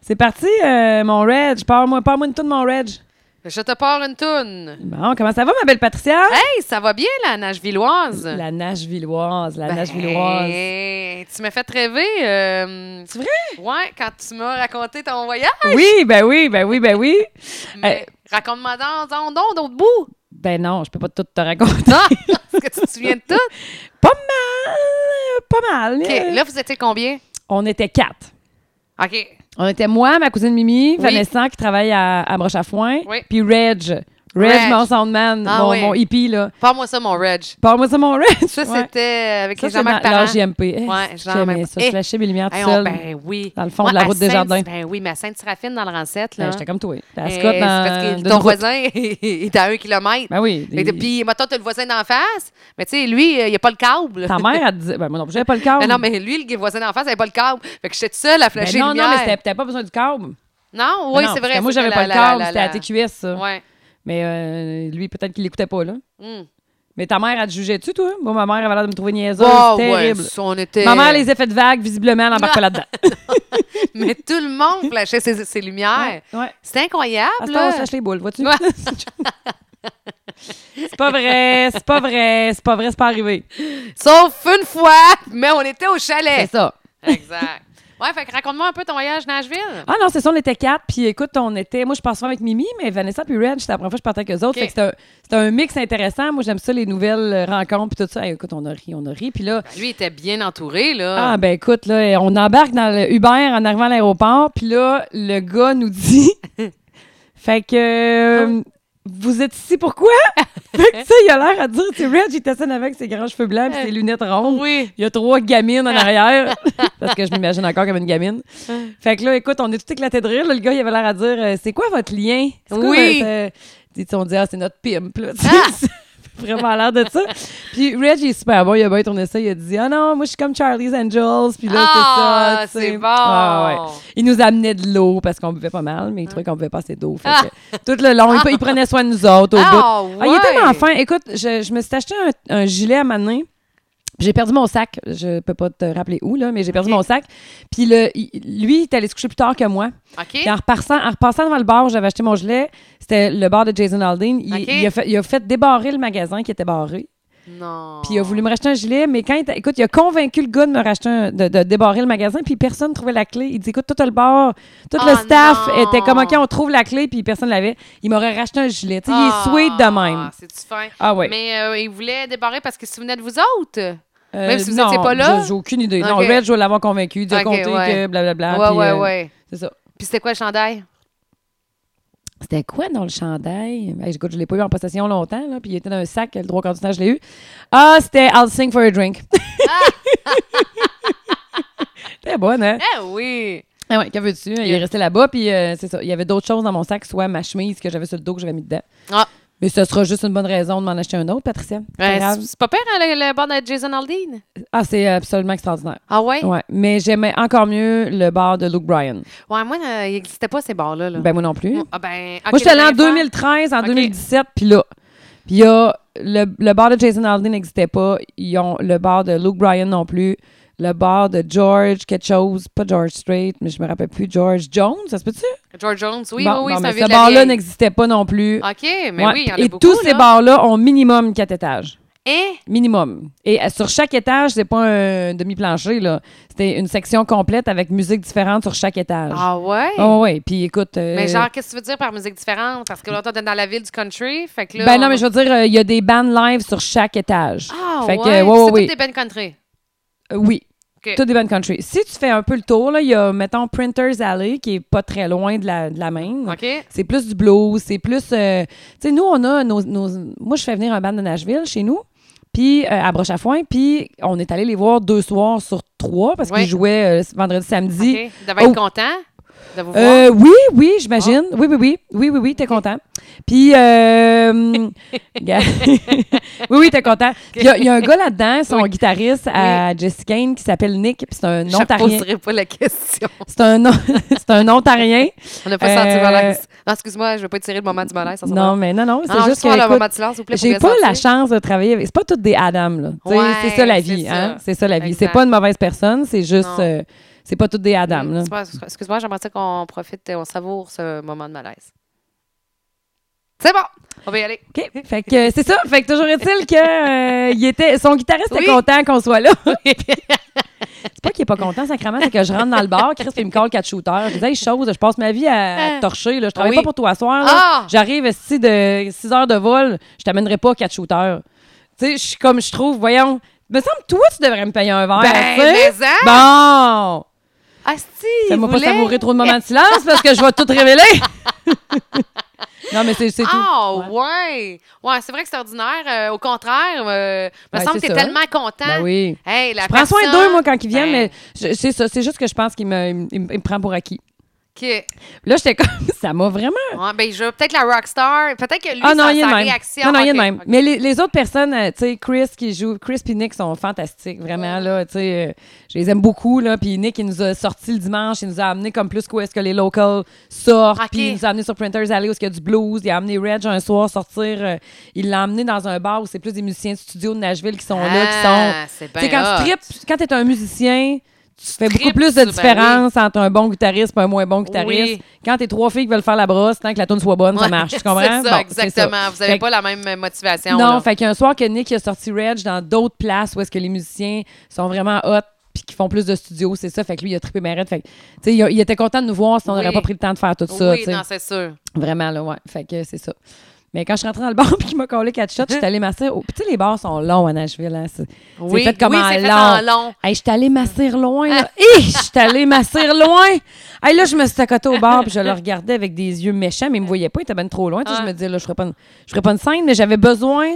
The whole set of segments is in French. C'est parti, euh, mon Reg. Parle-moi parle une toune, mon Reg. Je te pars une toune. Bon, comment ça va, ma belle Patricia? Hey, ça va bien, la Nachevilloise? La Nachevilloise, la Ben, Nachevilloise. Tu m'as fait rêver. euh, C'est vrai? Ouais, quand tu m'as raconté ton voyage. Oui, ben oui, ben oui, ben oui. Mais Raconte-moi dans, dans, dans d'autres bouts. Ben non, je peux pas tout te raconter. Non, est-ce que tu te souviens de tout? Pas mal, euh, pas mal. OK, Euh, là, vous étiez combien? On était quatre. OK. On était moi, ma cousine Mimi, Oui. Vanessa, qui travaille à, à Broche à Foin, Oui. puis Reg. Reg, Reg. mon soundman, Ah mon, oui. mon hippie, là. Parle-moi ça, mon Reg. Parle-moi ça, mon Reg. Ça, Ouais. c'était avec Ça, les c'est Jean-Marc dans- Parent. leur JMP. Eh, Ouais, J'aimais Jean-Marc. ça. Eh. Je flashais mes lumières tout Hey, on- seul. ben oui. dans le fond de Moi, la à route des Sainte- Jardins. Ben oui, mais à Sainte-Séraphine, dans le Rancette, là. Ben, J'étais comme toi. La Eh, scotte c'est dans- parce que dans ton une route. voisin, il est à un kilomètre. Ben oui. Fait que- des- Puis, mettons, t'as le voisin d'en face, mais tu sais, lui, euh, il n'y a pas le câble. Ta mère, elle disait. Ben, moi non plus, j'avais pas le câble. Mais non, mais lui, le voisin d'en face, il n'avait pas le câble. Fait que j'étais toute seule à Ben flasher non, lumière. non, mais c'était- t'avais pas besoin du câble. Non, Ben oui, non, c'est parce vrai. que Moi, j'avais c'était pas le la- câble, la- c'était à la- tes cuisses, ça. Ouais. Mais euh, lui, peut-être qu'il l'écoutait pas, là. Mm. Mais ta mère, elle te jugeait-tu, toi? Moi, ma mère avait l'air de me trouver niaiseuse. Oh, ouais, terrible. ça, on était... Ma mère les effets de vague, visiblement, elle n'embarque pas là-dedans. Mais tout le monde flashait ses, ses lumières. Ouais. C'est incroyable, À ce temps, on là. se lâche les boules, vois-tu? Ouais. c'est pas vrai, c'est pas vrai, c'est pas vrai, c'est pas arrivé. Eh. Sauf une fois, mais on était au C'est chalet. ça. Exact. Ouais, fait que raconte-moi un peu ton voyage à Nashville. Ah non, c'est ça, on était quatre. Puis écoute, on était. Moi, je pars souvent avec Mimi, mais Vanessa puis Red, c'était la première fois que je partais avec eux autres. OK. Fait que c'était un, c'était un mix intéressant. Moi, j'aime ça, les nouvelles euh, rencontres, puis tout ça. Hey, écoute, on a ri, on a ri. Puis là, Ben, Lui, il était bien entouré, là. ah ben écoute, là, on embarque dans le Uber en arrivant à l'aéroport. Puis là, le gars nous dit. fait que. euh, Vous êtes ici pourquoi? fait que ça, il a l'air à dire, tu sais, Reg, il était assis avec ses grands cheveux blancs et ses lunettes rondes. oui. Il y a trois gamines en arrière. parce que je m'imagine encore comme une gamine. Fait que là, écoute, on est tout éclaté de rire. là. le gars, il avait l'air à dire euh, C'est quoi votre lien C'est quoi Oui. Ah! votre, euh, tu sais, On dit Ah, c'est notre pimp. Là, tu sais, ça a vraiment l'air de ça. Puis Reg, il est super bon. Il a bien tourné ça. Il a dit Ah non, moi, je suis comme Charlie's Angels. Puis là, Ah, c'est ça. tu c'est sais. bon. Ah, ouais. Il nous amenait de l'eau parce qu'on buvait pas mal, mais il trouvait qu'on buvait pas assez d'eau. Fait que tout le long, il, il prenait soin de nous autres au bout. Ah, ouais. Ah, il est tellement fin. Écoute, je, je me suis acheté un, un gilet à maner. J'ai perdu mon sac. Je peux pas te rappeler où, là, mais j'ai perdu Ok. mon sac. Puis le, il- lui, il est allé se coucher plus tard que moi. Puis OK. en repassant, en repassant devant le bar où j'avais acheté mon gilet, c'était le bar de Jason Aldean. Il, Ok. il a fait, il a fait débarrer le magasin qui était barré. Non. Puis il a voulu me racheter un gilet, mais quand il était- écoute, il a convaincu le gars de me racheter un- de, de débarrer le magasin, puis personne trouvait la clé. Il dit écoute, tout le bar, tout le Oh staff non. était comme OK, on trouve la clé, puis personne l'avait. Il m'aurait racheté un gilet. Tu sais, Ah, il est sweet de même. C'est-tu fin? Ah ouais. Mais euh, il voulait débarrer parce qu'il se souvenait de vous autres. Euh, Même si vous non, étiez pas là? j'ai- J'ai aucune idée. Non, Ok. Red, je vais l'avoir convaincu. Il a Ok, compté ouais. que blablabla. ouais, puis, ouais, euh, ouais. C'est ça. Puis c'était quoi le chandail? C'était quoi dans le chandail? Hey, Ben, écoute, je l'ai pas eu en possession longtemps, là, puis il était dans un sac, le droit continent, je l'ai eu. Ah, c'était I'll sing for a drink. Ah! C'était bonne, hein? Eh oui! Ah ouais, que veux-tu? Il est resté là-bas, puis euh, c'est ça. Il y avait d'autres choses dans mon sac, soit ma chemise que j'avais sur le dos que j'avais mis dedans. Ah. Mais ce sera juste une bonne raison de m'en acheter un autre, Patricia. C'est pas Ouais, grave. c'est- c'est pas pire, hein, le, le bar de Jason Aldean? Ah, c'est absolument extraordinaire. Ah ouais? Ouais, Ouais. Mais j'aimais encore mieux le bar de Luke Bryan. moi, euh, il n'existait pas ces bars-là. Là. Ben, moi non plus. ah ben, Moi, j'étais allée en en 2013, en Ok. 2017, puis là. Puis il y a le, le bar de Jason Aldean n'existait pas. Ils ont le bar de Luke Bryan non plus. Le bar de George, quelque chose, pas George Strait, mais je me rappelle plus, George Jones, ça se peut-tu? George Jones, oui, Bon, oui, oui, bon, c'est mais un vieux ce de la bar-là vieille. n'existait pas non plus. OK, mais Ouais, oui, il y en a Et beaucoup, tous ces là. Hein? bars-là ont minimum quatre étages. Et Minimum. Et euh, sur chaque étage, c'est pas un demi-plancher, là. C'était une section complète avec musique différente sur chaque étage. Ah ouais? Oh, ouais. Puis écoute. euh, Mais genre, qu'est-ce que tu veux dire par musique différente? Parce que là, on est dans la ville du country, fait que là... ben non, on- mais je veux dire, euh, il y a des bands live sur chaque étage. Ah Fait que, ouais? euh, puis ouais, c'est ouais, toutes des bands country. Euh, Oui. Ok. Tout des bands country. Si tu fais un peu le tour, là, il y a, mettons, Printer's Alley, qui est pas très loin de la, de la Maine. OK? C'est plus du blues, c'est plus. euh, tu sais, nous, on a nos, nos- Moi, je fais venir un band de Nashville chez nous, puis euh, à Broche à Foin, puis on est allé les voir deux soirs sur trois parce Ouais. qu'ils jouaient euh, vendredi, samedi. OK? Vous devez être Oh. content de vous voir. Ah. Euh, oui, oui, j'imagine. Oui, oui, oui. Oui, oui, oui, t'es content. Puis, euh, gars- oui, oui, t'es content. Puis, il y a- il y, a un gars là-dedans, son Oui. guitariste à Jessica Kane, qui s'appelle Nick, puis c'est un Je ne ontarien. poserai pas la question. C'est un, on- c'est un ontarien. On n'a pas Euh, senti le malaise. Non, excuse-moi, je ne veux pas tirer le moment du malaise. ça, ça Non, va. mais non, non, c'est non, juste que, Ah, le écoute, moment de silence, s'il vous plaît. j'ai pour pas bien la sentir. chance de travailler avec... C'est pas toutes des Adam, là. Tu sais, Ouais, c'est ça la c'est vie, ça. hein? C'est ça la vie. Exact. C'est pas une mauvaise personne, c'est juste... Non. Mm. euh, C'est pas toutes des Adam, là. C'est pas- Excuse-moi, j'aimerais ça qu'on profite et on savoure ce moment de malaise. C'est bon! On va y aller. OK. Fait que euh, c'est ça. Fait que toujours est-il que euh, il était, son guitariste Oui. était content qu'on soit là. c'est pas qu'il est pas content, sacrément, c'est que je rentre dans le bar, Chris, puis il me colle quatre shooters. Je disais, hey, chose, je passe ma vie à, à te torcher, là. Je travaille Ah. Oui. pas pour toi à soir, là. Ah! J'arrive ici de 6 heures de vol, je t'amènerai pas quatre shooters. Tu sais, je suis comme je trouve, voyons. Me semble, toi, tu devrais me payer un verre. Ben, tu sais. mais hein? Bon! Asti! Fais-moi pas voulait- savourer trop de moments de silence parce que je vais tout révéler! non, mais c'est c'est tout. Ah, Ouais. ouais! Ouais, c'est vrai que c'est ordinaire. euh, au contraire, euh, me Ben, semble que c'est t'es ça. tellement content. Ben oui. Hey, la Je prends soin personne- d'eux, moi, quand ils viennent, Ben, mais je- c'est ça. C'est juste que je pense qu'il me, il me, il me prend pour acquis. OK. Là, j'étais comme, ça m'a vraiment. Ouais, ben, je peut-être la rockstar. Peut-être que lui, Ah non, sa, il est sa de même. réaction. Non, non, il est de OK, même. OK. Mais les, les autres personnes, euh, tu sais, Chris qui joue, Chris et Nick sont fantastiques, vraiment, là. Tu sais, euh, je les aime beaucoup, là. Puis Nick, il nous a sortis le dimanche, il nous a amené comme plus quoi est-ce que les locals sortent. Ok. Puis il nous a amené sur Printers Alley où il y a du blues. Il a amené Reg un soir sortir. euh, il l'a amené dans un bar où c'est plus des musiciens de studio de Nashville qui sont là, qui sont. Ah, c'est tu sais, ben quand hot. tu tripes, quand t'es un musicien, tu fais Tripes, beaucoup plus de ben différence entre un bon guitariste et un moins bon guitariste. Oui. Quand t'es trois filles qui veulent faire la brosse, tant que la tune soit bonne, ça Ouais, marche. Tu comprends? Bon, C'est ça, c'est ça. exactement. Vous n'avez Fait que- pas la même euh, motivation. Non, là. fait qu'un soir que Nick a sorti Reg dans d'autres places où est-ce que les musiciens sont vraiment hot puis qui font plus de studios, c'est ça. Fait que lui, il a trippé Meret. Fait que, tu sais, il, a- il était content de nous voir si on Oui. n'aurait pas pris le temps de faire tout ça. Oui, tu sais. non, c'est sûr. Vraiment, là, ouais. Fait que c'est ça. Mais quand je suis rentrée dans le bar puis qu'il m'a collé quatre shots, je suis allée masser. au- Puis tu sais, les bars sont longs à Nashville. Hein. C'est c'est Oui, fait comme oui, en c'est fait long. en long. Hey, je suis allée masser loin, là. Hi! je suis allée masser loin. Hey, là, je me suis accotée au bar, puis je le regardais avec des yeux méchants, mais il me voyait pas, il était bien trop loin. Tu sais, Ah. Je me disais, là, je ferais pas une, je ferais pas une scène, mais j'avais besoin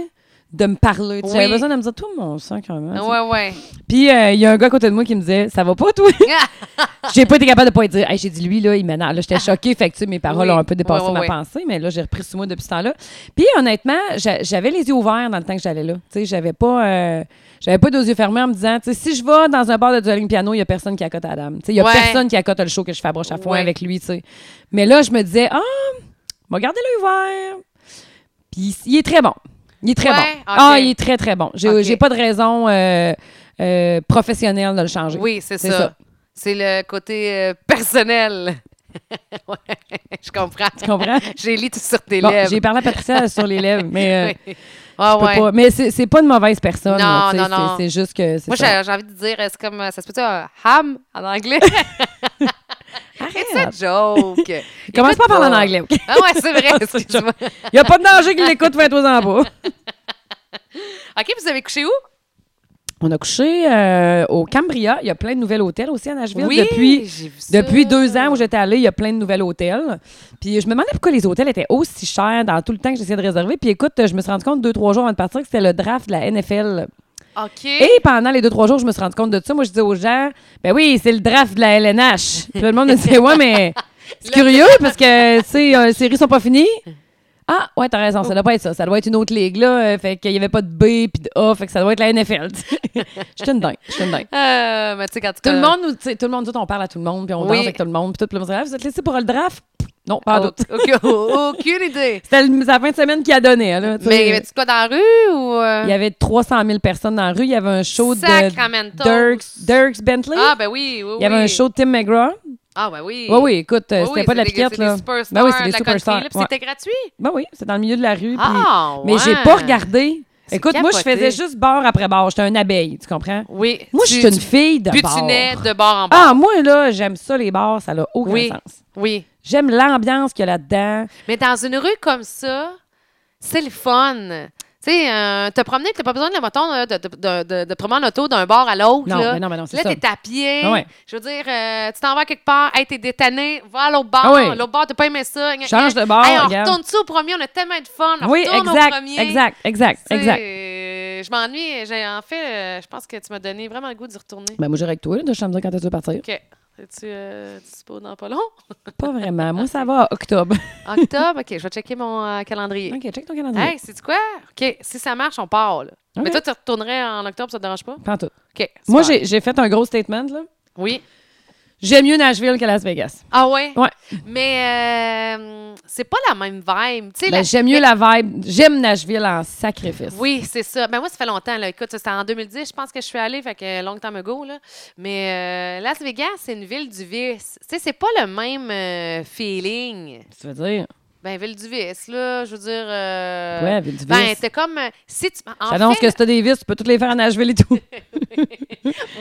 de me parler. tu sais. Oui. J'avais besoin de me dire, tout mon sang, quand même. Ah, tu sais. Ouais, ouais. Puis, euh, il y a un gars à côté de moi qui me disait, ça va pas, toi? Ah, j'ai pas été capable de pas lui dire. Hey, j'ai dit, lui, là, il m'énerve. Là, j'étais choquée. Fait que, tu sais, mes paroles Oui. ont un peu dépassé Ouais, ouais, ma ouais. pensée, mais là, j'ai repris sous moi depuis ce temps-là. Puis, honnêtement, j'a- j'avais les yeux ouverts dans le temps que j'allais là. Tu sais, j'avais pas, euh, j'avais pas deux yeux fermés en me disant, tu sais, si je vais dans un bar de dueling piano, il y a personne qui accote à la dame. Tu sais, il y a Ouais. personne qui accote le show que je fais à broche à foin Ouais. avec lui, tu sais. Mais là, je me disais, ah, m'a gardé l'œil ouvert. Puis, il est très bon. Il est très Ouais, bon. ok. Ah, il est très, très bon. J'ai Ok. j'ai pas de raison euh, euh, professionnelle de le changer. Oui, c'est C'est ça. ça. C'est le côté euh, personnel. ouais, je comprends. Tu comprends? J'ai lu tout sur tes Bon, lèvres. j'ai parlé à Patricia sur les lèvres, mais euh, Oui. Ah, je peux ouais. pas- mais c'est c'est pas une mauvaise personne. Non, là, tu sais, non, non. C'est c'est juste que c'est Moi, ça. j'ai j'ai envie de dire, euh, c'est comme, euh, ça se peut dire euh, ham en anglais? It's a Arrête. joke. Commence Écoute pas à parler en anglais. Ah ouais, c'est vrai, excuse-moi. Il y a pas de danger qu'il l'écoute 23 ans en bas. OK, vous avez couché où? On a couché euh, au Cambria. Il y a plein de nouvelles hôtels aussi à Nashville depuis j'ai vu ça. Depuis deux ans où j'étais allée, il y a plein de nouvelles hôtels. Puis je me demandais pourquoi les hôtels étaient aussi chers dans tout le temps que j'essayais de réserver. Puis écoute, je me suis rendu compte deux, trois jours avant de partir que c'était le draft de la NFL. OK. Et pendant les deux, trois jours, je me suis rendu compte de ça. Moi, je disais aux gens, ben oui, c'est le draft de la LNH. Puis le monde me disait, ouais, mais c'est curieux parce que, tu sais, euh, les séries sont pas finies. Ah, ouais, t'as raison, ça doit pas être ça. Ça doit être une autre ligue, là. Euh, Fait qu'il y avait pas de B puis de A, fait que ça doit être la NFL. J'étais une dingue, j'étais une dingue. Euh, mais tu sais, quand tu- Tout le monde, nous, tu sais, tout le monde, nous, on parle à tout le monde, puis on Oui. danse avec tout le monde, puis tout le monde se dit, Ah, vous êtes laissé pour le draft? Non, pas Ah, en doute. aucune- Aucune idée. C'était le- la fin de semaine qui a donné, hein, là. tu sais. Mais y avait-tu quoi dans la rue ou. euh, il y avait 300 000 personnes dans la rue. Il y avait un show de Sacramento. Dirks, Dirks Bentley. Ah, ben oui, oui. il y avait oui. un show de Tim McGraw. Ah, ben oui. Oui, oui, écoute, euh, Oui, c'était oui, pas de la c'est des- piquette, là. C'est des superstars. Ben oui, c'est des de la superstars. country, là, puis Ouais. C'était gratuit. Ben oui, c'est dans le milieu de la rue. puis- Ah, ouais. Mais j'ai pas regardé. C'est Écoute, moi, je capoté. faisais juste bar après bar. J'étais un abeille, tu comprends? Oui. Moi, je tu- suis une tu fille de bar. butinais de bord en bord. Ah, moi, là, j'aime ça, les bars, ça n'a aucun Oui. sens. Oui. J'aime l'ambiance qu'il y a là-dedans. Mais dans une rue comme ça, c'est le fun. Tu sais, euh, te promener, t'as pas besoin de, mettons, là, de, de, de, de, de te promener en auto d'un bord à l'autre. Non, là. mais non, mais non, c'est Là, ça. t'es à pied. Ah ouais. Je veux dire, euh, tu t'en vas quelque part, hey, t'es détané, va à l'autre bord. Ah ouais. L'autre bord, t'as pas aimé ça. Gna, Change gna. de bord, Hey, on regarde. retourne-tu au premier, on a tellement de fun. On oui, retourne exact, au premier. exact, exact, Tu sais, exact. euh, je m'ennuie. J'ai- En fait, euh, je pense que tu m'as donné vraiment le goût d'y retourner. Ben, moi, j'irai avec toi, là, je vais me dire quand tu veux partir. OK. Es-tu euh, dispo dans pas long? Pas vraiment. Moi, ça va, octobre. Octobre? OK, je vais checker mon euh, calendrier. OK, check ton calendrier. Hey, c'est quoi? OK, si ça marche, on part. là. OK. Mais toi, tu retournerais en octobre, ça te dérange pas? OK. Prends tout. super. Moi, j'ai j'ai fait un gros statement, là. Oui. J'aime mieux Nashville que Las Vegas. Ah ouais? Ouais. Mais euh, c'est pas la même vibe. Tu sais, Ben, la- J'aime mieux la vibe. J'aime Nashville en sacrifice. Oui, c'est ça. Ben moi, ça fait longtemps. Là. Écoute, c'était en 2010, je pense que je suis allée, fait que long time ago. Là. Mais euh, Las Vegas, c'est une ville du vice. Tu sais, c'est pas le même euh, feeling. Tu veux dire? Ben, ville du vice, là, je veux dire... euh, Ouais, Ville du Ben, vice. t'es comme... euh, Si tu... En J'annonce fait, que si t'as des vis, tu peux toutes les faire à Nashville et tout.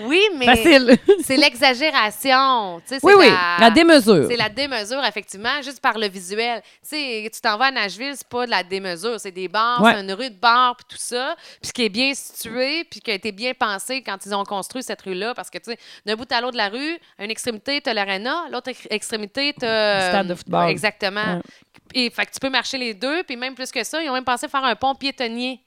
oui, mais Facile. c'est l'exagération. Tu sais, c'est Oui, oui, la- à démesure. C'est la démesure, effectivement, juste par le visuel. Tu sais, tu t'en vas à Nashville, c'est pas de la démesure, c'est des bars, Ouais. c'est une rue de bars, puis tout ça. Puis ce qui est bien situé, puis qui a été bien pensé quand ils ont construit cette rue-là, parce que, tu sais, d'un bout à l'autre de la rue, à une extrémité, t'as l'arena, l'autre ex- extrémité, t'as... Le stade de football. euh, Exactement. Et, fait que tu peux marcher les deux, puis même plus que ça, ils ont même pensé faire un pont piétonnier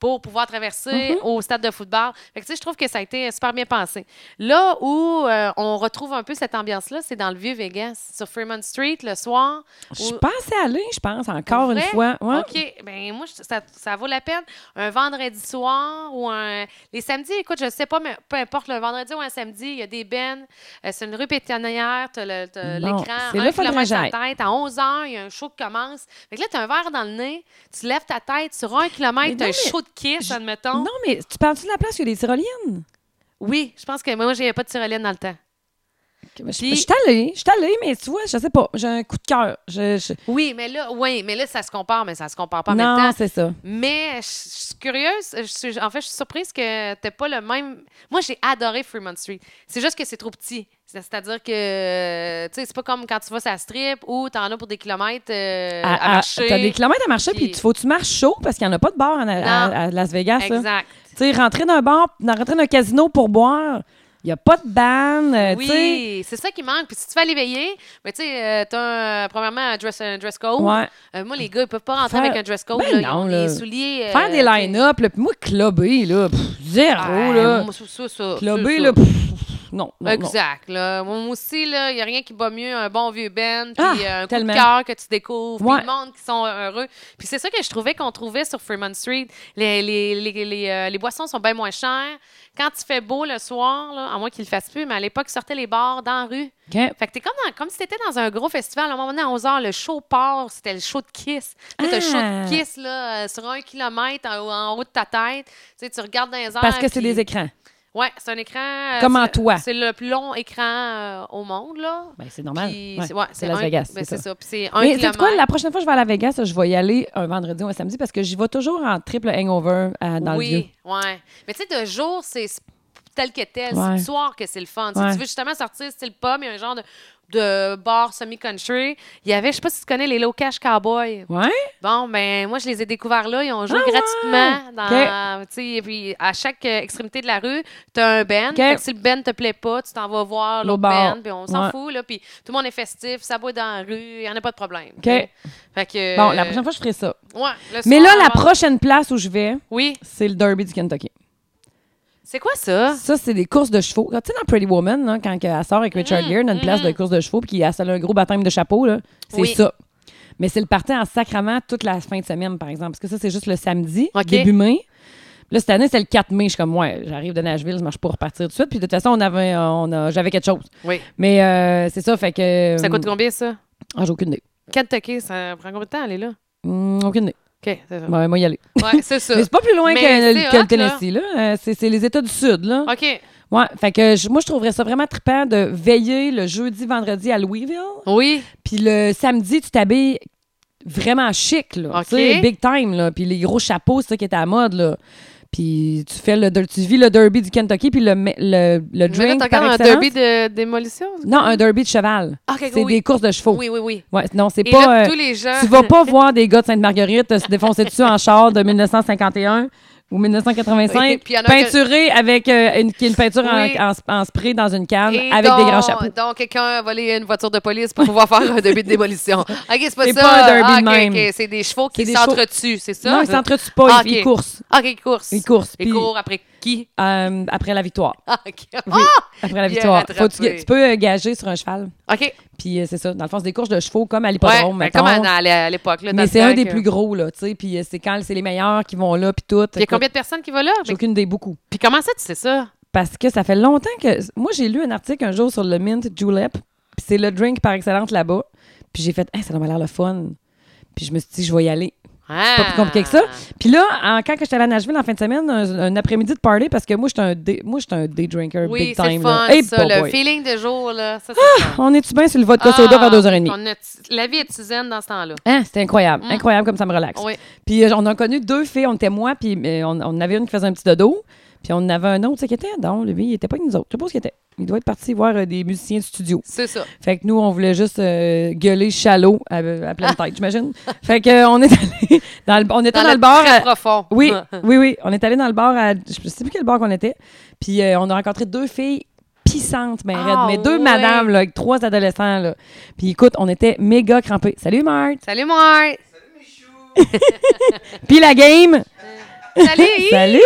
pour pouvoir Mhm. traverser au stade de football. Fait que, tu sais, je trouve que ça a été super bien pensé. Là où euh, on retrouve un peu cette ambiance-là, c'est dans le vieux Vegas, sur Fremont Street le soir. Je Ou- pensais aller, je pense, encore Pour une vrai? fois. Ouais. OK. Ben moi, je- ça, ça vaut la peine. Un vendredi soir ou un. Les samedis, écoute, je sais pas, mais peu importe, le vendredi ou un samedi, il y a des bennes. euh, c'est une rue pétanière, t'as le- t'as Bon, l'écran. c'est un là, faudrait kilomètre sur la que tête. À 11 h, il y a un show qui commence. Fait que là, t'as un verre dans le nez, tu lèves ta tête sur un Mais kilomètre, t'as non, un mais- show de kiss, je- admettons. Non, mais tu parles-tu de la place où il y a des tyroliennes? Oui, je pense que moi, j'avais pas de tyrolienne dans le temps. Je je Puis- suis allée, je suis allée, mais tu vois, je sais pas, j'ai un coup de cœur. Je- je- Oui, mais là, oui, mais là, ça se compare, mais ça se compare pas en Non, même temps. euh, c'est ça. Mais je je suis curieuse. Je suis- en fait, je suis surprise que t'aies pas le même. Moi, j'ai adoré Fremont Street. C'est juste que c'est trop petit. C'est- C'est-à-dire que, tu sais, c'est pas comme quand tu vas sur la strip ou t'en as pour des kilomètres euh, à, À- à- marcher. Ah, T'as des kilomètres à marcher, puis puis- il faut que tu marches chaud parce qu'il n'y en a pas de bar en- à, Non. à Las Vegas. là. Exact. Tu sais, rentrer d'un bar, dans- rentrer d'un casino pour boire, il n'y a pas de ban. euh, tu sais. Oui, c'est ça qui manque. Puis si tu vas aller veiller, mais tu sais, euh, t'as un- premièrement un dress, un dress code. Ouais. Euh, moi, les gars, ils peuvent pas rentrer Faire- avec un dress code. Ben là. Ils ont non, là. des souliers. euh, Faire des line-up, là, puis moi, clubber, là, pff, zéro, Ah, là. moi, ça, ça, ça, Clubber, ça. là, pff, non, non, non. Exact. Là. Moi moi aussi, là, il n'y a rien qui bat mieux un bon vieux Ben, puis Ah, euh, un tellement. coup de cœur que tu découvres, Ouais. puis le monde qui sont heureux. Puis c'est ça que je trouvais qu'on trouvait sur Fremont Street. Les, les, les, les, euh, les boissons sont bien moins chères. Quand il fait beau le soir, là, à moins qu'il le fasse plus, mais à l'époque, ils sortaient les bars dans la rue. OK. Fait que t'es comme, dans- comme si t'étais dans un gros festival. À un moment donné, à 11 h, le show part, c'était le show de Kiss. Là, t'as le Ah! show de Kiss là, euh, sur un kilomètre en, en haut de ta tête. Tu sais, tu regardes dans les airs. Parce que c'est Ah, puis- des écrans. oui, c'est un écran. euh, Comme en c'est- toi. C'est le plus long écran euh, au monde, là. Ben, c'est normal. Puis, Ouais, c'est- ouais, c'est Las un- Vegas. ben, c'est c'est ça. ça. Puis c'est un Mais tu kilomètre. quoi, la prochaine fois que je vais à Las Vegas, je vais y aller un vendredi ou un samedi parce que j'y vais toujours en triple hangover euh, dans le vieux. oui, ouais. Mais tu sais, de jour, c'est s- tel que tel. C'est Ouais. le soir que c'est le fun. Ouais. Si tu veux justement sortir style pub, il y a un genre de, de bar semi-country. Il y avait, je sais pas si tu connais, les Low Cash Cowboys. Ouais? Bon, ben moi, je les ai découverts là. Ils ont joué Ah ouais! gratuitement. Dans, tu sais, Et puis, à chaque euh, extrémité de la rue, tu as un band. Ok. Fait que si le band te plaît pas, tu t'en vas voir L'autre l'autre bar. band. Puis on s'en Ouais. fout. Là, puis tout le monde est festif, ça boit dans la rue, il n'y en a pas de problème. Ok. tu sais. Fait que, Bon, la prochaine fois, je ferai ça. euh, ouais, le Mais là, soir, la avant- prochaine place où je vais, Oui. c'est le Derby du Kentucky. C'est quoi ça? Ça, c'est des courses de chevaux. Tu sais, dans Pretty Woman, là, quand elle sort avec Mm, Richard Gere, dans une place de course de chevaux, puis qu'il a un gros baptême de chapeau, là, c'est Oui. ça. Mais c'est le parti en sacrament toute la fin de semaine, par exemple. Parce que ça, c'est juste le samedi, OK. début mai. Là, cette année, c'est le 4 mai. Je suis comme, ouais, j'arrive de Nashville, je marche pas repartir tout de suite. Puis de toute façon, on avait, euh, on a, j'avais quelque chose. Oui. Mais euh, c'est ça, fait que. euh, Ça coûte combien, ça? Ah, j'ai aucune idée. Kentucky, ça prend combien de temps aller là? Hum, aucune idée. OK, c'est ça. Ouais, moi, y aller. Ouais, c'est ça. Mais c'est pas plus loin Mais que, c'est que hot, le Tennessee, là. Euh, c'est, c'est les États du Sud, là. OK. Ouais, fait que je- moi, je trouverais ça vraiment trippant de veiller le jeudi, vendredi à Louisville. Oui. Puis le samedi, tu t'habilles vraiment chic, là. OK. Tu sais, big time, là. Puis les gros chapeaux, c'est ça qui est à la mode, là. Puis tu fais le der- tu vis le derby du Kentucky, puis le, me- le, le Mais là, drink t'as par encore un excellence. derby de démolition? Non, un derby de cheval. Ah, OK, c'est oui. des courses de chevaux. Oui, oui, oui. Ouais, non, c'est Et pas... là, euh, tous les gens... tu vas pas voir des gars de Sainte-Marguerite euh, se défoncer dessus en char de 1951 ou 1985, Oui, puis il y en a peinturé avec euh, une, qui est une peinture en- Oui. en, en spray dans une canne Et avec des donc- grands chapeaux. Donc, quelqu'un a volé une voiture de police pour pouvoir faire un derby de démolition. OK, c'est pas C'est ça. pas un derby Ah, de OK, même. OK, C'est des chevaux C'est qui des chevaux- s'entretuent, c'est ça? Non, ils s'entretuent pas, Ah, ils, ils ok. courent. Ah, OK, ils courent. Ils courent. Ils puis, courent après qui? euh, après la victoire. Ah, OK. Oui, après la bien victoire. Faut que rattrapé. tu, tu peux euh, gager sur un cheval. Ah, OK. Puis euh, c'est ça. Dans le fond, c'est des courses de chevaux comme à Ouais, l'hippodrome. ben, mettons. comme à, à l'é- à l'époque. là, dans mais le c'est temps un des que- plus gros, là, tu sais. Puis euh, c'est quand c'est les meilleurs qui vont là, puis tout. Puis Il y a combien de personnes qui vont là? J'ai aucune idée, beaucoup. Puis comment ça, tu sais ça? parce que ça fait longtemps que. Moi, j'ai lu un article un jour sur le mint julep, puis c'est le drink par excellence là-bas. Puis j'ai fait, Hey, ça m'a l'air le fun. Puis je me suis dit, je vais y aller. Ah! Pas plus compliqué que ça. Puis là, en- quand que j'étais allée à Nashville en fin de semaine, un, un après-midi de party, parce que moi, j'étais un day, moi, j'étais un day drinker Oui, big c'est time. le là. fun, Hey, ça. boy, Le boy. Ah! feeling de jour, là. Ça, c'est le fun. Ah, On est-tu bien sur le vodka soda vers 2h30? on a- La vie est Suzanne dans ce temps-là. Hein, c'était incroyable. Mm. Incroyable comme ça me relaxe. Oui. Puis euh, on a connu deux filles, on était moi, puis euh, on, on avait une qui faisait un petit dodo, puis on en avait un autre, tu sais, qui était donc, lui, il était pas avec nous autres. Je sais pas où il était. Il doit être parti voir euh, des musiciens de studio. C'est ça. Fait que nous, on voulait juste euh, gueuler chalot à, à pleine tête, j'imagine. Fait que euh, on est allé dans le, on était dans, le bar. très à- profond. oui, oui, oui. On est allé dans le bar à. Je sais plus quel bar qu'on était. Puis euh, on a rencontré deux filles pissantes, mais, raides, Ah, mais deux ouais. madames, là, avec trois adolescents. Là. Puis écoute, on était méga crampés. Salut, Marthe. Salut, moi. Puis la game. Salut. hi. Salut.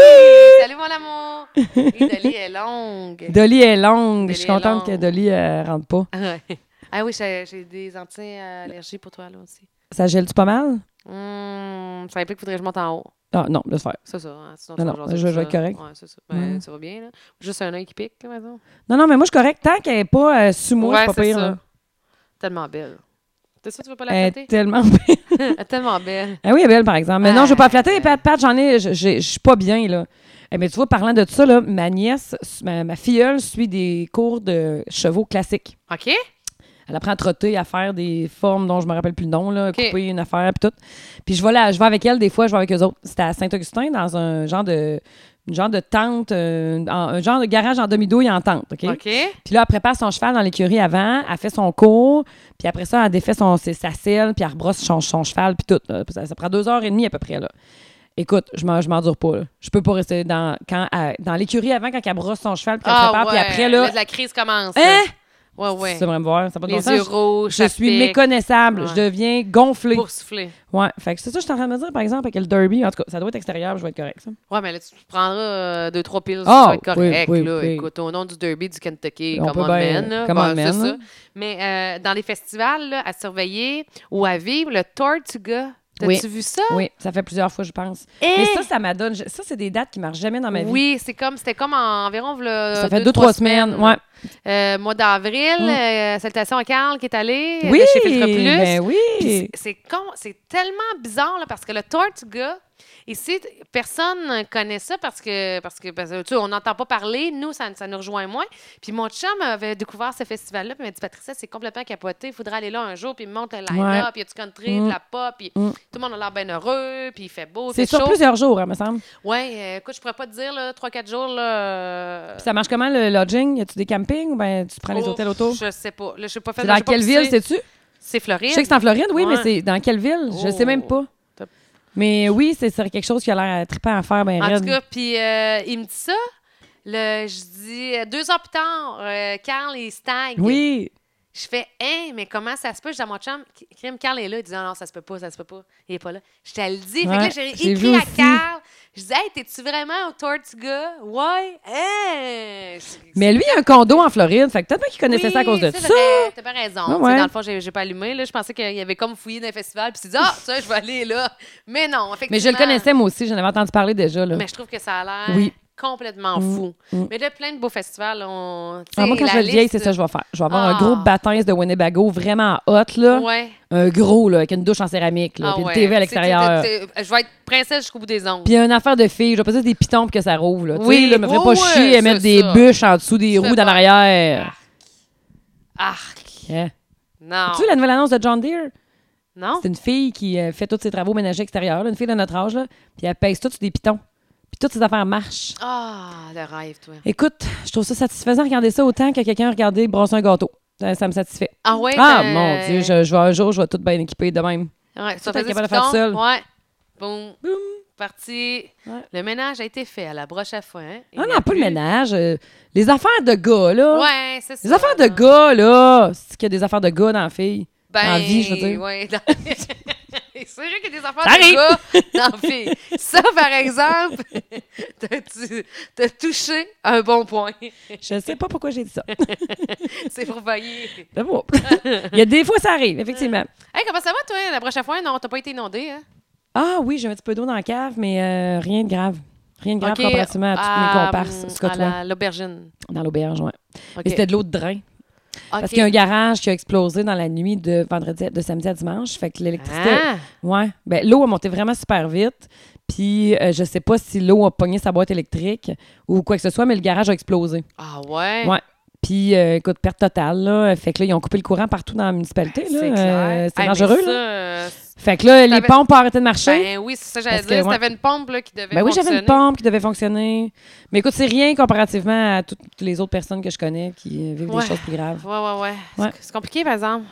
Salut, mon amour. Et Dolly est longue. Dolly est longue. je Dolly suis est contente longue. que Dolly euh, rentre pas. Ouais. Ah oui, j'ai j'ai des anti-allergies pour toi, là aussi. Ça gèle-tu pas mal? Hum, ça implique qu'il faudrait que je monte en haut. Ah, non, laisse faire. C'est ça. hein, sinon, Non, tu vas non, jaser je- tout je vais être seul. correct. Ouais, c'est ça. Ben, Ouais. Ça va bien, là. Juste un œil qui pique, là, maintenant. Non, non, mais moi, je suis correcte. Tant qu'elle est pas euh, sous moi, ouais, c'est pas pire. ça. là. Tellement belle. T'es sûr que tu veux pas la Elle flatter? est tellement Elle est tellement belle. Ah oui, elle est belle, par exemple. Mais non, je veux Ah. pas flatter. Pat, Pat, j'en ai, je- je je suis pas bien, là. Eh bien, tu vois, parlant de ça, là, ma nièce, su- ma, ma filleule suit des cours de chevaux classiques. OK? Elle apprend à trotter, à faire des formes dont je me rappelle plus le nom, là, OK. couper une affaire, puis tout. Puis je vais, là, je vais avec elle, des fois, je vais avec eux autres. C'était à Saint-Augustin, dans un genre de, une genre de tente, euh, en- un genre de garage en demi-douille en tente, OK? OK? Puis là, elle prépare son cheval dans l'écurie avant, elle fait son cours, puis après ça, elle défait son, ses- sa selle, puis elle rebrosse son, son cheval, puis tout. là. Ça, ça prend deux heures et demie à peu près, là. Écoute, je m'en- je m'endure pas, là. Je peux pas rester dans, quand elle- dans l'écurie avant, quand elle brosse son cheval, puis qu'elle Ah prépare, puis après, là... La crise commence. Hein? Ouais, ouais. Tu devrais me voir, ça n'a pas de bon Les sens. yeux rouges, Je, je ça suis pique, méconnaissable, Ouais. je deviens gonflée. boursouflé. Ouais, fait que c'est ça que je suis en train de me dire, par exemple, avec le derby. En tout cas, ça doit être extérieur, je vais être correct, ça. Ouais, mais là, tu prendras euh, deux, trois piles, Ah, ça va être correct. oui, oui, là. oui. Écoute, au nom du derby du Kentucky, On comme on peut bien- mène. là. come Bon, on, c'est man, ça. là. Mais euh, dans les festivals, là, à surveiller ou à vivre, le Tortuga, t'as-tu Oui. vu ça? Oui, ça fait plusieurs fois, je pense. Eh! Mais ça, ça m'adonne. je- Ça, c'est des dates qui marchent jamais dans ma vie. Oui, c'est comme, c'était comme en- environ v'là Ça fait euh, deux, trois semaines. Ouais. Euh, mois d'avril, Mm. euh, salutations à Carl qui est allé euh, Oui, de chez Filtre Plus. ben oui. Puis C'est c'est con, c'est tellement bizarre là, parce que le Tortuga, ici, t- personne euh, connaît ça parce que, parce que, parce que, tu sais, on n'entend pas parler, nous, ça, ça nous rejoint moins. Puis mon chum avait découvert ce festival-là, puis il m'a dit Patricia, c'est complètement capoté, il faudra aller là un jour, puis il me montre le line-up, Ouais. puis il y a du country, Mm. de la pop, puis Mm. tout le monde a l'air bien heureux, puis il fait beau, C'est c'est sur chaud. plusieurs jours, hein, me semble. Ouais, euh, écoute, je pourrais pas te dire, là, 3-4 jours, là. euh, Puis ça marche comment le lodging? Y a-tu des campings ou ben tu prends les oh, hôtels autour? Je sais pas. Là, je sais pas fait C'est là, dans j'ai pas quelle poussé. ville, sais-tu? C'est Floride. Je sais que c'est en Floride, oui, Ouais. mais c'est dans quelle ville? Je sais même pas. T'as- Mais oui, c'est c'est quelque chose qui a l'air trippant à faire, ben En raide. tout cas, puis euh, il me dit ça. Le, je dis euh, deux heures plus tard, euh, Carl est stag. Oui. Je fais Hein, mais comment ça se peut? Je dis à mon chum, Crime, Carl est là. Il dit non, non, ça se peut pas, ça se peut pas. Il est pas là. Je te le dis. Fait que là, Ouais, j'ai je l'ai écrit vu à aussi. Carl. Je dis Hey, t'es-tu vraiment au Tortuga? Ouais. Hein? Mais lui, il a un condo en Floride, fait que peut-être pas qu'il connaissait Oui, ça à cause de c'est ça. vrai, T'as pas raison. Ouais, Tu sais, ouais. Dans le fond, j'ai j'ai pas allumé. Là. Je pensais qu'il avait comme fouillé dans les festivals. Puis il s'est dit, ah, ça, je vais aller là. Mais non, effectivement. Mais je le connaissais moi aussi, j'en avais entendu parler déjà. Là. Mais je trouve que ça a l'air Oui. complètement Mm, fou. mm. Mais de plein de beaux festivals, on. tu Ah, moi, sais, quand la je vais être vieille, liste- c'est ça que je vais faire. Je vais avoir un Ah. gros baptême de Winnebago vraiment hot, là. Ouais. Un gros, là, avec une douche en céramique, là, Ah puis une ouais. TV à Tu sais, l'extérieur. t'es- t'es- Je vais être princesse jusqu'au bout des ongles. Puis il y a une affaire de filles, je vais pas dire des pitons pour que ça roule. Là. Oui, tu sais, là, me ferait oui, pas oui, chier c'est à mettre des ça. Ah. bûches en dessous des Tu fais roues dans pas- l'arrière. Arc. Yeah. Non. Tu vois la nouvelle annonce de John Deere? Non? C'est une fille qui euh, fait tous ses travaux ménagers extérieurs, là, une fille de notre âge, là, puis elle pèse tout sur des pitons. Puis toutes ses affaires marchent. Ah, le rêve, toi. Écoute, je trouve ça satisfaisant de regarder ça autant que quelqu'un regarder brosser un gâteau. Ça, ça me satisfait. Ah ouais? ah t'as- mon Dieu, je, je vais un jour, je vais tout bien équiper de même. Ouais, tu t'es vas faire capable de faire seule. seul. Ouais. Boum. Boum. Parti. Ouais. Le ménage a été fait à la broche à foin. hein. Il Ah n'y non, a pas le plus. ménage. euh, les affaires de gars, là. Ouais, c'est ça. Les affaires de là. gars, là. C'est qu'il y a des affaires de gars dans la fille. Ben, En vie, je veux dire. ouais, dans- c'est vrai qu'il y a des affaires Ça arrive. de gars dans la fille. Ça, par exemple, t'as- tu- t'as touché un bon point. Je sais pas pourquoi j'ai dit ça. C'est pour faillir. C'est bon. Il y a des fois, ça arrive, effectivement. Hey, comment ça va, toi? La prochaine fois, non, t'as pas été inondée, hein? Ah oui, j'ai un petit peu d'eau dans la cave, mais euh, rien de grave. Rien de grave OK, comparativement à toutes mes à, comparses hum, Scott à Wall. la- l'aubergine. Dans l'auberge, ouais. OK. Mais c'était de l'eau de drain. Parce OK. qu'il y a un garage qui a explosé dans la nuit de vendredi à- de samedi à dimanche. Fait que l'électricité. Ah! Ouais. Ben, l'eau a monté vraiment super vite. Puis euh, je sais pas si l'eau a pogné sa boîte électrique ou quoi que ce soit, mais le garage a explosé. Ah ouais? Ouais. Puis, euh, écoute, perte totale, là. Fait que là, ils ont coupé le courant partout dans la municipalité, C'est là. clair. Euh, c'est Hey, mais dangereux, ça, là. euh, Fait que là, les T'avais- pompes ont arrêté de marcher. Ben oui, c'est ça que j'allais Parce dire. que, Si ouais. t'avais une pompe là, qui devait Ben oui, j'avais fonctionner. une pompe qui devait fonctionner. Mais écoute, c'est rien comparativement à toutes les autres personnes que je connais qui euh, vivent Ouais. des choses plus graves. Ouais, ouais, ouais. C'est- Ouais. C'est compliqué, par exemple.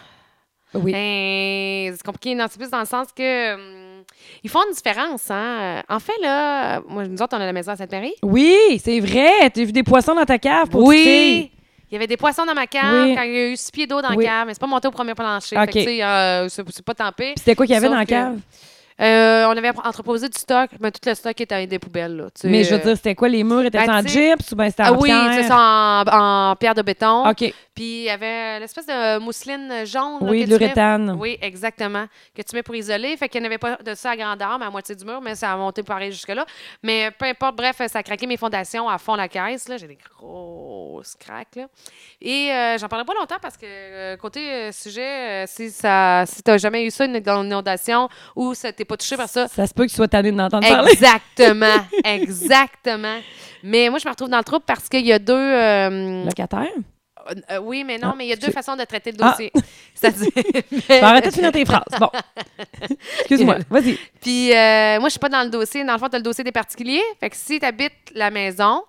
Oui. Ben, c'est compliqué, non, c'est plus dans le sens que. hum, ils font une différence, hein. En fait, là, moi, nous autres, on a la maison à Sainte-Marie. Oui, c'est vrai. T'as vu des poissons dans ta cave pour Oui! Il y avait des poissons dans ma cave Oui. quand il y a eu six pieds d'eau dans Oui. la cave, mais c'est pas monté au premier plancher. OK. Fait que, tu sais, euh, c'est c'est pas tant pis. Puis c'était quoi qu'il y avait Sauf dans la que- cave? Euh, on avait entreposé du stock, mais tout le stock était avec des poubelles, là. Tu sais, Mais je veux euh, dire, c'était quoi? Les murs étaient ben, en tu sais- gypse ou bien c'était en Ah oui, pierre? c'est ça, en, en pierre de béton. OK. Puis il y avait euh, l'espèce de mousseline jaune. là, Oui, que de tu mets- l'urétane. Oui, exactement. Que tu mets pour isoler. Fait qu'il n'y avait pas de ça à grandeur, mais à moitié du mur, mais ça a monté pareil jusque-là. Mais euh, peu importe, bref, ça a craqué mes fondations à fond la caisse. là. J'ai des grosses craques. Là. Et euh, j'en parlerai pas longtemps parce que euh, côté euh, sujet, euh, si, ça- si tu n'as jamais eu ça, une inondation, ou ça t'es pas touché par ça, Ça se peut que tu sois tanné d'entendre parler. Exactement, exactement. Mais moi, je me retrouve dans le trouble parce qu'il y a deux. euh, Locataire? euh, euh, oui, mais non, Ah, mais il y a deux excuse- façons de traiter le Ah. dossier. C'est-à-dire. Tu vas arrêter de finir tes phrases. Bon. Excuse-moi. Vas-y. Puis euh, moi, je suis pas dans le dossier. Dans le fond, tu le dossier des particuliers. Fait que si tu habites la maison,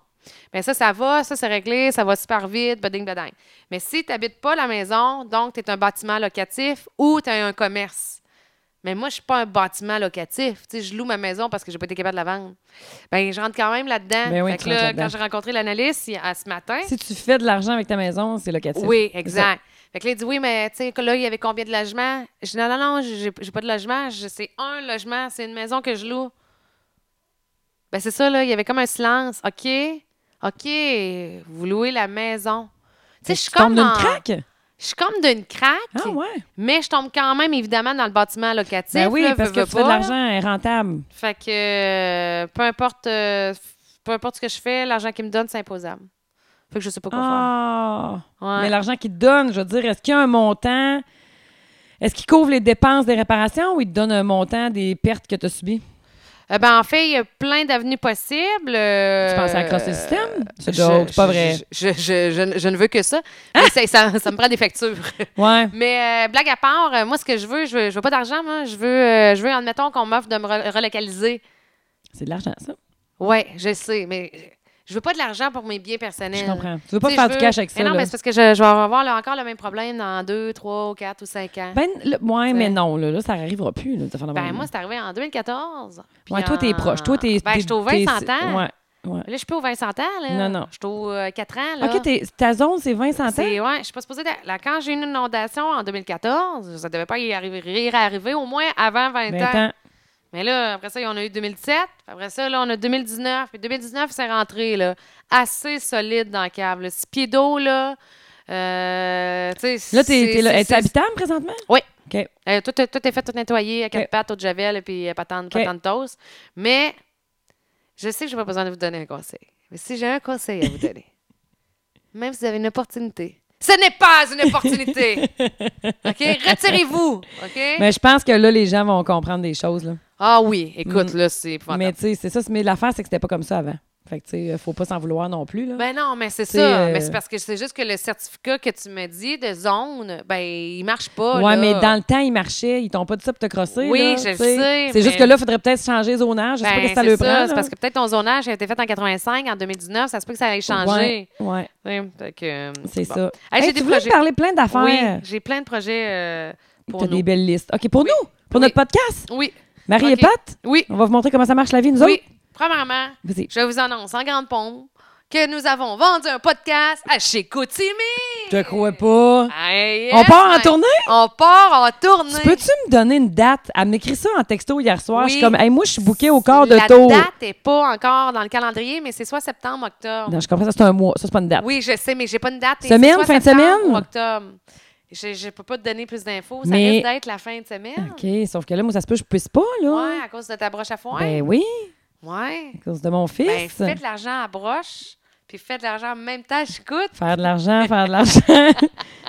ben ça, ça va, ça, c'est réglé, ça va super vite, bading, bading. Mais si tu n'habites pas la maison, donc tu es un bâtiment locatif ou tu as un commerce. Mais moi, je suis pas un bâtiment locatif. Tu sais, je loue ma maison parce que j'ai pas été capable de la vendre. Ben, je rentre quand même là-dedans. Ben oui, fait tu que rentres là, là-dedans. quand j'ai rencontré l'analyste il- à ce matin, Si tu fais de l'argent avec ta maison, c'est locatif. Hein? oui, exact. Fait que là, il dit oui, mais tu sais, que là, il y avait combien de logements? Je dis non, non, non, j'ai j'ai pas de logement. Je- C'est un logement, c'est une maison que je loue. Ben, c'est ça, là, il y avait comme un silence. OK, OK, vous louez la maison. Tu sais, je suis Tu tombes comme. d'une en- craque? Je suis comme d'une craque, Ah ouais. mais je tombe quand même, évidemment, dans le bâtiment locatif. Ben oui, là, parce veux, que veux tu fais de pas, là. l'argent elle est rentable. Fait que euh, peu importe euh, peu importe ce que je fais, l'argent qu'il me donne, c'est imposable. Fait que je sais pas quoi Ah. faire. Ouais. Mais l'argent qu'ils te donnent, je veux dire, est-ce qu'il y a un montant? Est-ce qu'il couvre les dépenses des réparations ou il te donne un montant des pertes que tu as subies? Euh, ben, en fait, il y a plein d'avenues possibles. euh, Tu penses à crosser le système? C'est je- drôle, c'est pas je- vrai. Ah! Je, je- je- je- je ne veux que ça. Mais c'est- ça. Ça me prend des factures. Ouais. Mais euh, blague à part, euh, moi, ce que je veux, je veux, je veux pas d'argent. moi. Je veux, euh, je veux, admettons, qu'on m'offre de me re- relocaliser. C'est de l'argent, ça. Oui, je sais, mais je veux pas de l'argent pour mes biens personnels. Je comprends. Tu veux pas Tu sais, faire je du veux- cash avec ça. Mais non, là. mais c'est parce que je, je vais avoir là, encore le même problème dans deux, trois, quatre ou cinq ans. Ben, le- ouais, Tu mais sais. non, là, là, ça n'arrivera plus. Là, de faire de Ben, même. moi, c'est arrivé en 2014. Puis ouais, toi, t'es en- proche. Toi, t'es. Ben, t'es- je suis au 20 t'es- ans. Ouais. ouais. Là, je suis plus au 20 ans, là. Non, non. Je suis au 4 ans, là. OK, t'es- ta zone, c'est 20 centimes? C'est- ouais, je suis pas supposée. d'être- Là, quand j'ai eu une inondation en 2014, ça devait pas y arriver, rire à arriver au moins avant 20, 20 ans. ans. Mais là, après ça, on a eu 2017. puis Après ça, là, on a 2019. Puis 2019, c'est rentré, là, assez solide dans le câble. là. Six pieds d'eau, là. Euh, tu sais, Là, t'es, c'est- t'es là- c'est- est-ce c'est- habitable présentement? Oui. OK. euh, tout, tout est fait, tout nettoyé, à quatre Ok. pattes, eau de javel, et puis euh, patente, Ok. patente toast. Mais je sais que je n'ai pas besoin de vous donner un conseil. Mais si j'ai un conseil à vous donner, même si vous avez une opportunité, ce n'est pas une opportunité! OK? Retirez-vous! OK? Mais Ben, je pense que là, les gens vont comprendre des choses. Là. Ah oui, écoute, là, c'est Mais épouvantable. tu sais, c'est ça. Mais l'affaire, c'est que c'était pas comme ça avant. Fait que tu sais, faut pas s'en vouloir non plus. Là. Ben non, mais c'est C'est, ça. euh, Mais c'est parce que c'est juste que le certificat que tu me dis de zone, ben, il marche pas. ouais, là. mais dans le temps, ils marchaient. Ils t'ont pas dit ça pour te crosser. là, Oui, je tu le sais. sais, C'est mais- juste que là, il faudrait peut-être changer le zonage. Je sais pas Ben, qu'est-ce que ça c'est le prend. ça, c'est parce que peut-être ton zonage a été fait en 85, en 2019, ça se peut que ça ait changé. Ouais, ouais, Oui, fait que, euh, c'est bon. ça. Hey, j'ai tu des voulais projets. me parler plein d'affaires. Oui, j'ai plein de projets euh, pour T'as nous. des belles listes. OK, pour nous, pour Oui. notre podcast, Oui, Marie et Ok. Pat, oui, on va vous montrer comment ça marche la vie, nous oui. autres. Premièrement, Vas-y. je vous annonce en grande pompe que nous avons vendu un podcast à chez Koutimi. Je te crois pas. Hey, yes, on part en man. tournée? On part en tournée. Tu Peux-tu me donner une date? Elle m'écrit ça en texto hier soir. Oui. Je suis comme, hey, moi, je suis bouquée au corps de La tour. date n'est pas encore dans le calendrier, mais c'est soit septembre, octobre. Non, je comprends ça, c'est un mois. Ça, c'est pas une date. Oui, je sais, mais j'ai pas une date. et Semaine, c'est soit fin de septembre semaine? ou octobre. Je ne peux pas te donner plus d'infos. Ça Mais- risque d'être la fin de semaine. OK, sauf que là, moi, ça se peut, que je puisse pas, là. Ouais, à cause de ta broche à foin. Ben oui. Ouais. à cause de mon Ben, fils. fais de l'argent à broche, puis fais de l'argent en même temps, j'écoute. Faire de l'argent, faire de l'argent.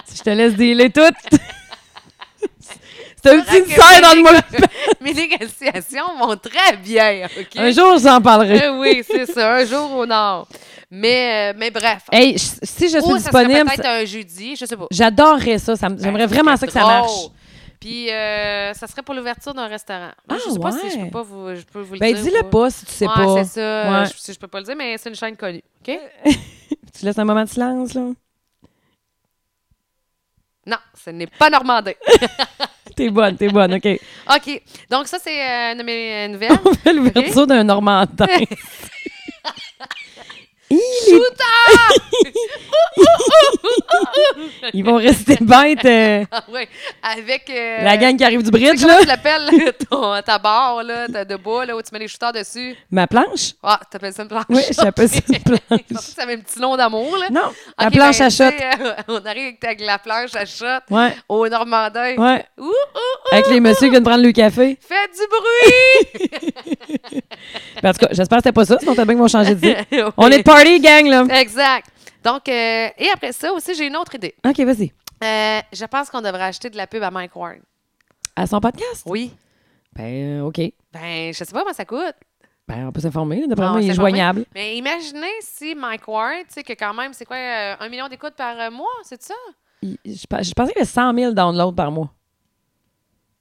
si je te laisse dealer tout. C'est un petit serre dans le moule. Mes négociations vont très bien, OK? Un jour, j'en parlerai. Eh oui, c'est ça, un jour au nord. Mais, euh, mais bref. Hey, je- si je suis Ou oh, ça serait disponible, peut-être un jeudi, je sais pas. j'adorerais ça. ça me- J'aimerais Ben, vraiment ça serait que ça marche. drôle. Puis, euh, ça serait pour l'ouverture d'un restaurant. Ah, Moi, je sais pas si je ouais. peux pas vous, je peux vous le Ben, dire. dis-le ou pas si tu sais Ouais, pas. c'est ça. Ouais. Euh, Je, si je peux pas le dire, mais c'est une chaîne connue. OK? Tu laisses un moment de silence, là. Non, ce n'est pas Normandin. T'es bonne, t'es bonne, OK. OK. Donc, ça, c'est euh, une de mes nouvelles. On fait l'ouverture d'un Normandin. Hi, les- Shooter! Ils vont rester bêtes. euh, Ah, ouais. Avec. euh, la gang qui arrive du tu sais bridge, Comment là. tu l'appelles, ton- ta barre, là, ta debout, là, où tu mets les shooters dessus? Ma planche? Ah, t'appelles ça une planche? Oui, j'appelle ça une Je planche. pensais que ça avait un petit nom d'amour, là. Non, la Ok, planche ben, à tu sais, shot. euh, on arrive avec ta- la planche à shot Ouais, au Normandin. ouais. Ouh, ouh, Avec les messieurs qui viennent prendre le café. faites du bruit! Ben, en tout cas, j'espère que c'était pas ça, sinon t'as bien qu'ils vont changer d'idée. Oui. On est de party, gang, là. Exact. Donc, euh, et après ça aussi, j'ai une autre idée. OK, vas-y. Euh, je pense qu'on devrait acheter de la pub à Mike Ward. À son podcast? Oui. Ben, euh, OK. Ben, je sais pas comment ça coûte. Ben, on peut s'informer. là. D'après Non, moi, il est c'est pas vrai. joignable. Mais imaginez si Mike Ward, tu sais, que quand même, c'est quoi, euh, un million d'écoutes par euh, mois, c'est ça? Il- Je pe- je pensais qu'il y avait 100 000 downloads par mois.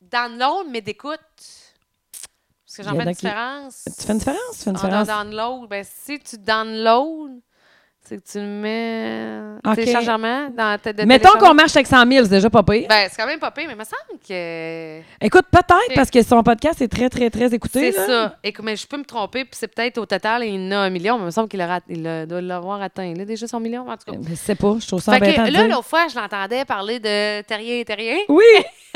Download, mais d'écoute. Parce que j'en Il y en fais a une qui- différence. Ah, Tu fais une différence? Tu fais une En différence? download, ben, si tu download, c'est que tu le mets en Ok. téléchargement dans ta de Mettons qu'on téléchargement. marche avec 100 000, c'est déjà pas pire. Ben, c'est quand même pas pire, mais il me semble que. Écoute, peut-être, Ok. parce que son podcast est très, très, très écouté. C'est là. ça. Écoute, mais je peux me tromper, puis c'est peut-être au total, il y en a un million, mais il me semble qu'il aura- il a- doit l'avoir atteint. Là, déjà son million, en tout cas. Ben, Je sais pas, je trouve ça Fait embêtant. que, de là, dire. l'autre fois, je l'entendais parler de Terrier et Terrier. Oui!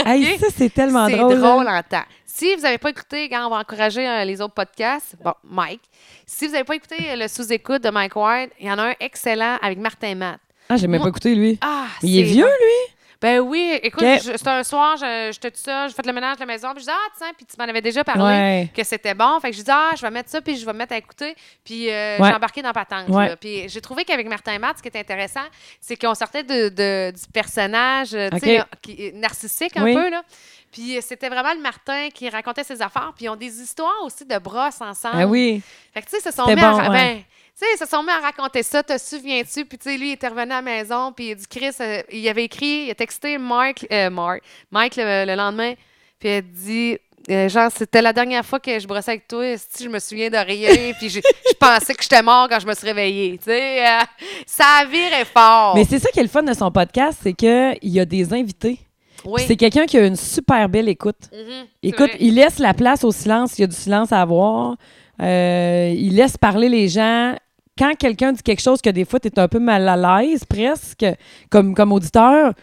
Hey, ça, c'est tellement C'est drôle. hein. là. en temps. Si vous n'avez pas écouté, quand on va encourager euh, les autres podcasts, bon, Mike, si vous n'avez pas écouté euh, le sous-écoute de Mike Ward, il y en a un excellent avec Martin Matt. Ah, j'ai même pas Moi- écouté, lui. Ah, Mais il est c'est vieux, bon. lui. Ben oui, écoute, Ok. je- c'était un soir, je- j'étais toute seule, je fais le ménage de la maison, puis je dis, ah, tiens, puis tu m'en avais déjà parlé, Ouais. que c'était bon. Fait que je dis, ah, je vais mettre ça, puis je vais me mettre à écouter, puis euh, Ouais. j'ai embarqué dans Patente. Ouais. là. Puis j'ai trouvé qu'avec Martin Matt, ce qui était intéressant, c'est qu'on sortait de, de- du personnage, euh, tu Ok. sais, euh, qui est narcissique un Oui. peu, là. Puis euh, c'était vraiment le Martin qui racontait ses affaires, puis ils ont des histoires aussi de brosses ensemble. Ah oui. Fait que, tu sais, ils se sont mis C'était à, bon, ra- ouais. ben, tu sais, ils se sont mis à raconter ça, te souviens-tu? Puis, tu sais, lui, il était revenu à la maison, puis il a dit, Chris, euh, il avait écrit, il a texté Mark, euh, Mark- Mike le, le lendemain, puis il a dit, euh, genre, c'était la dernière fois que je brossais avec toi, si je me souviens de rien, puis je, je pensais que j'étais mort quand je me suis réveillée. Tu sais, euh, ça virait fort. Mais c'est ça qui est le fun de son podcast, c'est qu'il y a des invités. Puis oui. C'est quelqu'un qui a une super belle écoute. Mhm, c'est Écoute, vrai. il laisse la place au silence. Il y a du silence à avoir. Euh, il laisse parler les gens. Quand quelqu'un dit quelque chose que des fois, tu es un peu mal à l'aise, presque, comme, comme auditeur,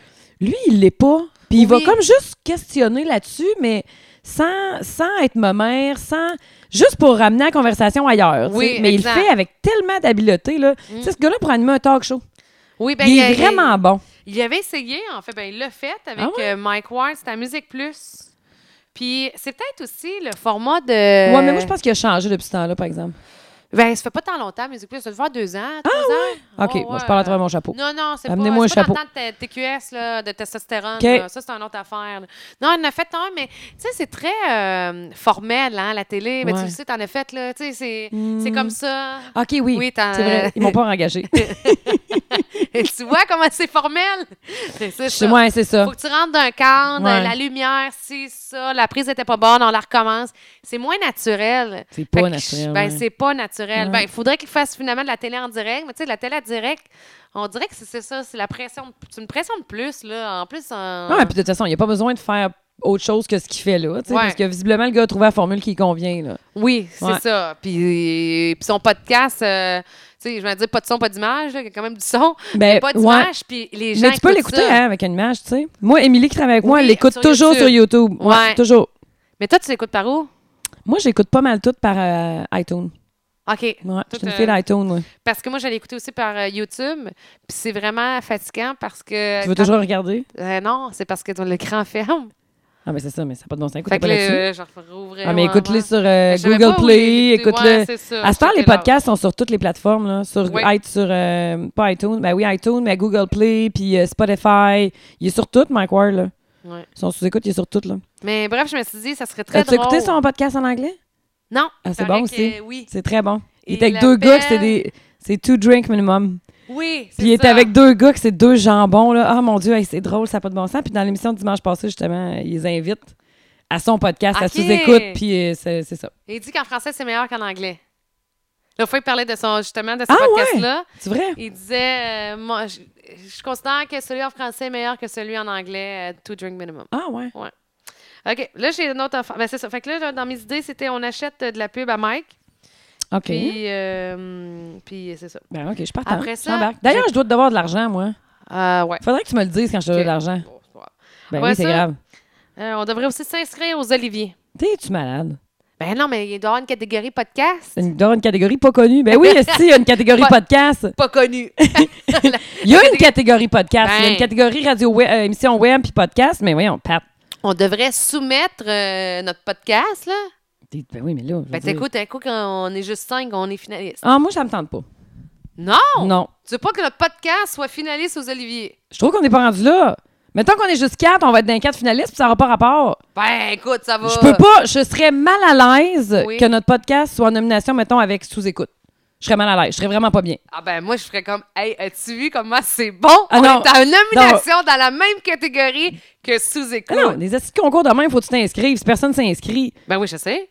lui, il l'est pas. Puis il va Oui. comme juste questionner là-dessus, mais sans, sans être mamère, sans. Juste pour ramener la conversation ailleurs. tu Oui, sais. mais exact. Mm. il le fait avec tellement d'habileté. là. Tu sais, ce gars-là pour animer un talk show. Oui, ben, il a- est vraiment bon. Il avait essayé, en fait, ben, il l'a fait avec Ah ouais? euh, Mike Ward, c'était à Musique Plus. Puis c'est peut-être aussi le format de. Ouais, mais moi, je pense qu'il a changé depuis ce temps-là, par exemple. Ben, ça fait pas tant longtemps, Musique Plus, ça doit faire deux ans, trois ans. Ah OK, Ouais, moi, je Ah ouais. parle à travers mon chapeau. Non, non, c'est pas, Amenez-moi c'est un pas chapeau. dans le temps de TQS, là, de testostérone. OK. là. Ça, c'est une autre affaire. là. Non, on en a fait un, mais tu sais, c'est très euh, formel, hein, la télé. Mais tu Ouais. le sais, t'en as fait, là. Tu sais, c'est c'est Hmm. comme ça. OK, oui. Oui, t'en- c'est vrai. Ils m'ont pas engagé. Et tu vois comment c'est formel? C'est ça. Chez moi, c'est ça. Faut que tu rentres d'un cadre, Ouais. la lumière, si ça, la prise n'était pas bonne, on la recommence. C'est moins naturel. C'est Fait pas que je- naturel. Ben, ouais. c'est pas naturel. Ouais. Ben, il faudrait qu'ils fassent finalement de la télé en direct, mais tu sais, de la télé en direct, on dirait que c'est- c'est ça, c'est la pression, de- c'est une pression de plus, là. En plus, en- Ouais, puis de toute façon, il n'y a pas besoin de faire autre chose que ce qu'il fait là. tu sais, Ouais. Parce que visiblement, le gars a trouvé la formule qui convient. Là. oui, c'est Ouais. ça. Puis, puis son podcast, euh, tu sais, je vais dire pas de son, pas d'image, là, il y a quand même du son, Ben, pas ouais. d'image, puis les gens Mais tu peux écoutent l'écouter ça. hein, avec une image, tu sais. Moi, Émilie qui travaille avec moi, Oui, elle l'écoute sur toujours YouTube. sur YouTube. Ouais, Ouais. toujours. Mais toi, tu l'écoutes par où? Moi, j'écoute pas mal tout par euh, iTunes. OK. Ouais, je Tout, suis une euh, fille d'iTunes, ouais. Parce que moi, j'allais écouter aussi par euh, YouTube. Puis c'est vraiment fatigant parce que. Tu veux toujours regarder? Euh, non, c'est parce que ton écran ferme. Ah, ben c'est ça, mais ça n'a pas de bon sens. Écoutez Fait que pas là-dessus. là, je rouvrais. Ah, mais ouais, écoute-les ouais. sur euh, Mais je savais Google pas où Play, les écouter. écoute-le. Ouais, c'est ça. à ce temps, les Checkez leur- podcasts sont sur toutes les plateformes, là, sur Oui. i- sur euh, pas iTunes, ben oui, iTunes, mais Google Play, puis euh, Spotify. Il est sur toutes, Mike Ward, là. Ouais. Son sous-écoute, il est sur toutes, là. Mais bref, je me suis dit, ça serait très As-tu drôle. écouté son podcast en anglais? Non. Ah, c'est paraît bon que- aussi. Oui. C'est très bon. Il Il était avec deux l'appelle- gars, que c'est des... C'est two drink minimum. Oui, c'est Puis il était ça. avec deux gars, que c'est deux jambons, là. Ah, mon Dieu, hey, c'est drôle, ça n'a pas de bon sens. Puis dans l'émission de dimanche passé, justement, euh, ils les invitent à son podcast, à Ok. sous-écoute, puis euh, c'est c'est ça. Il dit qu'en français, c'est meilleur qu'en anglais. La fois, il parlait de son, justement de ce Ah, podcast-là. C'est vrai? Il disait euh, Moi, je, je considère que celui en français est meilleur que celui en anglais, euh, to drink minimum. Ah, ouais. OK, là, j'ai une autre affaire. Ben, c'est ça. Fait que là, dans mes idées, c'était on achète euh, de la pub à Mike. OK. Puis, euh, puis c'est ça. Ben ok, je pars. Après ça, D'ailleurs, je dois te devoir de l'argent, moi. Ah, ouais. Faudrait que tu me le dises quand je te dois Ok. de l'argent. Bon, c'est pas grave. Ben Ouais, oui, c'est ça. grave. Euh, on devrait aussi s'inscrire aux Oliviers. T'es-tu malade? Ben non, mais il doit y avoir une catégorie podcast. C'est une, dans une catégorie pas connue. Ben oui, si, il y a une catégorie Ouais. podcast. Pas connu. Il y a une catégorie podcast. Il y a une Ben. catégorie radio web, euh, émission web puis podcast. Mais voyons, Pat. on devrait soumettre euh, notre podcast, là. T'es- Ben oui, mais là. je veux Ben dire- t'écoutes, un coup, quand on est juste cinq, on est finaliste. Ah, moi, ça me tente pas. Non! Non. Tu veux pas que notre podcast soit finaliste aux Oliviers? Je trouve qu'on n'est pas rendu là. Mettons qu'on est juste quatre, on va être dans les quatre finalistes, puis ça n'aura pas rapport. Ben écoute, ça va. Je peux pas, je serais mal à l'aise Oui. que notre podcast soit en nomination, mettons, avec sous-écoute. Je serais mal à l'aise, je serais vraiment pas bien. Ah ben moi, je ferais comme, hey, as-tu vu comment c'est bon? Ah on non. est en nomination dans la même catégorie que Ah non, sous-écoute. les assis de concours de même, faut que tu t'inscrives. Si personne s'inscrit, Ben oui, je sais.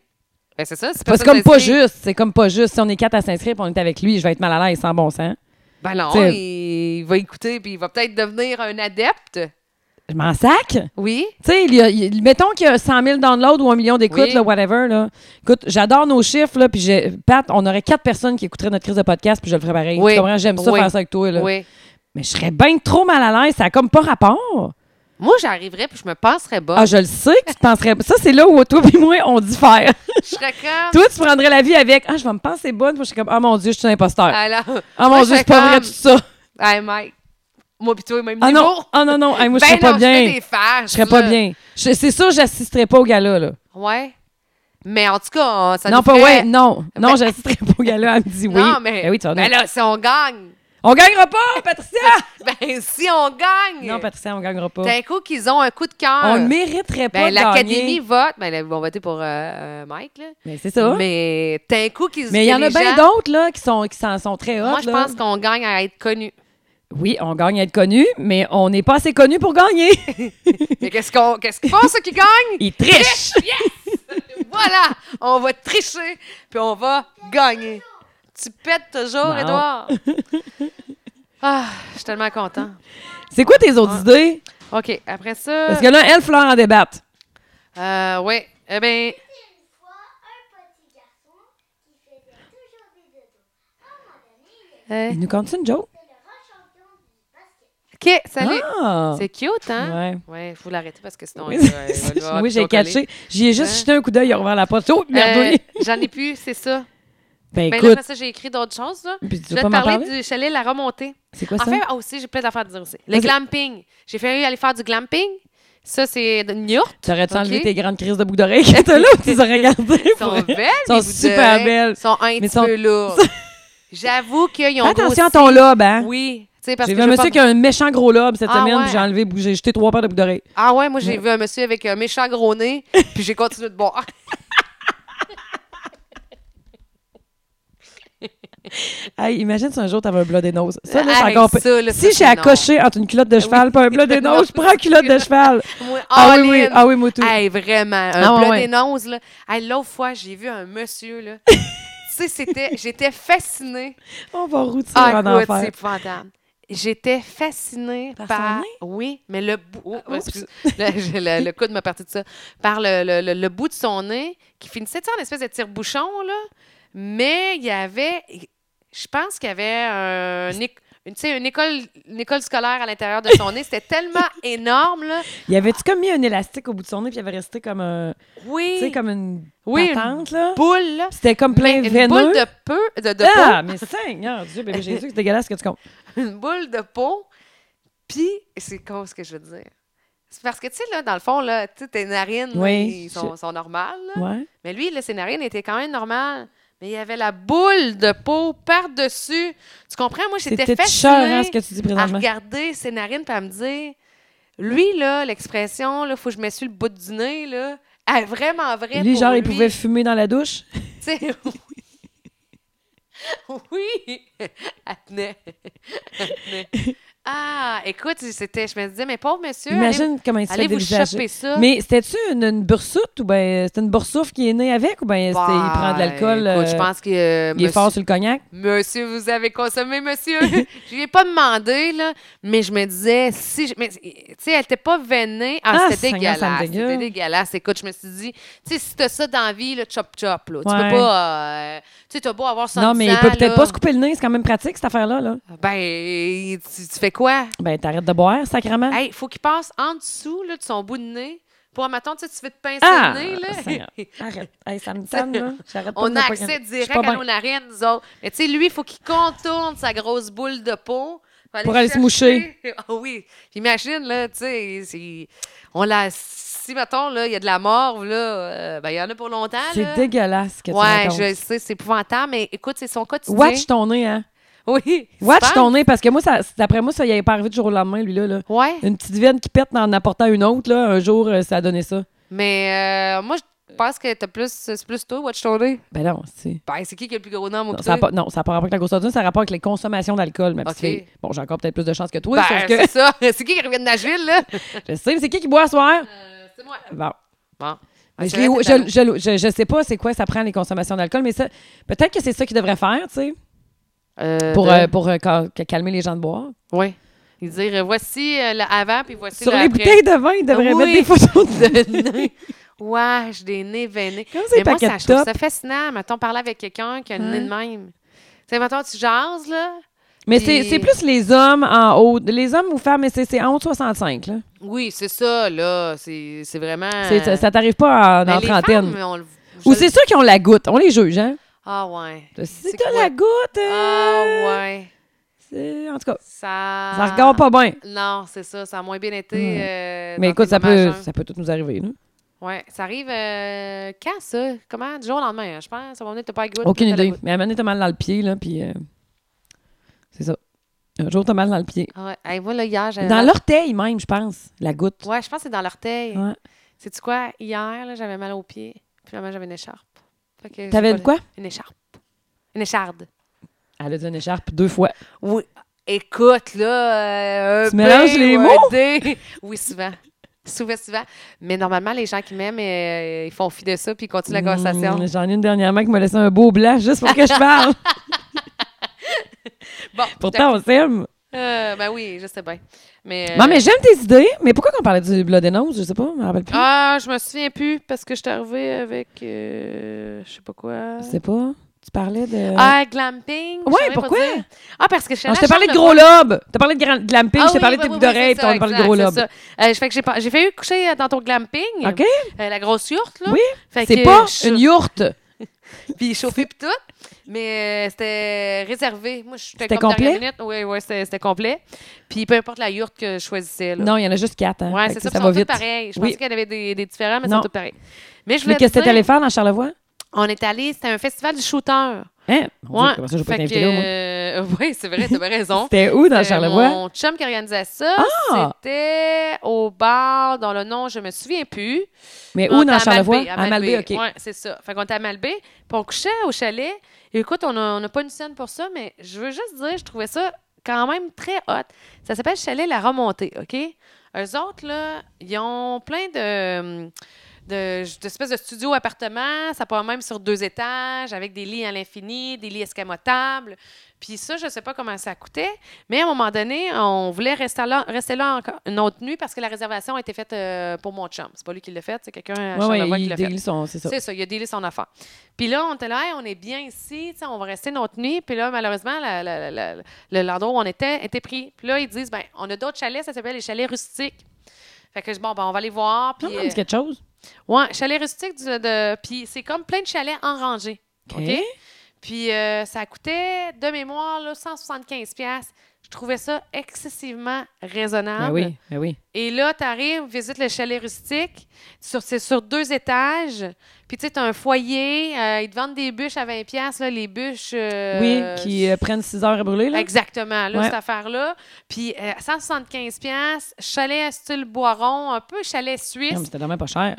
Ben c'est ça. si Parce que c'est personne comme pas s'inscrit- juste. C'est comme pas juste. Si on est quatre à s'inscrire puis on est avec lui, je vais être mal à l'aise sans bon sens. Ben non, T'sais- il... il va écouter puis il va peut-être devenir un adepte. Je m'en sac. Tu Oui. sais, il y a- il- mettons qu'il y a 100 000 downloads ou un million d'écoutes, Oui. là, whatever. Là. Écoute, j'adore nos chiffres. Là, puis j'ai- Pat, on aurait quatre personnes qui écouteraient notre crise de podcast puis je le ferais pareil. Oui. Tu comprends? J'aime ça Oui. faire ça avec toi. Là. Oui. Mais je serais bien trop mal à l'aise. Ça a comme pas rapport. Moi, j'arriverais puis je me passerais bon. Ah, je le sais que tu t'en serais... Ça, c'est là où toi et moi, on diffère. Je serais comme. toi, tu prendrais la vie avec « Ah, je vais me penser bonne. » Moi, je suis comme « Ah, mon Dieu, je suis un imposteur. Alors, Ah, moi, mon je Dieu, serais c'est pas vrai comme, tout ça. » Hey, Mike. Moi pis toi, même Ah niveau. non, ah non, non, Hey, moi je serais pas ben non, je fais bien. des farces, Je serais pas là. bien. Je- C'est sûr, j'assisterais pas au gala, là. Ouais. Mais en tout cas, on- ça non, nous pas ferait- ouais, non. Non, Ben- j'assisterais pas au gala. Elle me dit oui. Non, mais. Ben oui, tu vas Ben venir. là, si on gagne. On gagnera pas, Patricia! Ben si on gagne. non, Patricia, on gagnera pas. D'un coup qu'ils ont un coup de cœur. On le mériterait pas. Ben, de gagner. l'Académie vote. Ben, ils vont voter pour euh, euh, Mike, là. Ben, c'est ça. Mais Mais d'un coup qu'ils il y en a que les bien gens- d'autres, là, qui sont, qui s'en sont très hot. Moi, je là. pense qu'on gagne à être connu. Oui, on gagne à être connu, mais on n'est pas assez connu pour gagner. Mais qu'est-ce qu'on, qu'est-ce qu'ils font, ceux qui gagnent? Ils trichent! Voilà! On va tricher, puis on va gagner. Tu pètes toujours, Wow. Edouard. Ah, je suis tellement content. C'est quoi tes Ah. autres idées? OK, après ça. Parce que là, elle, Fleur en débattre. Euh, ouais. Eh bien, une fois un petit garçon qui faisait toujours des dodos. À un moment donné, il a Eh. Il nous compte une joke? été le grand champion du basket. Euh, OK, salut. Ah! C'est cute, hein? hein? Ouais, il faut l'arrêter parce que sinon, il Oui, va, il va le voir, oui puis j'ai il va coller. catché. J'y ai juste Hein? jeté un coup d'œil, il a ouvert la porte. Oh, Euh, merde! J'en ai plus, c'est ça. Ben Ben, là, écoute, après ça, j'ai écrit d'autres choses, là. puis tu Je veux vais pas te m'en parler parler? du chalet La Remontée. C'est quoi ça? Enfin, ah aussi, j'ai plein d'affaires à te dire aussi. Le Vas-y. glamping. J'ai failli aller faire du glamping. Ça, c'est une yourte. T'aurais-tu ok. enlevé tes grandes crises de boucle d'oreille que t'as là ou tu les aurais gardées? Ils sont pour- belles, Ils sont les bouteilles. super belles. Ils sont un petit sont- peu lourdes. J'avoue qu'ils ont grossi. Attention à ton lobe, hein? Oui. Tu sais, parce J'ai que vu un j'ai monsieur pas- qui a un méchant gros lobe cette Ah, semaine, ouais. puis j'ai enlevé, j'ai jeté trois paires de boucles d'oreille. Ah ouais, moi, j'ai vu un monsieur avec un méchant gros nez, puis j'ai continué de boire. Hey, imagine si un jour t'avais un blood des noses. Ça, là, c'est Hey, encore pire. ça, là, ça, Si j'ai c'est à non. cocher entre une culotte de cheval pas un blood des noses, je prends une culotte de cheval. Moi, Ah all oui, oui, in. ah oui, Moutou. Hey, vraiment, un Ah ouais, plat ouais. des noses, là. Hey, l'autre fois, j'ai vu un monsieur, là. tu sais, c'était... J'étais fascinée. On va routir en Ah, écoute, c'est enfer. épouvantable. J'étais fascinée Par par, son nez? oui, mais le bout, Oh, Ah, oups. excuse. le, j'ai- le- le coude m'a parti de ça, par le, le- le- le bout de son nez qui finissait tu sais, en espèce de tire-bouchon là, mais il y avait, je pense qu'il y avait un, éc- une, tu sais, une école, une école scolaire à l'intérieur de son nez, c'était tellement énorme là. Il avait-tu comme mis un élastique au bout de son nez, puis il avait resté comme un. Tu sais, Oui, comme une Oui, une patente, là. boule, là. C'était comme plein Mais une boule veineux. de peu, de, de ah, mais Seigneur Dieu, bébé Jésus, c'est dégueulasse ce que tu comptes. peau, une boule de peau, puis c'est con ce que je veux dire. C'est parce que, tu sais, là, dans le fond, là, tu sais, tes narines, là, Oui, ils sont, sont normales. là. Ouais. Mais lui, là, ses narines étaient quand même normales. Mais il y avait la boule de peau par-dessus. Tu comprends? Moi, j'étais C'était fascinée touchant, hein, ce que tu dis à présentement. regarder ses narines et à me dire, lui, là, l'expression, là, faut que je me le bout du nez, là, elle est vraiment vraie Lui, pour genre, lui. il pouvait fumer dans la douche. Tu sais, oui. oui. Elle tenait. Elle tenait. Ah, écoute, c'était, je me disais, mais pauvre monsieur, allez- Imagine comment il se fait allez-vous dévisager. choper ça? Mais c'était-tu une, une boursoute ou bien c'était une boursouffe qui est née avec ou bien c'était- il prend de l'alcool? Bah, Écoute, je euh, pense que il euh, est monsieur, fort sur le cognac? monsieur, vous avez consommé, monsieur. je lui ai pas demandé, là, mais je me disais, si. je- mais, tu sais, elle était pas vénée. Ah, Ah, c'était Seigneur, dégueulasse. ça me dégueule. C'était dégueulasse. Écoute, je me suis dit, tu sais, si t'as ça dans la vie, là, chop chop, là. Tu Ouais. peux pas. euh, tu sais, t'as beau avoir son Non, mais il peut peut-être pas se couper le nez. C'est quand même pratique, cette affaire-là. Là. Ben, tu, tu fais quoi? Ben, t'arrêtes de boire, sacrément. Hey, faut qu'il passe en dessous là, de son bout de nez. Pour, mettons, tu sais, tu fais te pincer Ah, le nez, Seigneur. là. Arrête. Hey, ça me tanne, là. J'arrête pas On de a me accès pogner. Je suis direct pas à bien. nos narines, nous autres. Mais tu sais, lui, il faut qu'il contourne sa grosse boule de peau. faut Pour aller se chercher- moucher. Ah oui. Puis imagine, là, tu sais, si- on l'a. Si, mettons, là, il y a de la morve, là, euh, ben, il y en a pour longtemps. C'est là. dégueulasse ce que tu Ouais, racontes. je sais, c'est épouvantable, mais écoute, c'est son quotidien. Watch ton nez, hein. Oui. Watch super. ton nez, parce que moi, ça, d'après moi, ça y est pas arrivé du jour au lendemain, lui, là. là. Ouais. Une petite veine qui pète en apportant une autre, là, un jour, euh, ça a donné ça. Mais euh, moi, je pense que t'as plus. C'est plus toi, Watch ton nez. Ben non, c'est... Ben, c'est qui qui a le plus gros nom au Non, ça n'a pas, non, ça a pas rapport avec la consommation, ça a rapport avec les consommations d'alcool, ma petite Ok. fille. Bon, j'ai encore peut-être plus de chance que toi, Ben, sauf c'est que... ça. C'est qui qui revient de Nashville, là? Je sais, mais c'est qui qui boit ce soir? Euh, c'est moi. Bon. Bon. Mais Ah, je, c'est l'ai- vrai, je- t'es talent. je- je- je sais pas c'est quoi ça prend les consommations d'alcool, mais ça, peut-être que c'est ça qu'ils devraient faire, tu sais, Euh, pour, de- euh, pour euh, cal- calmer les gens de boire. Oui. Il dire euh, voici euh, le avant puis voici Sur le les après. bouteilles de vin, ils devraient Ah Oui. mettre des photos de de nez. Ouais, j'ai des nez veinés. Comme c'est Mais moi, paquet ça, de je trouve top. ça fascinant. Mettons, parler avec quelqu'un qui a le nez de même. Tu sais, mettons, tu jases, là. Mais c'est Puis- c'est plus les hommes en haut, les hommes ou femmes, mais c'est c'est en haut de 65, là. Oui, c'est ça, là. C'est c'est vraiment... C'est- ça- Ça t'arrive pas en, Mais en Ben, les trentaine. femmes, on le- je Ou le- c'est ceux qui ont la goutte, on les juge, hein. Ah, ouais. Si C'est t'as quoi? la goutte, Ah, euh, ouais. Ah. c'est- en tout cas, Ça... ça regarde pas bien. Non, c'est ça. Ça a moins bien été. Ouais. euh, Mais dans écoute, tes ça moments peut, jeunes. ça peut tout nous arriver, là. Ouais, ça arrive euh, quand ça? Comment? Du jour au lendemain, hein, je pense. À un moment donné, t'as pas la goutte, Aucune là, t'as la idée. goutte. Mais à un moment donné, t'as mal dans le pied, là, puis... euh, c'est ça. Un jour, t'as mal dans le pied. Ah ouais. Hey, moi, là, hier, j'avais. Dans mal- l'orteil même, je pense, la goutte. ah. Ouais, je pense que c'est dans l'orteil. Ouais. Sais-tu quoi? Hier, là, j'avais mal au pied. Finalement, j'avais une écharpe. Fait que j'ai T'avais pas- de quoi? Une écharpe. Une écharde. Elle a dit une écharpe deux fois. Oui. Écoute, là. euh, un Tu mélanges B les ou un mots? D. Oui, souvent. Souvent, souvent. Mais normalement, les gens qui m'aiment, euh, ils font fi de ça puis ils continuent la conversation. Mm, J'en ai une dernièrement qui m'a laissé un beau blanc juste pour que je parle. Bon, Pourtant, on s'aime. euh, ben oui, je sais bien. Mais, euh, Non, mais j'aime tes idées. Mais pourquoi qu'on parlait du Blood and Nose? Je sais pas, je me rappelle plus. Ah, je me souviens plus parce que je suis arrivée avec euh, je sais pas quoi. Je sais pas. Tu parlais de... Ah, glamping. je Ouais, savais pas pourquoi? dire. Ah, parce que je suis Non, allée je t'ai à la parlé de chambre gros lobe. T'as parlé de grand- de glamping, Ah je t'ai oui, parlé oui, de oui, type oui, d'oreille, c'est puis on ça, parle de exact, gros c'est lobe. ça. Euh, fait que j'ai pas- j'ai failli coucher euh, dans ton glamping. OK? Euh, la grosse yourte, là. Oui. Fait que, C'est pas euh, je- une yourte. Puis chauffé puis tout. Mais euh, c'était réservé. Moi, j'étais C'était comme complet? dernière minute. Oui, oui, c'était c'était complet. Puis peu importe la yourte que je choisissais. Là. Non, il y en a juste quatre. Hein. Ouais, Fait c'est que ça. puis Ça Ils va sont tous vite. pareils. Je Oui. pensais qu'il y en avait des, des différents, mais ils Non. sont tous pareils. Mais Mais je voulais qu'est-ce que te t'es allé dire, faire dans Charlevoix? on est allé, c'était un festival du shooter. Hein? Mon Dieu, Ouais. Comment ça, je vais pas Fait t'inviter que, là, moi? euh, ouais, c'est vrai, t'as bien raison. C'était où dans Euh, Charlevoix? Mon chum qui organisait ça, Ah! c'était au bar dont le nom, je me souviens plus. Mais On où était dans à Charlevoix? Malbaie, À Malbé, OK. Ouais, c'est ça. Fait qu'on était à Malbé, puis on couchait au chalet. Et écoute, on a- on n'a pas une scène pour ça, mais je veux juste dire, je trouvais ça quand même très hot. Ça s'appelle Chalet La Remontée, OK? Eux autres, là, ils ont plein de hum, de- d'espèces de studios appartements, ça part même sur deux étages, avec des lits à l'infini, des lits escamotables. Puis ça, je sais pas comment ça coûtait, mais à un moment donné, on voulait rester là, rester là encore une autre nuit parce que la réservation a été faite euh, pour mon chum. C'est pas lui qui l'a faite, c'est quelqu'un à Ouais, Charlevoix ouais, qui il l'a faite. déguise son, c'est ça. C'est ça, il a délé son affaire. Puis là, on était là, Hey, on est bien ici, tu sais, on va rester notre nuit. Puis là, malheureusement, la- la- la- la- le- l'endroit où on était était pris. Puis là, ils disent, ben, on a d'autres chalets, ça s'appelle les chalets rustiques. Fait que, bon, ben, on va aller voir. Puis, Non, non, euh, c'est quelque chose. ouais, chalets rustiques, du- de, puis c'est comme plein de chalets en rangée. OK. OK? Puis euh, ça coûtait, de mémoire, là, 175$. piastres. Je trouvais ça excessivement raisonnable. Ben oui, ben oui. Et là, tu arrives, visites le chalet rustique. Sur, c'est sur deux étages. Puis, tu sais, tu un foyer. euh, ils te vendent des bûches à 20$, piastres, là, les bûches. euh, oui, qui euh, prennent 6 heures à brûler, là. Exactement, là, Ouais. cette affaire-là. Puis euh, 175$, piastres, chalet style boiron, un peu chalet Non, mais suisse. c'était vraiment pas cher.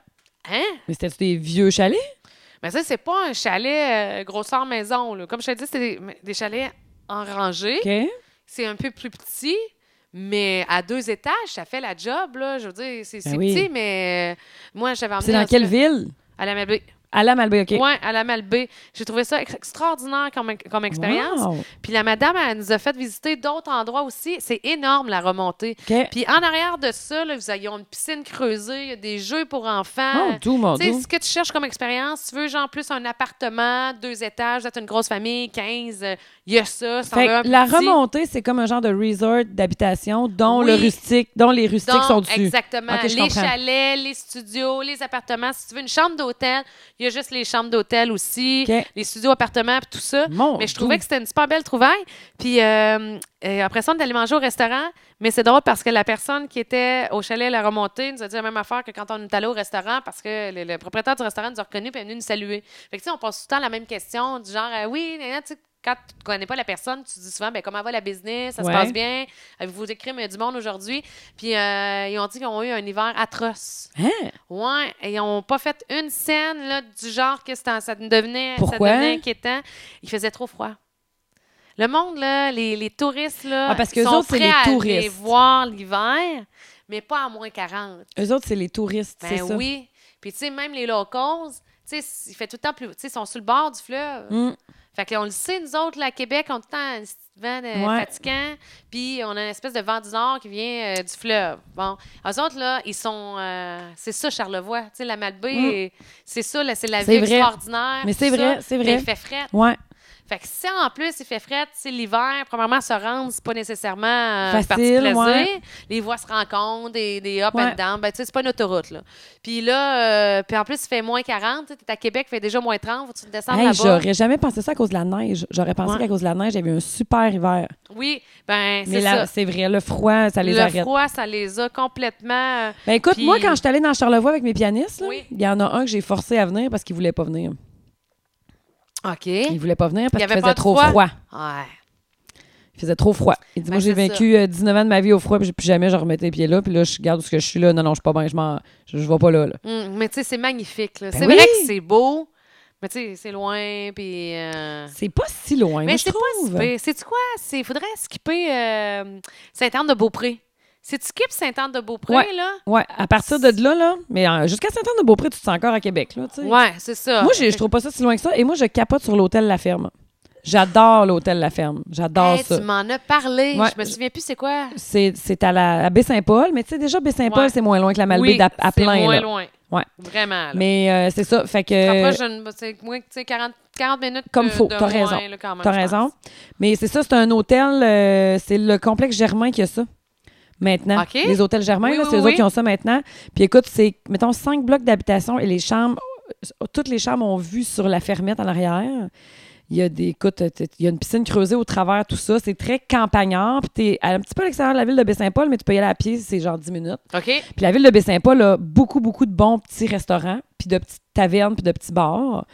Hein? Mais c'était des vieux chalets? Mais ça, c'est pas un chalet euh, grosseur maison. là. Comme je te dis, c'est des, des chalets en rangée. OK. C'est un peu plus petit, mais à deux étages, ça fait la job. Là. Je veux dire, c'est c'est Ben oui. petit, mais euh, moi, j'avais emmené... C'est dans un- quelle ville? À la Malbaie. À la Malbaie, OK. Ouais, à la Malbaie. J'ai trouvé ça ex- extraordinaire comme, comme expérience. Wow. Puis la madame, elle nous a fait visiter d'autres endroits aussi. C'est énorme, la remontée. OK. Puis en arrière de ça, là, vous avez ils ont une piscine creusée, il y a des jeux pour enfants. Mon doux, Oh, mon Tu sais, doux. ce que tu cherches comme expérience, tu veux genre plus un appartement, deux étages, peut-être une grosse famille, 15, euh, il y a ça, ça en Fait veut un que plus la petit. remontée, c'est comme un genre de resort d'habitation dont le Oui. rustique, dont les rustiques Donc, sont dessus. Exactement. Ok, je les comprends. chalets, les studios, les appartements. Si tu veux une chambre d'hôtel, il y a juste les chambres d'hôtel aussi, Ok. les studios, appartements, puis tout ça. Mon mais je Dieu. trouvais que c'était une super belle trouvaille. Puis euh, euh, après ça, on est allé manger au restaurant. Mais c'est drôle parce que la personne qui était au chalet à la remontée nous a dit la même affaire que quand on est allé au restaurant parce que le, le propriétaire du restaurant nous a reconnus puis est venu nous saluer. Fait que tu sais, on pose tout le temps la même question du genre, euh, oui, nanana, tu sais, quand tu ne connais pas la personne, tu dis souvent, ben, comment va la business, ça Ouais. se passe bien, avez-vous des crimes du monde aujourd'hui? Puis euh, ils ont dit qu'ils ont eu un hiver atroce. Hein? Ouais, et ils n'ont pas fait une scène là, du genre que c'était- ça devenait, ça Pourquoi? devenait inquiétant. Il faisait trop froid. Le monde, là, les, les touristes, là, Ah, parce que ils eux sont autres, c'est prêts les à aller touristes. voir l'hiver, mais pas à moins 40. Eux autres, c'est les touristes, c'est Ben ça? oui. Puis, tu sais, même les locaux, tu sais, il fait tout le temps plus. Tu sais, ils sont sur le bord du fleuve. Mm. Fait que là, on le sait, nous autres, là, à Québec, on a tout le temps un petit vent de- Ouais. fatigant, puis on a une espèce de vent du nord qui vient euh, du fleuve. Bon, eux autres, là, ils sont... euh, c'est ça, Charlevoix. Tu sais, la Malbaie, c'est ça, là, c'est la Mm. C'est vie vrai. extraordinaire. Mais tout c'est ça. vrai, c'est Mais vrai. il fait fret. Ouais. Fait que si en plus il fait fret, c'est l'hiver, premièrement, se rendre, c'est pas nécessairement euh, Facile, parti de plaisir. ouais. Les voies se rencontrent, des, des up Ouais. and down. Ben, tu sais, c'est pas une autoroute, là. Puis là, euh, puis en plus, il fait moins 40. tu sais, T'es à Québec, il fait déjà moins 30. Faut que tu descends Hey, là-bas. j'aurais jamais pensé ça à cause de la neige. J'aurais pensé Ouais. qu'à cause de la neige, il y avait eu un super hiver. Oui, ben, Mais c'est là, ça. c'est vrai, le froid, ça les Le arrête. froid, ça les a complètement. euh, Ben écoute, Puis- moi, quand je suis allée dans Charlevoix avec mes pianistes, là, il Oui. y en a un que j'ai forcé à venir parce qu'il voulait pas venir. OK. Il voulait pas venir parce Il qu'il avait peur faisait du trop froid? froid. Ouais. Il faisait trop froid. Il dit, Ben, moi, j'ai c'est vaincu euh, 19 ans de ma vie au froid, puis plus jamais je remettais les pieds là, puis là, je garde ce que je suis là. Non, non, je suis pas bien, je m'en... Je, je vais pas là, là. Hum, mais tu sais, c'est magnifique, là. Ben c'est oui. vrai que c'est beau, mais tu sais, c'est loin, puis. euh, C'est pas si loin, moi, Mais je c'est pas si trouve. pire. Sais-tu quoi? Il faudrait skipper euh, Sainte-Anne-de-Beaupré. Si tu skippes Sainte-Anne-de-Beaupré, Ouais. là... ouais, à partir de là, là, mais euh, jusqu'à Saint-Anne-de-Beaupré, tu te sens encore à Québec, là, tu sais. Ouais, c'est ça. Moi, je, je trouve pas ça si loin que ça. Et moi, je capote sur l'hôtel La Ferme. J'adore l'hôtel La Ferme. J'adore Hey, ça. Tu m'en as parlé. Ouais. Je me souviens plus c'est quoi. C'est c'est à la à Baie-Saint-Paul, mais tu sais, déjà, Baie-Saint-Paul, Ouais. c'est moins loin que la Malbaie oui, d'à- à c'est plein, moins là. loin. Ouais. Vraiment, là. Mais euh, c'est ça. Fait Tu te que. rapproches d'une- c'est moins, tu sais, 40, 40 minutes Comme de- faut, de t'as moins, raison. là, quand même, T'as je pense. raison. Mais c'est ça, c'est un hôtel. euh, c'est le complexe Germain qui a ça. Maintenant, OK. les hôtels Germain, Oui, là, oui, c'est eux oui. autres qui ont ça maintenant. Puis écoute, c'est, mettons, cinq blocs d'habitation et les chambres, euh, toutes les chambres ont vu sur la fermette en arrière. Il y a des, écoute, t- il y a une piscine creusée au travers, tout ça. C'est très campagnard. Puis t'es à- un petit peu à l'extérieur de la ville de Baie-Saint-Paul, mais tu peux y aller à pied, c'est genre 10 minutes. OK? Puis la ville de Baie-Saint-Paul a beaucoup, beaucoup de bons petits restaurants, puis de petites tavernes, puis de petits bars.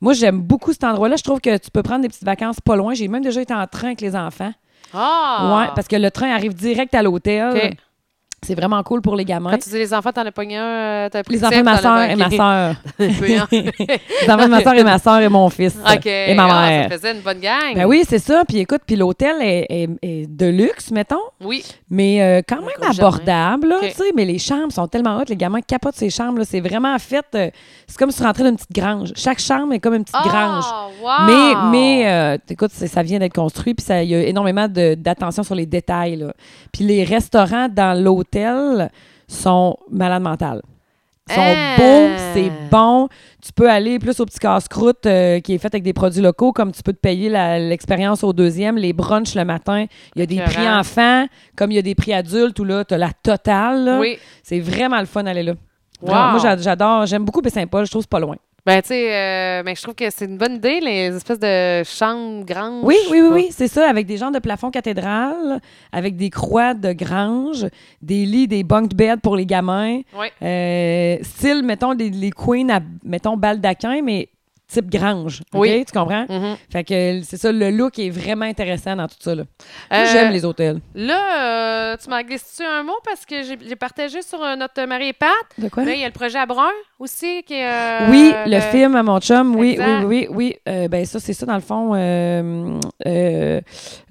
Moi, j'aime beaucoup cet endroit-là. Je trouve que tu peux prendre des petites vacances pas loin. J'ai même déjà été en train avec les enfants. Ah! Ouais, parce que le train arrive direct à l'hôtel. OK. C'est vraiment cool pour les gamins. Quand tu dis les enfants, t'en as pogné un, euh, t'as pris Les enfants de ma soeur et ma soeur. les enfants de ma soeur et ma soeur et mon fils. hein. OK. Et ma Ah, mère. ça faisait une bonne gang. Ben oui, c'est ça. Puis écoute, puis l'hôtel est- est- est de luxe, mettons. Oui. Mais euh, quand même gros jardin. abordable, là, OK. tu sais. Mais les chambres sont tellement hautes, les gamins capotent ces chambres. là. C'est vraiment fait. euh, c'est comme si tu rentrais dans une petite grange. Chaque chambre est comme une petite grange. Ah, Mais, wow! mais euh, écoute, c'est- ça vient d'être construit, puis ça- il y a énormément de- d'attention sur les détails. là. Puis les restaurants dans l'hôtel sont malades mentales. Ils sont Hein? beaux, c'est bon. Tu peux aller plus au petit casse-croûte euh, qui est fait avec des produits locaux, comme tu peux te payer la- l'expérience au deuxième, les brunchs le matin. Il y a des prix Écœurant. enfants, comme il y a des prix adultes, où là, tu as la totale. là. Oui. C'est vraiment le fun d'aller là. Wow. Vraiment, Moi, j'a- j'adore, j'aime beaucoup Baie-Saint-Paul, je trouve que c'est pas loin. Ben, tu sais, euh, ben, je trouve que c'est une bonne idée, les espèces de chambres grandes. Oui, oui, oui, oui, c'est ça, avec des genres de plafond cathédrale, avec des croix de grange, des lits, des bunk beds pour les gamins. Oui. Euh, style, mettons, les, les queens à, mettons, baldaquin, mais type grange. OK? Oui. Tu comprends? Mhm. Fait que c'est ça, le look est vraiment intéressant dans tout ça. Là. Euh, Moi, J'aime les hôtels. Là, euh, tu m'as glissé un mot parce que j'ai j'ai partagé sur euh, notre Marie et Pat. De quoi? Là, il y a le projet à Brun aussi qui est. ben, euh, Hein? oui, le, film à mon chum, oui, oui, Exact. oui, oui. Euh, ben ça, c'est ça, dans le fond. euh, euh,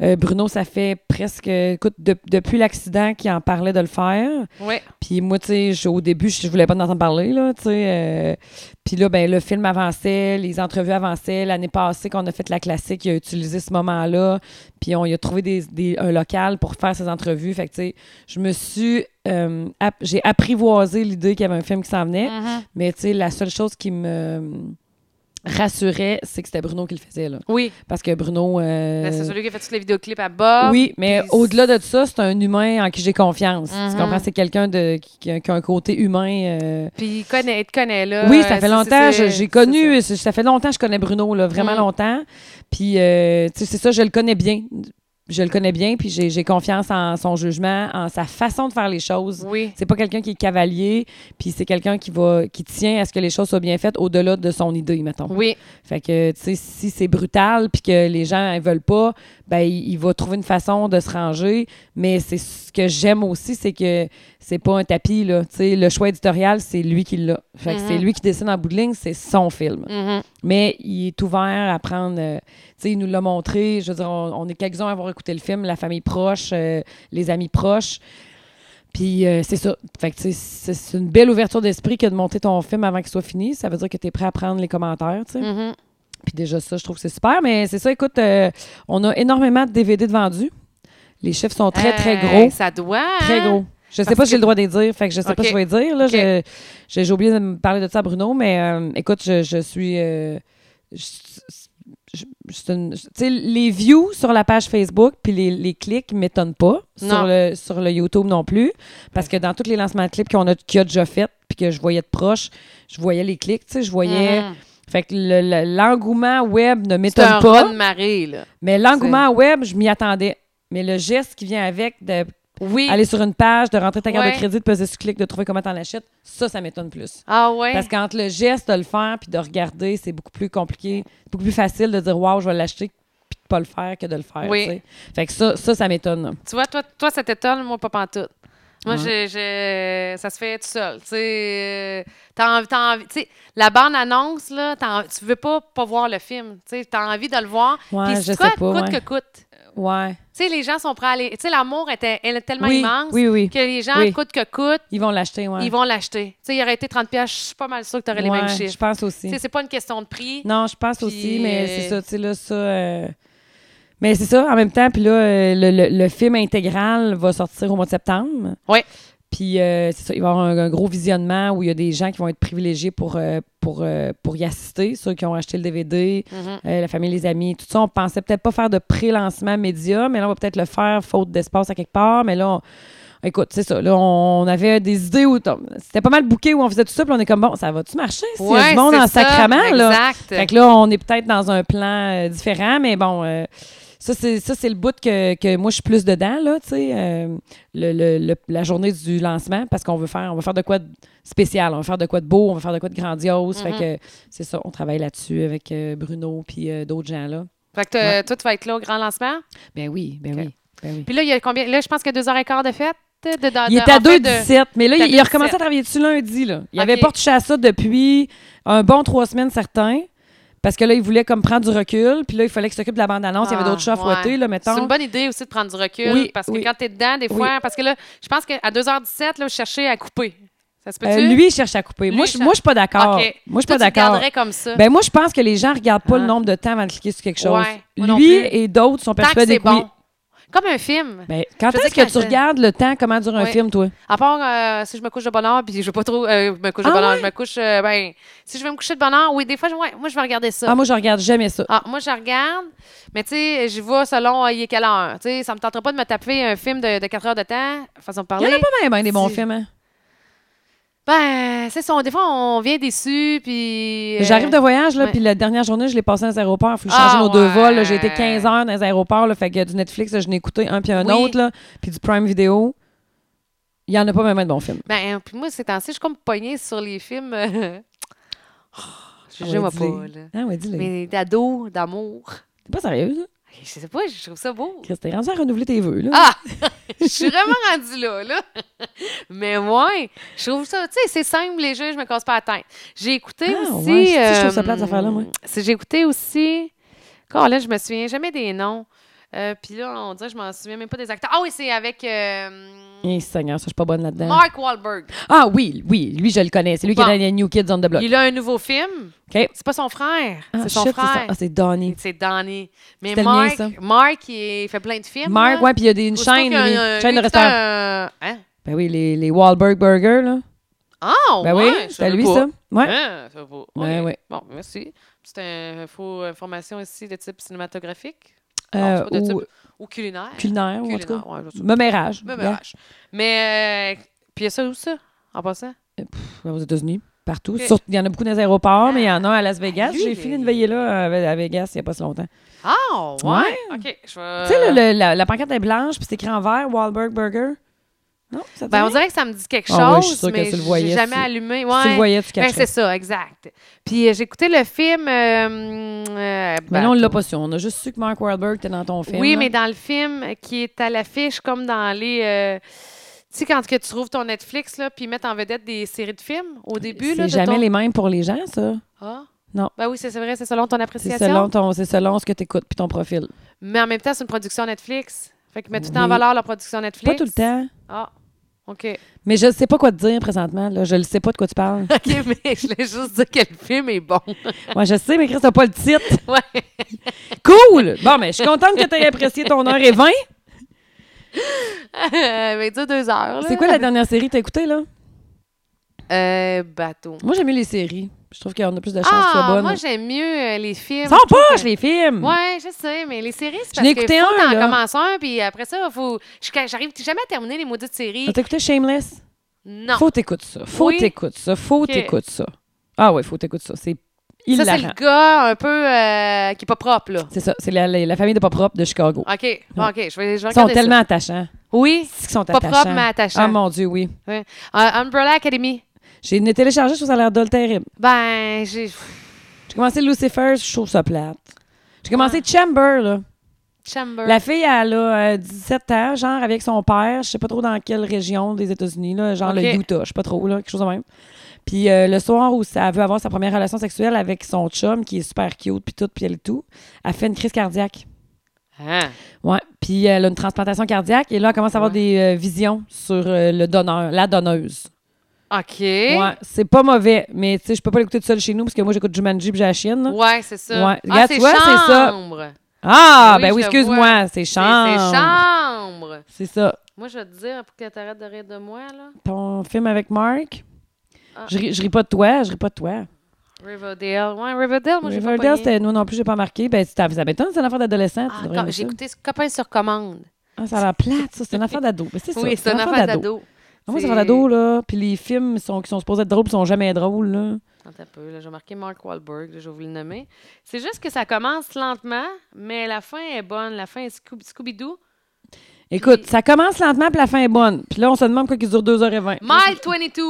euh, Bruno, ça fait presque... Écoute, de- depuis l'accident qu'il en parlait de le faire, Oui. Puis moi, tu sais, je- au début, je je voulais pas en entendre parler, là, tu sais. euh, Puis là, ben, le film avançait, les entrevues avançaient. L'année passée, qu'on a fait la classique, il a utilisé ce moment-là. Puis on y a trouvé des, des- un local pour faire ses entrevues. Fait que, tu sais, je me suis... euh, app- J'ai apprivoisé l'idée qu'il y avait un film qui s'en venait. Mhm. Mais, tu sais, la seule chose qui me rassurait, c'est que c'était Bruno qui le faisait, là. Oui. Parce que Bruno... euh, Ben, C'est celui qui a fait tous les vidéoclips à bas. oui, mais Ah, puis- au-delà de ça, c'est un humain en qui j'ai confiance. Mhm. Tu comprends? C'est quelqu'un de, qui, qui a- qui a un côté humain. euh. Puis il connaît, il te connaît là. oui, Euh, ça fait c'est- longtemps, c'est- je- c'est- j'ai connu, ça. fait longtemps que je connais Bruno, là, vraiment Mhm. longtemps. Puis, euh, tu sais, c'est ça, je le connais bien. Je le connais bien, puis j'ai j'ai confiance en son jugement, en sa façon de faire les c'est choses. ça. Oui. C'est pas quelqu'un qui est cavalier, puis c'est quelqu'un qui va qui tient à ce que les choses soient bien faites au-delà de son idée, mettons. Oui. Fait que, tu sais, si c'est brutal puis que les gens ne veulent pas, ben, il, il va trouver une façon de se ranger. Mais c'est ce que j'aime aussi, c'est que c'est pas un tapis, là. Tu sais, le choix éditorial, c'est lui qui l'a. Fait que Mhm. c'est lui qui décide en bout de ligne, c'est son film. Mhm. Mais il est ouvert à prendre. euh, tu sais, il nous l'a montré. Je veux dire, on, on est quelques-uns à avoir écouté le film, la famille proche, euh, les amis proches. Puis euh, c'est ça. Fait que tu sais, c'est c'est une belle ouverture d'esprit que de monter ton film avant qu'il soit fini. Ça veut dire que tu es prêt à prendre les commentaires, tu sais. Mhm. Puis déjà, ça, je trouve que c'est super. Mais c'est ça, écoute, euh, on a énormément de DVD de vendus. Les chiffres sont très, très Euh, gros. Ça doit. Très hein? gros. Je sais Parce pas si j'ai que- le droit de les dire, fait que je sais pas Ok. si je vais les dire. là. Ok. Je- J'ai j'ai oublié de me parler de ça à Bruno, mais euh, écoute, je, je suis. euh, je- je- je- c'est une- tu sais, les views sur la page Facebook puis les, les clics m'étonnent pas. Non. Sur le, sur le YouTube non plus. Parce que dans tous les lancements de clips qu'on a, qu'il y a déjà fait puis que je voyais de proche, je voyais les clics, tu sais, je voyais. Mhm. Fait que le- le- l'engouement web ne C'est un m'étonne raz pas. de marée, là. Mais l'engouement web, je m'y attendais. Mais le geste qui vient avec de Oui. aller sur une page, de rentrer ta carte Ouais. de crédit, de peser sur clic, de trouver comment t'en achètes, ça, ça m'étonne plus. Ah ouais. Parce qu'entre le geste de le faire puis de regarder, c'est beaucoup plus compliqué. C'est beaucoup plus facile de dire Wow, je vais l'acheter puis de pas le faire que de le faire. Oui. tu sais. Fait que ça, ça, ça m'étonne. là. Tu vois, toi, toi ça t'étonne, moi, pas pantoute. Moi, Ouais. je, je- ça se fait tout seul. Tu sais, euh, t'as envie- t'as envie- tu sais, la bande-annonce, là, t'as en- tu veux pas pas voir le film. Tu as envie de le voir. Ouais, Puis je c'est sais quoi, pas, coûte ouais. que coûte. Ouais. Tu sais, les gens sont prêts à aller. Tu sais, l'amour était, elle est tellement oui, immense oui, oui. que les gens, Oui. coûte que coûte, Ils vont l'acheter, ouais. ils vont l'acheter. Tu sais, il aurait été 30$, piastres, je suis pas mal sûre que tu aurais les Ouais, mêmes Je chiffres. pense Tu aussi. sais, c'est pas une question de prix. Non, je pense Puis, aussi, mais euh, c'est ça, tu sais, là, ça. euh, Mais c'est ça, en même temps, puis là, euh, le, le- le film intégral va sortir au mois de septembre. Ouais. Puis euh, c'est ça, il va y avoir un, un gros visionnement où il y a des gens qui vont être privilégiés pour, euh, pour, euh, pour y assister, ceux qui ont acheté le DVD, Mhm. euh, la famille, les amis, tout ça. On pensait peut-être pas faire de pré-lancement média, mais là, on va peut-être le faire faute d'espace à quelque part. Mais là, on- écoute, c'est ça. Là, on avait des idées où c'était pas mal bouqué où on faisait tout ça, puis on est comme bon, ça va-tu marcher? S'il y a du monde c'est en ça, sacrament, là. Exact. Fait que là, on est peut-être dans un plan euh, différent, mais bon, euh, ça, c'est, ça, c'est le bout que, que moi, je suis plus dedans, là, tu sais, euh, le- le- le- la journée du lancement, parce qu'on veut faire, on va faire de quoi de spécial, on va faire de quoi de beau, on va faire de quoi de grandiose. Mm-hmm. Fait que c'est ça, on travaille là-dessus avec euh, Bruno puis euh, d'autres gens, là. Fait que, t'as- toi, tu vas être là au grand lancement. Ben oui, ben Ok. oui, ben oui. Puis là, il y a combien? Là, je pense qu'il y a deux heures et quart de fête. De, de- Ah, de- Il est en à fait, 2,17, mais là, t'as il, il a recommencé 2,17. à travailler dessus lundi. Là. Il Ok. avait pas touché à ça depuis un bon trois semaines, certains, parce que là, il voulait comme prendre du recul, puis là, il fallait qu'il s'occupe de la bande-annonce. il y avait Ah, d'autres chats à ouais. fouetter, là, mettons. C'est une bonne idée aussi de prendre du recul Oui, parce que oui. quand t'es dedans, des fois, parce que là, je pense qu'à 2h17, là, je cherchais à couper. Ça se peut-tu? Euh, lui, il cherche à couper. Lui, moi, il je cherche- moi, je suis pas d'accord. OK. Moi, je suis pas Toi, tu le d'accord. garderais comme ça. Ben, moi, je pense que les gens regardent pas Ah. le nombre de temps avant de cliquer sur quelque chose. Ouais, moi non Lui plus. et d'autres sont Tant que persuadés c'est que oui. bon. Comme un film. Ben, quand Je veux est-ce dire que tu quand- regardes le temps, comment dure un Ouais. film, toi? À part euh, si je me couche de bonheur, puis je veux pas trop euh, me couche de Ah bonheur, ouais? je me couche. euh, ben, si je veux me coucher de bonheur, oui, des fois, je- ouais, moi, je vais regarder ça. Ah, moi, je regarde jamais ça. Ah, moi, je regarde, mais tu sais, j'y vais selon euh, il est quelle heure. Tu sais, ça me tentera pas de me taper un film de, de 4 heures de temps, façon Il de y parler. en a pas même, hein, des ben, bons Si. films. Hein? Ben, c'est ça. Des fois, on vient déçu, puis. euh, J'arrive de voyage, là, ouais. puis la dernière journée, je l'ai passée dans les aéroports. Il faut Ah, changer nos deux ouais. vols. là. J'ai été 15 heures dans les aéroports. Là, fait que du Netflix, là, je n'ai écouté un puis un Oui. autre, là, puis du Prime Video. Il n'y en a pas même un de bon film. Ben, puis moi, ces temps-ci, je suis comme poignée sur les films. euh, oh, je Ah ne ouais, vois dis-le. pas, là. Ah ouais, dis-le. Mais d'ado, d'amour. T'es pas sérieuse, là? Je sais pas, je trouve ça beau. Chris, t'es rendu à renouveler tes vœux, là. Ah! Je suis vraiment rendue là, là. Mais ouais, je trouve ça, tu sais, c'est simple, les jeux, je me casse pas la tête. J'ai écouté Ah, aussi. ouais, c'est- je trouve ça euh, plate, cette affaire-là, moi. c'est- J'ai écouté aussi. Quand là, je me souviens jamais des noms. Euh, Puis là, on dirait, que je m'en souviens même pas des acteurs. Ah oui, c'est avec euh, Eh, Seigneur, ça, je suis pas bonne là-dedans. Mark Wahlberg. Ah oui, oui, lui, je le connais. C'est lui Bon. qui est dans les New Kids on the Block. Il a un nouveau film. OK. C'est pas son frère, Ah, c'est son shit, frère. Ah, c'est Donnie. C'est Donnie. Mais C'était le mien, Mark, ça. Mark, il fait plein de films. Mark, là. ouais, puis il y a des, une Aussitôt chaîne, qu'il y a lui, un- chaîne lui, de c'est restaurants. un- Hein? Ben oui, les, les Wahlberg Burger, là. Ah, Ben ouais, oui, je c'est à savais lui, pas. ça. Ouais. Ben Ah, ça va. OK. Ouais, ouais. Bon, merci. C'est une faux information ici de type cinématographique Euh, Non, c'est Ah, pas de ou type- ou culinaire. culinaire, ou en tout cas. Culinaire, ouais, je sais pas. Mémérage. Même âge. Mais, euh, puis il y a ça où ça, en passant? Ouais, Aux États-Unis, partout. Ok. Ah, Surtout, il y en a beaucoup dans les aéroports, mais il y en a à Las Vegas. lui, J'ai il fini est- de veiller là euh, à à Vegas il n'y a pas si longtemps. Ah, ouais. Ouais. OK, je vais... Ben, Tu sais, là, le- la, la pancarte est blanche, puis c'est écrit en vert, Wahlberg Burger. Non, ça te dit Ben, on rien? dirait que ça me dit quelque Ah ouais, je suis chose, sûre que mais tu le j'ai voyais, jamais si- allumé. Si tu le Ouais. voyais, tu Ben, cacherais. c'est ça, exact. Puis euh, j'ai écouté le film... euh, euh, mais ben, là, on l'a pas su. On a juste su que Mark Wahlberg était dans ton film. Oui, là. mais dans le film qui est à l'affiche, comme dans les. euh, tu sais, quand que tu trouves ton Netflix, là, puis ils mettent en vedette des séries de films au début. là, Euh, C'est de jamais ton- les mêmes pour les gens, ça. Ah. Non. Ben oui, c'est c'est vrai, c'est selon ton C'est appréciation. selon, ton, c'est selon ce que tu écoutes puis ton profil. Mais en même temps, c'est une production Netflix. Fait qu'ils mettent tout le temps en Oui. valeur leur production Netflix. Pas tout le temps. Ah. OK. Mais je sais pas quoi te dire présentement. Là. Je ne sais pas de quoi tu parles. OK, mais je voulais juste dire que le film est bon. Moi, je sais, mais Chris, t'as pas le titre. ouais. Cool! Bon, mais je suis contente que tu aies apprécié ton heure et 20. mais Ben, dure deux heures. là. C'est quoi la dernière série que t'as écoutée, là? Euh, bateau. Moi, j'aime mieux les séries. Je trouve qu'on a plus de chances que Ah, soient bonnes. moi, j'aime mieux euh, les films. Sans poche, les films! Ouais, je sais, mais les séries, c'est Hmm. Je n'ai parce que écouté faut un, t'en là. commences un, puis après ça, faut... jusqu'à- j'arrive jamais à terminer les maudites séries. T'as écouté Shameless? Non. Faut t'écouter ça. Faut Oui. t'écouter ça. Faut Ok. t'écouter ça. Ah ouais, faut t'écouter ça. C'est Ça, c'est hilarant. le gars un peu euh, qui est pas propre, là. C'est ça. C'est la, la- la famille de pas propre de Chicago. OK, bon, OK, je vais, Ah, je vais Ils sont regarder ça. tellement attachants. Oui, Ils sont Pas attachants. propre, mais attachants. Ah mon Dieu, oui. oui. Euh, Umbrella Academy. J'ai téléchargé, je trouve ça a l'air dole terrible. Ben, j'ai... J'ai commencé Lucifer, je trouve ça plate. J'ai commencé Chamber, là. Chamber. La fille, elle a euh, 17 ans, genre, avec son père, je sais pas trop dans quelle région des États-Unis, là, genre Ok. le Utah, je sais pas trop, là, quelque chose de même. Puis euh, le soir où ça- elle veut avoir sa première relation sexuelle avec son chum, qui est super cute, puis tout, puis elle est tout, elle fait une crise cardiaque. Hein? Ouais. Puis euh, elle a une transplantation cardiaque, et là, elle commence à avoir Ouais. des euh, visions sur euh, le donneur, la donneuse. OK. Ouais, c'est pas mauvais, mais tu sais, je peux pas l'écouter tout seul chez nous, parce que moi, j'écoute Jumanji, puis j'ai la chienne, là. Ouais, c'est ça. Ouais. Ah, Regarde, c'est tu vois, c'est ça. chambre. Ah, Oui, ben oui, je le vois. excuse-moi, c'est C'est c'est chambre. chambre. C'est ça. Moi, je vais te dire, pour que t'arrêtes de rire de moi, là, Ton film avec Mark. Ah. Je, ris, je ris pas de toi, je ris pas de toi. Riverdale. Ouais, Riverdale, moi, j'ai pas Riverdale, pogné. c'était- euh, non, non plus, j'ai pas marqué. Ben, c'est- ça m'étonne, c'est une affaire d'adolescent. tu Ah, devrais quand- aimer j'ai ça. écouté Copain sur commande. Ah, ça a l'air plate, ça. C'est une affaire d'ado. Ben, c'est ça. Oui, c'est une affaire d'ado. Ah, Moi, c'est une affaire d'ado, là. Puis les films sont, qui sont supposés être drôles, puis sont jamais drôles, là. Attends un peu, là, j'ai marqué Mark Wahlberg, là, je vais vous le nommer. C'est juste que ça commence lentement, mais la fin est bonne. La fin est Scoob- Scooby-Doo. Écoute, Puis- ça commence lentement, puis la fin est bonne. Puis là, on se demande pourquoi il dure 2h20. Mile 22.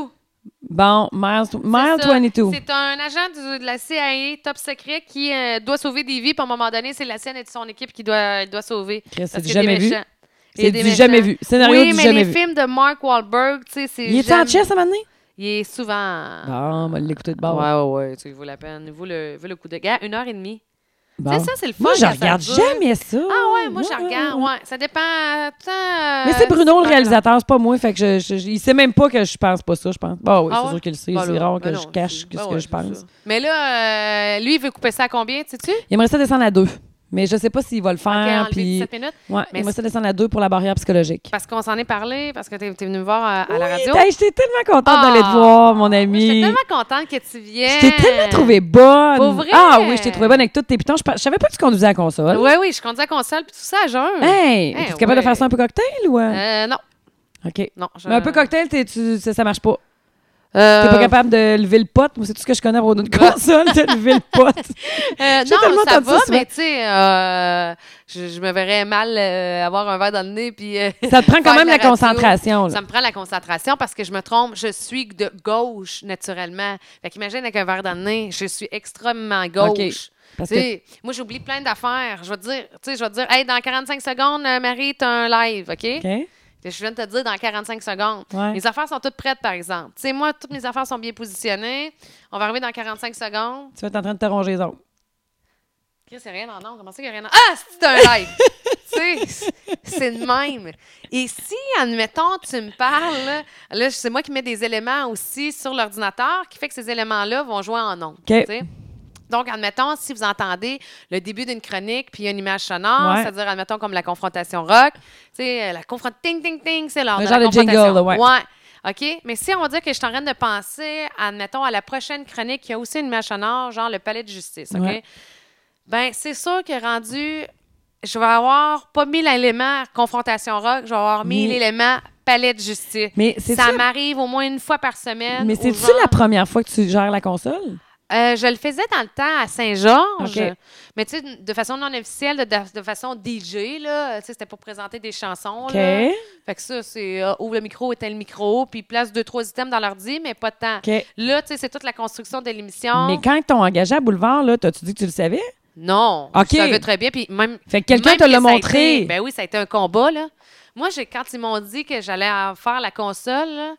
Bon, Miles, Mile C'est ça. 22. C'est un agent du- de la CIA top secret qui euh, doit sauver des vies. Puis à un moment donné, c'est la sienne et de son équipe qui doit, il doit sauver. Chris, C'est parce du qu'il y a des jamais vu. méchants. Il y a C'est des du méchants. jamais vu. Scénario Oui, du mais jamais les vu. films de Mark Wahlberg, tu sais, c'est. Il est en jamais- chess à maintenant? Il est souvent. Bon, on va l'écouter de bord. Ah. Ouais, ouais, ouais, tu sais, il vaut la peine. Il vaut le, il vaut le coup de gars. Une heure et demie. Bon. C'est ça, c'est le fun. Moi, je quand ça regarde dure. jamais ça. Ah ouais, moi, je Ouais, regarde. ouais, ouais. Ouais, ça dépend. euh, tant, Mais euh, c'est Bruno, si- le réalisateur, c'est pas moi. Fait que je, je- je- il sait même pas que je pense pas ça, je pense. Bah oui, Ah c'est ouais? sûr qu'il le sait. Ben c'est là, rare ben que je non, cache c'est- ce ben que je ouais, c'est pense. ça. Mais là, euh, lui, il veut couper ça à combien, tu sais-tu? Il aimerait ça descendre à deux. Mais je sais pas s'il va le faire. enlever Ah, puis... 17 minutes. ouais, il Mais aimerait ça descendre à deux pour la barrière psychologique. Parce qu'on s'en est parlé, parce que t'es es venu me voir euh, à, à la radio. Hey, J'étais tellement contente d'aller te Ah, voir, mon oui, J'étais ami. tellement contente que tu viennes. Je t'ai tellement trouvée bonne. Pour vrai? Ah oui, je t'ai trouvée bonne avec toutes tes pitons. Je, pa- je savais pas que tu conduisais à la console. Oui, oui, je conduis à console, puis tout ça à jeun. Hey, Hey, tu es capable Eh ouais. de faire ça un peu cocktail ou. euh? Euh, non, OK. non. je- Mais un peu cocktail, t'es- tu, ça, ça marche pas. Euh, T'es pas capable de lever le pote. Moi, c'est tout ce que je connais pour une console, de lever le pote. euh, J'ai non, tellement ça entendu ça va, souvent. mais tu sais, euh, je, je me verrais mal euh, avoir un verre dans le nez. Puis, euh, Ça te prend quand Faire même de la la, radio, concentration. là. ça me prend la concentration parce que je me trompe. Je suis de gauche, naturellement. Fait qu'imagine avec un verre dans le nez, je suis extrêmement gauche. Ok. Parce Tu sais, Moi, j'oublie plein d'affaires. Je vais te dire, tu sais, je vais te dire, hey, dans 45 secondes, euh, Marie, t'as un live, OK? que- OK? Je viens de te dire dans 45 secondes. Ouais. Mes affaires sont toutes prêtes, par exemple. Tu sais, moi, toutes mes affaires sont bien positionnées. On va arriver dans 45 secondes. Tu vas être en train de te ronger les ongles. Chris, c'est rien en nom. Comment ça qu'il n'y a rien en Ah, c'est un live! tu sais, c'est le même. Et si, admettons, tu me parles, là, là, c'est moi qui mets des éléments aussi sur l'ordinateur qui fait que ces éléments-là vont jouer en ondes. tu sais. Donc, admettons, si vous entendez le début d'une chronique puis il y a une image sonore, Ouais. c'est-à-dire, admettons, comme la confrontation rock, tu sais, euh, la confrontation, ting, ting, ting, c'est l'heure Le de genre la de jingle, confrontation. là, ouais. OK? Mais si on dit que je suis en train de penser, admettons, à la prochaine chronique, il y a aussi une image sonore, genre le palais de justice, OK? Ouais. Ben, c'est sûr que rendu, je vais avoir pas mis l'élément confrontation rock, je vais avoir mis Mais- l'élément palais de justice. Mais c'est ça m'arrive au moins une fois par semaine. Mais ou c'est-tu genre- la première fois que tu gères la console? Euh, je le faisais dans le temps à Saint-Georges, Ok. mais tu sais, de façon non officielle, de, de- de façon DJ, là, tu sais, c'était pour présenter des chansons. OK. là. Fait que ça, c'est euh, ouvre le micro, éteins le micro, puis place deux, trois items dans l'ordi, mais pas tant. OK. Là, tu sais, c'est toute la construction de l'émission. Mais quand ils t'ont engagé à Boulevard, là, t'as-tu dit que tu le savais? Non, Ok. je savais très bien, puis même... Fait que quelqu'un même te que l'a ça a montré. été- ben oui, ça a été un combat, là. Moi, j'ai- quand ils m'ont dit que j'allais euh, faire la console, là,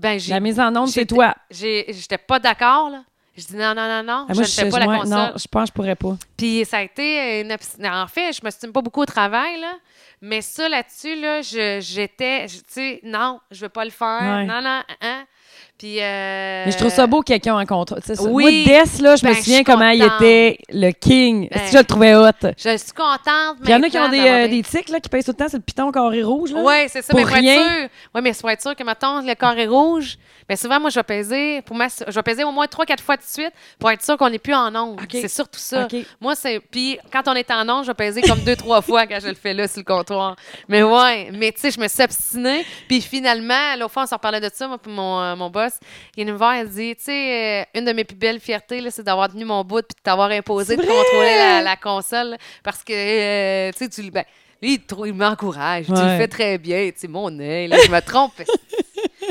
ben j'ai La mise en onde, c'est j'étais- toi. j'ai- j'étais pas d'accord, là. Je dis non, non, non, non, Ah, je ne fais pas la moi, console. Non, je pense que je pourrais pas. Puis ça a été une obs- En fait, je me suis pas beaucoup au travail, là. Mais ça, là-dessus, là, je- j'étais. je- Tu sais, non, je veux pas le faire. Ouais. Non, non, hein, hein. Puis. euh, Mais je trouve ça beau quelqu'un en contre. tu sais, ça. Moi, oui. Dess, là, je me Ben, je souviens suis comment il contente. était le king. Ben. Est-ce que je le trouvais hot? Je suis contente. Puis il y en a qui ont maintenant des, d'avoir euh, des été- tics là, qui payent tout le temps sur le piton carré rouge. Là. Oui, c'est ça. Pour mais pour rien. être sûr, ouais, mais pour être sûr que, mettons, le corps est rouge, bien souvent, moi, je vais peser, pour moi, je vais peser au moins trois, quatre fois de suite pour être sûr qu'on n'est plus en onde. OK. C'est surtout ça. OK. Moi, c'est. Puis quand on est en onde, je vais peser comme deux, trois fois quand je le fais là, sur le comptoir. Mais ouais, mais tu sais, je me suis obstinée. Puis finalement, l'autre fois, on s'en parlait de ça, moi, puis mon, euh, mon boss, il est venu me voir, il dit, tu sais, euh, une de mes plus belles fiertés, là, c'est d'avoir tenu mon bout puis de t'avoir imposé de C'est vrai! contrôler la, la console. là, Parce que, euh, tu sais, tu. Ben, lui, il, trou- il m'encourage. Tu Ouais. le fais très bien. Tu sais, mon œil, là, je me trompe. tu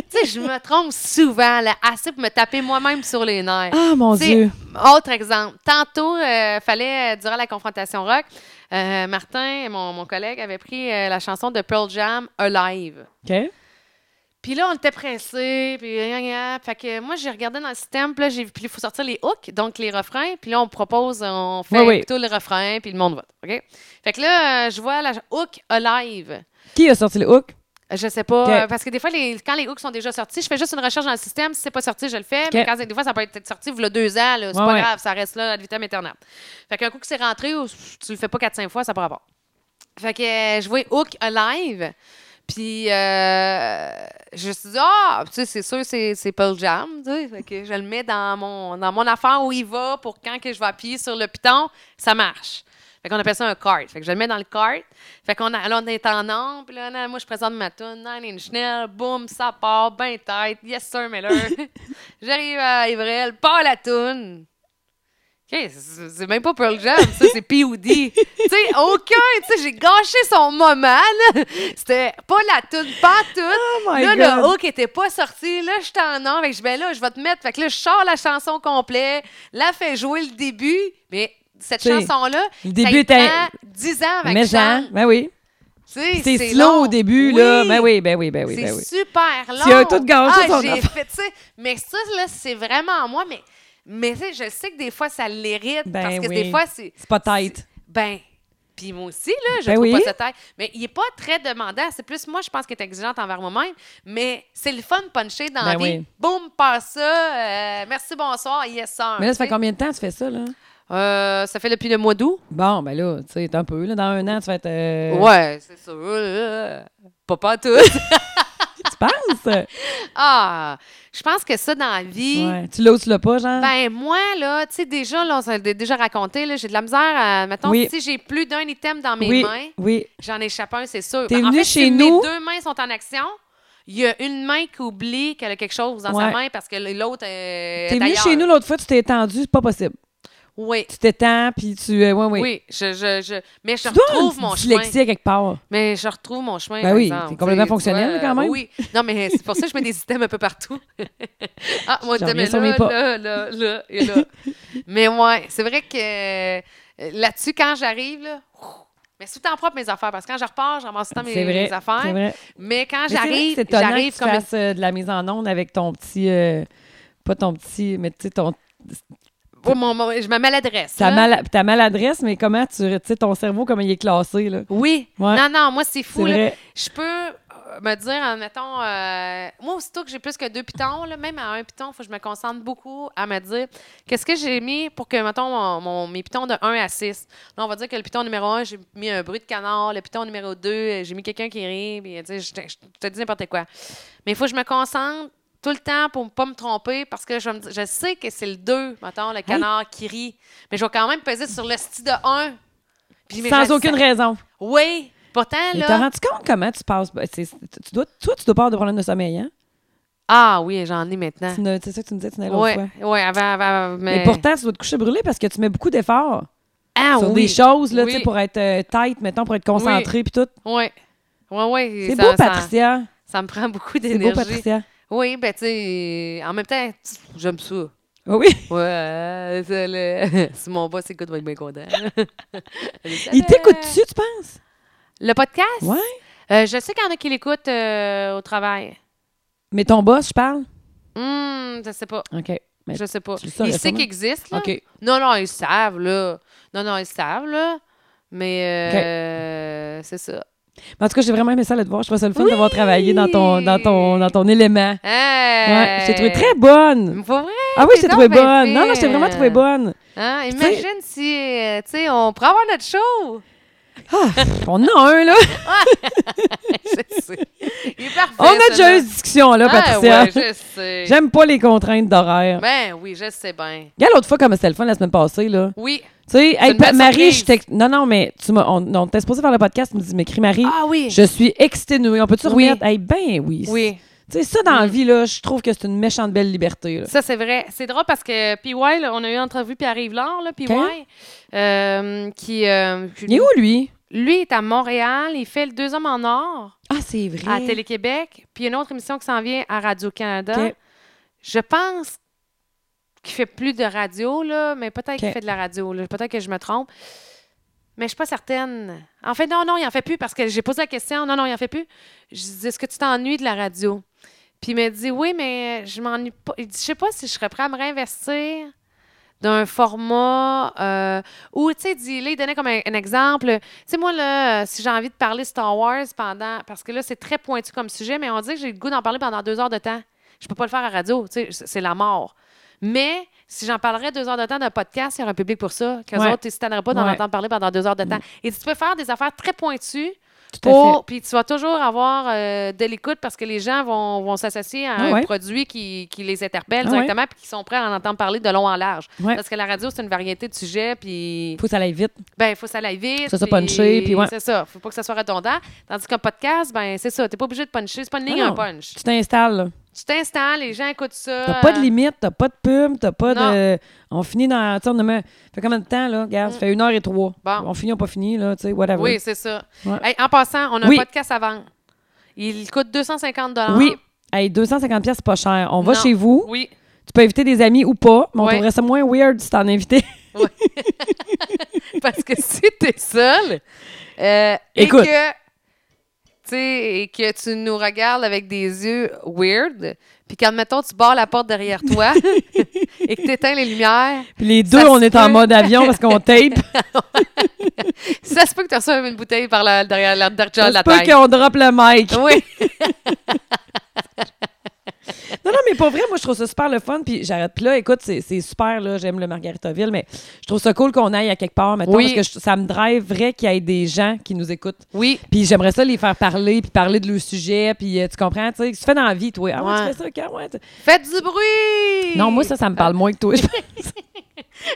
sais, je me trompe souvent, là, assez pour me taper moi-même sur les nerfs. Ah, mon Tu sais, Dieu. Autre exemple. Tantôt, euh, fallait, euh, durant la confrontation rock, euh, Martin, mon, mon collègue, avait pris euh, la chanson de Pearl Jam, Alive. OK. Puis là, on était pressés, puis gna, gna. Fait que moi, j'ai regardé dans le système, puis là, j'ai puis il faut sortir les hooks, donc les refrains, puis là, on propose, on fait Oui, oui. plutôt le refrain, puis le monde vote, OK? Fait que là, euh, je vois la hook alive. Qui a sorti le hook? Je sais pas, OK. euh, parce que des fois, les, quand les hooks sont déjà sortis, je fais juste une recherche dans le système. Si c'est pas sorti, je le fais. Mais OK. quand, c'est- des fois, ça peut être sorti il y a deux ans, là, c'est Ouais, pas ouais. grave, ça reste là ad vitam aeternam. Fait qu'un coup que c'est rentré, ou tu le fais pas 4-5 fois, ça prend rapport. Fait que euh, je vois Hook Alive. Puis euh, je me suis dit, ah, tu sais, c'est sûr, c'est, c'est Pearl Jam. Tu sais, Fait que je le mets dans mon, dans mon affaire où il va pour quand que je vais appuyer sur le piton, ça marche. Fait qu'on appelle ça un cart. Fait que je le mets dans le cart. Fait qu'on a, là, on est en ombre. Puis là, là, moi, je présente ma tune, Nine Inch Nails, boum, ça part, ben tête, yes sir, Miller. J'arrive à Ivrel, pas la tune. OK, c'est c'est même pas Pearl Jam, ça, c'est P.O.D. tu sais, aucun, tu sais, j'ai gâché son moment, là. C'était pas la toune, pas toute. Oh my là, God. le hook était pas sorti. Là, j'étais en or. Fait que je dis, ben là, je vais te mettre. Fait que là, je sors la chanson complète. Là, fais jouer le début. Mais cette Tu sais, chanson-là, le ça début y était- prend 10 ans avec Mais Jean, ben oui. C'est slow long au début, là. Ben oui, ben oui, ben oui, c'est ben oui. super long. Tu as tout gâché, ah, ton j'ai affaire. fait, tu sais, mais ça là, c'est vraiment moi mais mais tu sais, je sais que des fois ça l'hérite Ben parce que oui. des fois c'est C'est pas tight. ben puis moi aussi là, je Ben trouve oui. pas ça taille, mais il est pas très demandant, c'est plus moi je pense qu'il est exigeante envers moi-même, mais c'est le fun de puncher dans la Ben vie. oui. Boum, passe ça, euh, merci bonsoir, yes sir. Mais là, ça fait Tu sais. combien de temps que tu fais ça, là? Euh, ça fait depuis le mois d'août. Bon, ben là, tu sais, t'es un peu, là. Dans un an, tu vas être. euh, Ouais, c'est sûr. euh, Pas pas tout. Tu penses? ah, je pense que ça dans la vie, Ouais. Tu l'as ou tu l'as pas, genre? Ben moi là, tu sais déjà là, on s'est déjà raconté là, j'ai de la misère à mettons Oui. si j'ai plus d'un item dans mes oui, mains, Euh, oui. j'en échappe un, c'est sûr. T'es Ben, en venu fait, chez si nous- mes deux mains sont en action, il il y a une main qui oublie qu'elle a quelque chose dans sa Ouais. main parce que l'autre euh, T'es est venu ailleurs. chez nous l'autre fois, tu t'es étendu, c'est pas possible. Oui. Tu t'étends, puis tu. euh, ouais, Oui, ouais. je, je, je- mais je Tu dois avoir retrouve une mon chemin. dyslexie à quelque part. Mais je retrouve mon chemin. Ben par oui, exemple, t'es complètement tu sais, fonctionnel, tu vois, quand même. Oui. Non, mais c'est pour ça que je mets des items un peu partout. ah, moi, J'en item reviens est sur mes là, pas. là, là, là, et là. mais ouais, c'est vrai que euh, là-dessus, quand j'arrive, là, ouf, mais c'est tout en propre mes affaires, parce que quand je repars, je ramasse tout le temps mes, C'est vrai. mes affaires. C'est vrai. Mais quand Mais c'est vrai que j'arrive, C'est étonnant j'arrive que tu comme une fasses euh, de la mise en onde avec ton petit. euh, pas ton petit, mais tu sais, ton. Oh, mon- mon- je me maladresse. Ta, là. mal, ta maladresse, mais comment tu. Tu sais, ton cerveau, comment il est classé, là. Oui. Ouais. Non, non, moi, c'est C'est fou. là. vrai. Je peux euh, me dire, en mettons, euh, moi, aussitôt que j'ai plus que deux pitons, là, même à un piton, il faut que je me concentre beaucoup à me dire qu'est-ce que j'ai mis pour que, mettons, mon, mon- mes pitons de 1 à 6. Là, on va dire que le piton numéro 1, j'ai mis un bruit de canard. Le piton numéro 2, euh, j'ai mis quelqu'un qui rit. Puis, euh, tu sais, je, te- je te dis n'importe quoi. Mais il faut que je me concentre tout le temps pour ne pas me tromper parce que je, vais me dire- je sais que c'est le 2, mettons, le canard qui rit. Mais je vais quand même peser sur le style de 1. Puis, mais je Sans le aucune sais. raison. Oui. Pourtant, Mais là. t'as rendu compte comment tu passes. ben, c'est- tu dois, toi, tu dois pas avoir de problème de sommeil, hein? Ah oui, j'en ai maintenant. Tu n'as- C'est ça que tu me disais, tu n'as l'autre Oui, fois. ouais, avant, avant, avant, mais... Mais pourtant, tu dois te coucher brûlé parce que tu mets beaucoup d'efforts ah, sur oui. des choses là, Oui. tu sais, pour être euh, tight, mettons, pour être concentré puis tout. Oui, oui, oui. C'est ça- beau, ça- Patricia. Ça, me prend beaucoup C'est beau, d'énergie. Patricia. Oui, ben tu sais, en même temps, j'aime ça. Ah Oui, Ouais, euh, c'est le- si mon boss écoute, il va être bien content. il t'écoute-tu, tu penses? Le podcast? Ouais. Euh, je sais qu'il y en a qui l'écoutent euh, au travail. Mais ton boss, je parle? Hum, je sais pas, OK. Mais- je sais pas. Tu le saurais Il sait sûrement. qu'il existe, là. OK. Non, non, ils savent, là. Non, non, ils savent, là. Mais euh, c'est ça. Mais En tout cas, j'ai vraiment aimé ça, là, de voir. Je trouve ça le fun Oui! d'avoir travaillé dans ton, dans, ton, dans ton élément. Hey! Ouais, je t'ai trouvé très bonne. Faut vrai, Ah oui, t'es je t'ai trouvé Euh, donc bien bonne. Non, non, fine. je t'ai vraiment trouvé bonne. hein? tu sais- Imagine si, euh, tu sais, on pourrait avoir notre show. On en a un, là. je sais. Il est parfait, On a déjà celui-là. eu cette discussion-là, Ah, Patricia. ouais, je sais. J'aime pas les contraintes d'horaire. Ben oui, je sais bien. Regarde l'autre fois comme c'était le fun la semaine passée, là. Oui. Tu sais, hey, une belle Pa- Marie, surprise. je t'ex- Non, non, mais tu m'as. On, on t'es supposé faire le podcast, tu me dis, m'écris Marie. Ah oui. Je suis exténuée. On peut-tu Oui. remettre? Hey, ben oui. Oui. Tu sais, ça, dans la Mm. vie, là, je trouve que c'est une méchante belle liberté. là. Ça, c'est vrai. C'est drôle parce que PY, là, on a eu une entrevue, puis arrive l'or, là, PY, Ok. euh, qui... euh, Il est où, lui? Lui est à Montréal, il fait le Deux hommes en or Ah, c'est vrai. à Télé-Québec, puis une autre émission qui s'en vient à Radio-Canada. Ok. Je pense qu'il fait plus de radio, là, mais peut-être qu'il Ok. fait de la radio. là. Peut-être que je me trompe. Mais je suis pas certaine. En fait, non, non, il en fait plus parce que j'ai posé la question. Non, non, il en fait plus. Je dis, est-ce que tu t'ennuies de la radio? Puis il m'a dit, oui, mais je m'ennuie pas. Il dit, je sais pas si je serais prêt à me réinvestir d'un format euh, où, tu sais, il dit- là, il donnait comme un, un exemple. Tu sais, moi, là, euh, si j'ai envie de parler Star Wars pendant. Parce que là, c'est très pointu comme sujet, mais on dirait que j'ai le goût d'en parler pendant deux heures de temps. Je peux pas le faire à radio, tu sais, c'est c'est la mort. Mais si j'en parlerais deux heures de temps d'un podcast, il y aurait un public pour ça. Que Ouais. autres, ils se tanneraient pas d'en Ouais. Mm. entendre parler pendant deux heures de temps. Et tu peux faire des affaires très pointues Tout à pour, puis tu vas toujours avoir euh, de l'écoute parce que les gens vont, vont s'associer à Ah un ouais. produit qui, qui les interpelle Ah directement puis qui sont prêts à en entendre parler de long en large. Ouais. Parce que la radio, c'est une variété de sujets, puis Faut que ça aille vite. ben il faut que ça aille vite. Ça soit punché, puis ouais. C'est ça, faut pas que ça soit redondant. Tandis qu'un podcast, ben c'est ça, t'es pas obligé de puncher, c'est pas une ligne, Ah un non. punch. Tu t'installes, là. Tu t'installes, les gens écoutent ça. T'as pas de euh, limite, t'as pas de pub, t'as pas Non. Mm. de. On finit dans. Tu sais, on a même- fait combien de temps, là? Regarde, ça fait une heure et trois. Bon. On finit, on pas fini, là, tu sais, whatever. Oui, c'est ça. Ouais. Hey, en passant, on a Oui. un podcast à vendre. Il coûte 250 Oui. Hey, 250$, piastres, c'est pas cher. On va Non. chez vous. Oui. Tu peux inviter des amis ou pas, mais on Ouais. trouverait ça moins weird si t'en invitais. Parce que si t'es seul euh, Écoute. et que tu sais, et que tu nous regardes avec des yeux weird, puis quand mettons tu barres la porte derrière toi et que t'éteins les lumières, Puis les deux, se on est en peut. mode avion parce qu'on tape. ça se peut que tu reçoives une bouteille par la derrière la derrière Ça se la peut tête. qu'on drop le mic. Oui, Non, non, mais pour vrai, moi, je trouve ça super le fun. Puis j'arrête. Puis là, écoute, c'est c'est super, là. J'aime le Margaritaville, mais je trouve ça cool qu'on aille à quelque part maintenant Oui. parce que je- ça me drive vrai qu'il y ait des gens qui nous écoutent. oui, Puis j'aimerais ça les faire parler, puis parler de leur sujet, puis euh, tu comprends, tu sais, tu fais dans la vie, toi. Ah ouais, Ouais. tu fais ça, ok, ouais. tu- faites du bruit. Non, moi, ça, ça me parle moins que toi.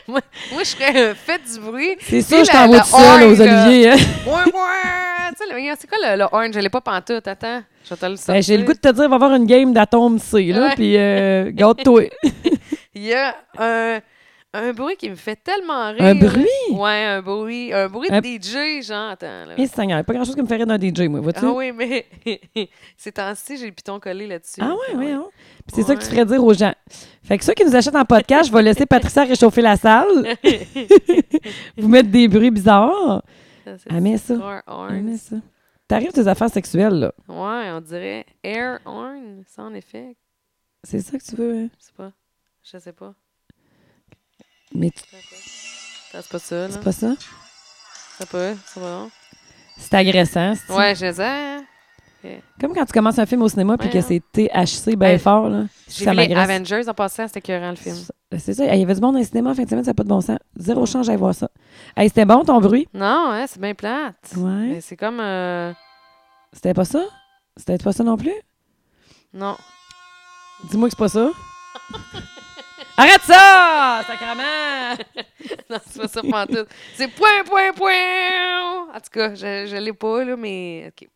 moi, moi, je serais euh, faites du bruit. C'est Puis ça, je la- t'envoie la tout seul oreille, aux là. oliviers. hein. Ouin, ouin. tu sais le regarde, c'est quoi le, le orange? Je l'ai pas pantoute. Attends, je vais te le sortir. Ben, J'ai le goût de te dire, va voir une game d'Atome C, là, Ouais. puis euh, garde-toi. Il y a un, un bruit qui me fait tellement rire. Un bruit? Ouais, un bruit. Un bruit Un- de DJ, genre. Attends, là. Et Seigneur, pas grand-chose qui me ferait d'un DJ, moi, vois-tu? Ah oui, mais ces temps-ci, j'ai le piton collé là-dessus. Ah ouais, ouais. hein. Puis c'est ça que tu Ouais. ferais dire aux gens. Fait que ceux qui nous achètent en podcast, je vais laisser Patricia réchauffer la salle, vous mettre des bruits bizarres. Ça, c'est Elle met ça. Air Elle horn. met ça. T'arrives tes affaires sexuelles, là. Ouais, on dirait air horn, ça en effet. C'est ça que tu veux. hein? Je sais pas. Je sais pas. Mais tu- Ça, C'est pas ça, là. c'est pas ça. C'est pas, c'est pas non. C'est agressant. c'est-tu? Ouais, je sais. hein. Comme quand tu commences un film au cinéma puis Ouais, que hein. c'est THC bien Hey, fort, là. J'ai Ça vu les m'agresse. Avengers en passant, c'était écœurant, le film. C'est ça. Il y avait du monde dans le cinéma en fin de semaine, ça n'a pas de bon sens. Zéro chance, j'allais voir ça. Hey, c'était bon ton bruit? Non, hein, c'est bien plate. Ouais. Mais c'est comme. euh, C'était pas ça? C'était pas ça non plus? Non. Dis-moi que c'est pas ça. Arrête ça! Sacrement! non, c'est pas ça, pantoute. C'est point, point, point. En tout cas, je, je l'ai pas, là, mais. OK.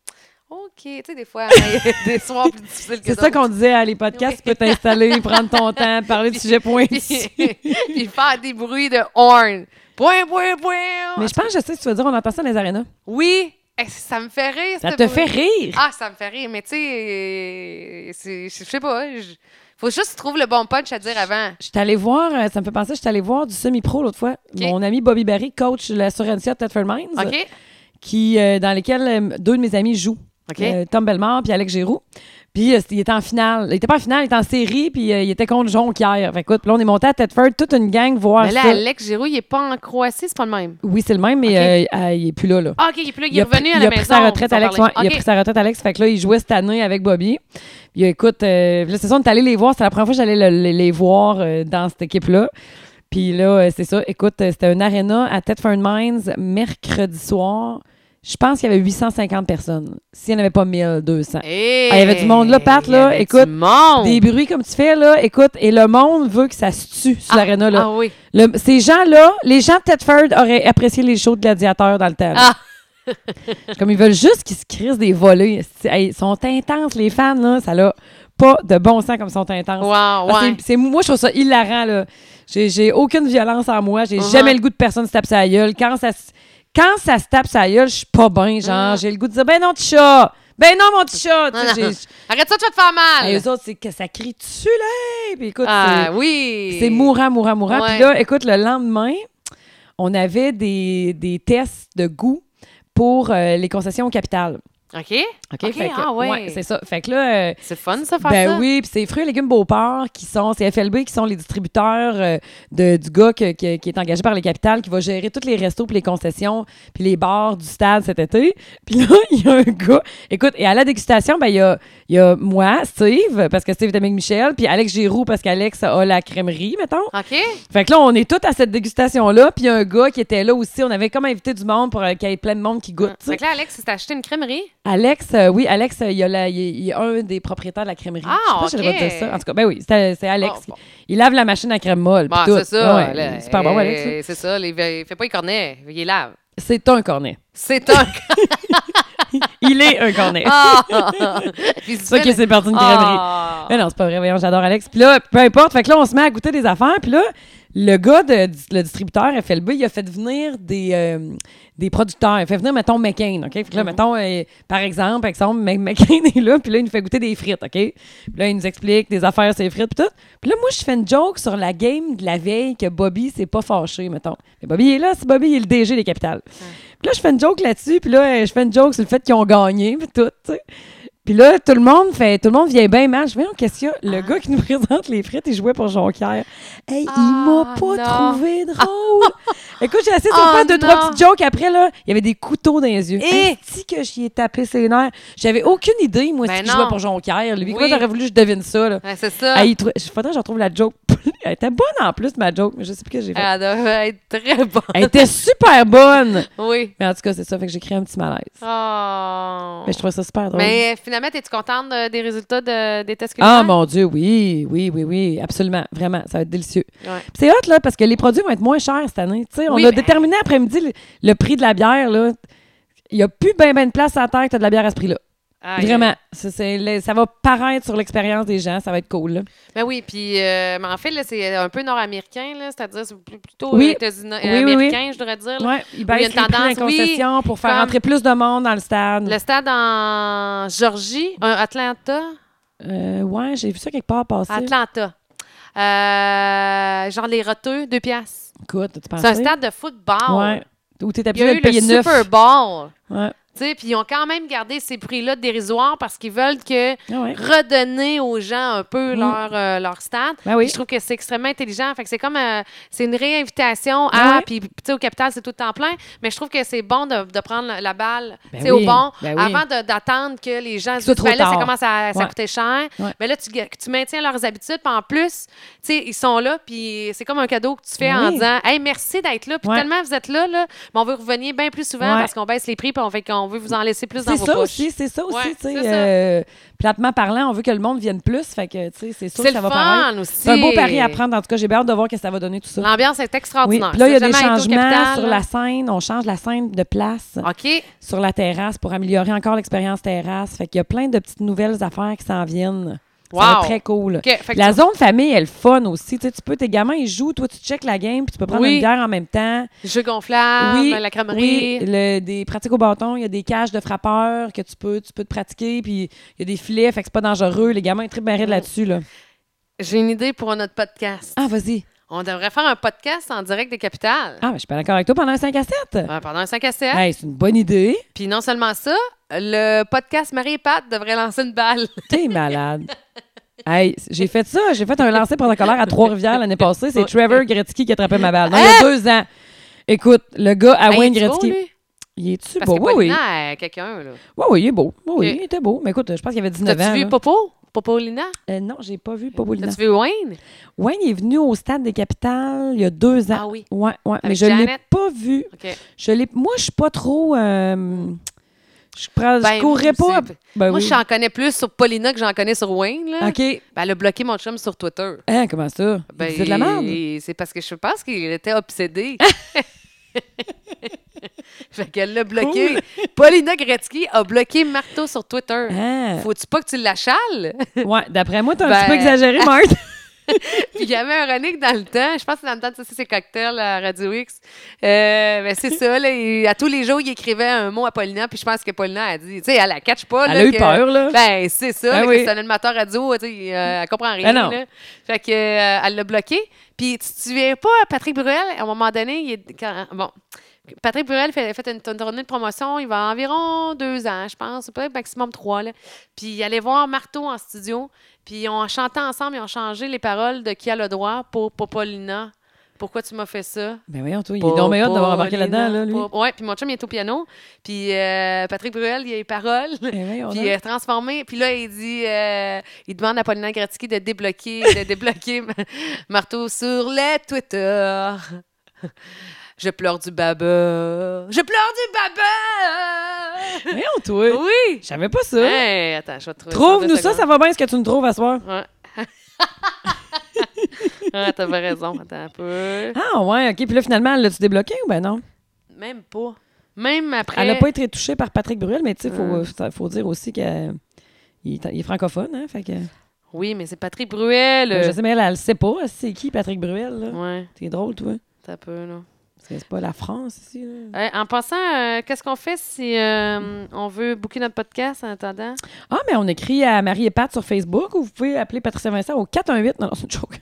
OK. Tu sais, des fois, il y a des soirs plus difficiles que C'est ça d'autres. qu'on disait à les podcasts, tu peux t'installer, prendre ton temps, parler de sujets pointus. puis, puis faire des bruits de horn. Point, point, point. Mais je pense que je sais ce que tu veux dire, on entend ça dans les arénas. Oui, Eh, ça me fait rire. Ça ce te bruit. fait rire! Ah, ça me fait rire, mais tu sais, euh, c'est- je sais pas. je- Faut juste que tu trouves le bon punch à dire avant. Je suis allée voir, euh, ça me fait penser, je suis allée voir du semi-pro l'autre fois. Ok. Mon ami Bobby Barry, coach de l'assurance à Thetford Mines, OK? qui, euh, dans lequel euh, deux de mes amis jouent. OK. Euh, Tom Bellemare puis Alex Giroux. Puis euh, c'était- il était en finale. Il était pas en finale, il était en série, puis euh, il était contre Jonquière. Fait écoute, puis là, on est monté à Thetford, toute une gang voir mais là, ça. Alex Giroux, il est pas en Croatie, c'est pas le même. Oui, c'est le même, mais euh, euh, il est plus là, là. Ah, OK, il est plus là, il, est pris- revenu à il la a maison. pris sa retraite, on s'en Alex. parlait. ouais, Il a OK. pris sa retraite, Alex. Fait que là, il jouait cette année avec Bobby. Puis écoute, euh, là, c'est ça, on est allé les voir. C'était la première fois que j'allais le- le- les voir euh, dans cette équipe-là. Puis là, euh, c'est ça. Écoute, euh, c'était un arena à Thetford Mines mercredi soir. Je pense qu'il y avait 850 personnes. S'il n'y en avait pas 1200. Hey, Ah, il y avait du monde là, Pat, là, il y avait écoute, Du monde. Des bruits comme tu fais, là, écoute, et le monde veut que ça se tue sur Ah, l'aréna, là. Ah oui. Le- ces gens-là, les gens de Tedford auraient apprécié les shows de gladiateurs dans le temps. là. Ah! Comme ils veulent juste qu'ils se crissent des volets. C'est- hey, Ils sont intenses, les fans, là. Ça n'a pas de bon sens comme ils sont intenses. Wow, Ah, ouais. c'est- c'est- moi, je trouve ça hilarant, là. J'ai, j'ai aucune violence en moi. J'ai Uh-huh. jamais le goût de personne se tape sa gueule. Quand ça, se- quand ça se tape sa gueule, je suis pas bien, genre. Mm. J'ai le goût de dire, ben non, petit chat! Ben non, mon petit chat! Tu sais, Non, non. j'ai- Arrête ça, tu vas te faire Hey, mal. eux autres, c'est que ça crie dessus, là! Puis écoute, c'est- Ah oui. c'est mourant, mourant, mourant. Ouais. Puis là, écoute, le lendemain, on avait des, des tests de goût pour euh, les concessions au capital. OK? OK? Ok, Fait que- ah ouais. c'est ça. Fait que là, euh, C'est fun, ça, faire ben ça. oui, puis c'est Fruits et Légumes Beauport qui sont, c'est FLB qui sont les distributeurs euh, de, du gars que- que- qui est engagé par les capitales, qui va gérer tous les restos, puis les concessions, puis les bars du stade cet été. Puis là, il y a un gars. Écoute, et à la dégustation, ben il y a, il y a moi, Steve, parce que Steve est avec Michel, puis Alex Giroux, parce qu'Alex a la crèmerie, mettons. OK? Fait que là, on est tous à cette dégustation-là. Puis il y a un gars qui était là aussi. On avait comme invité du monde pour euh, qu'il y ait plein de monde qui goûte. tu sais. Fait que là, Alex, c'est acheté une crèmerie. Alex, euh, oui, Alex, euh, il y a la- il est- il est un des propriétaires de la crèmerie. Ah, Je sais pas si ok. j'avais dire ça. En tout cas, ben oui, c'est c'est Alex. Oh, bon. Il lave la machine à crème molle. puis Bah, tout. Ah c'est ça. Ouais, là, il est super bon, eh, Alex. là. C'est ça. Il fait il fait pas les cornets. Il les lave. C'est un cornet. C'est un. Il est un cornet. Ah! Puis c'est ça qui s'est parti d'une crèmerie. Ah! Mais non, c'est pas vrai, voyons, j'adore Alex. Puis là, peu importe, fait que là, on se met à goûter des affaires. Puis là, le gars, de, du- le distributeur FLB, il a fait venir des, euh, des producteurs. Il a fait venir, mettons, McCain, OK? Fait que là, mettons, euh, par exemple, par exemple, Mc- McCain est là, puis là, il nous fait goûter des frites, OK? Puis là, il nous explique des affaires sur les frites, puis tout. Puis là, moi, je fais une joke sur la game de la veille que Bobby s'est pas fâché, mettons. Mais Bobby, il est là, c'est Bobby, il est le DG des capitales. Puis là, je fais une joke là-dessus, puis là, euh, je fais une joke sur le fait qu'ils ont gagné, puis tout, tu sais. Puis là, tout le monde fait, tout le monde vient bien mal. Je vais en question. Le gars qui nous présente les frites, il jouait pour Jonquière. Hey, Ah, il m'a pas non. trouvé drôle. Écoute, j'ai essayé de Ah, faire deux, non. trois petites jokes. Après, là, il y avait des couteaux dans les yeux. Eh! Et si que j'y ai tapé ses nerfs. J'avais aucune idée, moi, Ben si qu'il non. jouait pour Jonquière. Lui, Oui. quoi, j'aurais voulu que je devine ça, là. Ouais, c'est ça. Hey, il trou- faudrait que je retrouve la joke. Elle était bonne en plus, ma joke, mais je sais plus que j'ai fait. Elle doit être très bonne. Elle était super bonne. Oui. Mais en tout cas, c'est ça. Fait que j'ai créé un petit malaise. Oh. Mais je trouvais ça super drôle. Ah. Mais euh, finalement, es-tu contente de- des résultats de- des tests culinaires? Ah mon Dieu, oui, oui, oui, oui, absolument, vraiment, ça va être délicieux. Ouais. Puis C'est hot là parce que les produits vont être moins chers cette année. Tu sais, on Oui, a ben- déterminé après-midi le, le prix de la bière là. Il n'y a plus bien ben de place à la terre que tu de la bière à ce prix-là. Aïe. Vraiment. Ça, c'est le- ça va paraître sur l'expérience des gens. Ça va être cool. là. Ben oui, puis euh, mais en fait, là, c'est un peu nord-américain, là, c'est-à-dire c'est plus- plutôt euh, Oui. états-unis- Oui, oui, oui. américain, je devrais dire. là. Ouais, ils Oui, il y a baissent une les prix dans les tendance, oui, concessions pour faire comme- entrer plus de monde dans le stade. Le stade en Georgie, euh, Atlanta. Euh, ouais, j'ai vu ça quelque part passer. Atlanta. Euh, genre les roteux, deux piastres. Écoute, tu penses C'est un stade de football. Ouais. Où t'es Il y a obligé eu de le payer neuf. Super Bowl. Ouais. Tu sais, Puis ils ont quand même gardé ces prix-là dérisoires parce qu'ils veulent que Ah ouais. redonner aux gens un peu Mm. leur, euh, leur stade. Ben oui. Puis Je trouve que c'est extrêmement intelligent. Fait que c'est comme euh, c'est une réinvitation Ah à ouais. puis tu sais au capital c'est tout le temps plein, mais je trouve que c'est bon de, de prendre la- la balle, Ben tu sais oui, au bon ben oui. avant de- d'attendre que les gens se soit disent trop ben là ça tard. commence à ça Ouais. coûter cher. Ouais. Mais là tu, ga- tu maintiens leurs habitudes puis en plus, tu sais ils sont là puis c'est comme un cadeau que tu fais en Oui. disant "Hey, merci d'être là." Puis Ouais. tellement vous êtes là là, mais on veut revenir bien plus souvent Ouais. parce qu'on baisse les prix puis on fait qu'on veut vous en laisser plus dans C'est vos ça poches. aussi, c'est ça aussi, Ouais, tu sais. c'est ça. euh, platement parlant, on veut que le monde vienne plus, fait que, tu sais, c'est sûr que C'est le ça va paraître. fun aussi. C'est un beau pari à prendre. En tout cas, j'ai bien hâte de voir que ça va donner tout ça. L'ambiance est Oui. extraordinaire. Puis là, il y a Ça, des jamais été au changements Capital, sur là. la scène. On change la scène de place OK. sur la terrasse pour améliorer encore l'expérience terrasse. Fait qu'il y a plein de petites nouvelles affaires qui s'en viennent. Ça va Wow. être très cool. OK. Fait que La tu- zone famille, elle est fun aussi. Tu, sais, tu peux, tes gamins, ils jouent, toi, tu checkes la game, puis tu peux prendre Oui. une bière en même temps. Jeu gonflable, la oui, crèmerie. le- des pratiques au bâton, il y a des cages de frappeurs que tu peux, tu peux te pratiquer, puis il y a des filets, fait que c'est pas dangereux. Les gamins, ils trippent bien raide là-dessus. Là. J'ai une idée pour notre podcast. Ah, vas-y. On devrait faire un podcast en direct des capitales. Ah, ben, je suis pas d'accord avec toi pendant un 5 à 7. Euh, pendant un 5 à 7. Hey, c'est une bonne idée. Puis non seulement ça, le podcast Marie et Pat devrait lancer une balle. T'es malade. Hey, j'ai fait ça. J'ai fait un lancer protocolaire à Trois-Rivières l'année passée. C'est Trevor Gretzky qui attrapait ma balle. Non, il y a deux ans. Écoute, le gars à Hein? Hey, Wayne il est-tu beau, Gretzky. lui? il est-tu Parce beau? qu'il Oui, oui. est euh, quelqu'un. là. Oui, oui, il est beau. Oui, oui, Ok. il était beau. Mais écoute, je pense qu'il avait 19 ans. T'as-tu vu là. Popo? Popolina? Euh, non, j'ai pas vu Popolina. T'as-tu vu Wayne? Wayne il est venu au stade des capitales il y a deux ans. Ah oui. Ouais, ouais. Mais Avec je l'ai Janet. pas vu. OK. Je l'ai. Moi, je suis pas trop. euh, Je, prends... je Ben, courrais moi pas. aussi. Ben Moi, oui. j'en connais plus sur Paulina que j'en connais sur Wayne. Là. Ok. Ben, elle a bloqué mon chum sur Twitter. Hein, comment ça Ben, C'est de la merde. il- C'est parce que je pense qu'il était obsédé. fait qu'elle l'a bloqué. Paulina Gretzky a bloqué Marteau sur Twitter. Hein? Faut-tu pas que tu la chales? Ouais, d'après moi, t'as un Ben- petit peu exagéré, Marthe. Puis il y avait un Ronick dans le temps. Je pense que dans le temps de ça, c'est ses cocktails à Radio X. Euh, ben, c'est ça. Là, Il- à tous les jours, il écrivait un mot à Paulina. Puis je pense que Paulina a dit, tu sais, elle la catch pas. Elle là, a eu que- peur, là. Ben, c'est ça. Ben là, que oui. C'est un animateur radio. tu sais, euh, elle comprend rien. Ben non. là. Fait que, euh, elle l'a bloqué. Puis tu te souviens pas, Patrick Bruel, à un moment donné, il est. quand- bon. Patrick Burel fait, fait une, une tournée de promotion, il va environ deux ans, je pense, peut-être maximum trois. Là. Puis il allait voir Marteau en studio, puis on chantait ensemble, ils ont changé les paroles de Qui a le droit pour Popolina. Pourquoi tu m'as fait ça? Ben voyons, toi, il est donc bien hot d'avoir embarqué là-dedans, là, lui. Oui, puis mon chum, il est au piano. Puis euh, Patrick Bruel, il a les paroles. Ben voyons Puis euh, donc. il est transformé. Puis là, il dit, euh, il demande à Paulina Gretzky de débloquer, de débloquer Marteau sur les Twitter. Je pleure du baba. Je pleure du baba. Voyons, toi. Oui. Je savais pas Hein? ça. Hey, attends, je vais te trouver. Trouve-nous ça, ça va bien ce que tu nous trouves à soir. va. Ah, t'avais raison. Attends un peu. Ah ouais, OK. Puis là, finalement, l'as-tu débloqué ou ben non? Même pas. Même après. Elle n'a pas été touchée par Patrick Bruel, mais tu sais, il faut, Hum. euh, ça- faut dire aussi qu'il est, il est francophone, hein? Fait que, Oui, mais c'est Patrick Bruel. Je sais, mais elle, elle sait pas. C'est qui, Patrick Bruel, là? Ouais, T'es drôle, toi. t'as peu, là. Parce que c'est pas la France, ici, là. Hey, en passant, euh, qu'est-ce qu'on fait si euh, on veut booker notre podcast en attendant? Ah, mais on écrit à Marie et Pat sur Facebook ou vous pouvez appeler Patricia Vincent au 418. Non, non, c'est une joke.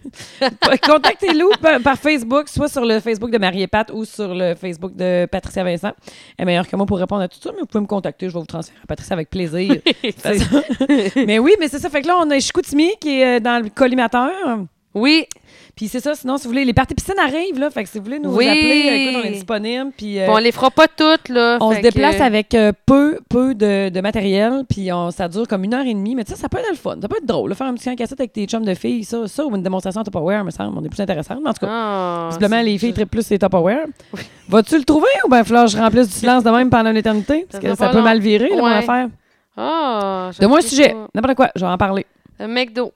Contactez-nous par, par Facebook, soit sur le Facebook de Marie et Pat ou sur le Facebook de Patricia Vincent. Elle est meilleure que moi pour répondre à tout ça, mais vous pouvez me contacter. Je vais vous transférer à Patricia avec plaisir. C'est ça. mais oui, mais c'est ça. Fait que là, on a Chicoutimi qui est euh, dans le collimateur. Oui, Puis c'est ça. Sinon, si vous voulez, les parties piscines arrivent, là. Fait que si vous voulez nous Oui. appeler, écoute, on est disponible. Puis. euh, puis on les fera pas toutes, là. on Ah, Fait se que- déplace avec euh, peu, peu de, de matériel, puis on- ça dure comme une heure et demie. Mais tu sais, ça peut être le fun. Ça peut être drôle. là, faire un petit 5 cassette avec tes chums de filles, ça, ça ou une démonstration à Tupperware, me semble. On est plus intéressant. Mais en tout cas, Ah, visiblement, c'est- les filles trippent plus les Tupperware. Vas-tu le trouver ou bien falloir que je remplisse du silence de même pendant une éternité? Parce Ça que sera ça pas peut long. mal virer, là, mon Ouais. affaire. Ah, je Donne-moi un sais sujet. pas. N'importe quoi. Je vais en parler. Un McDo.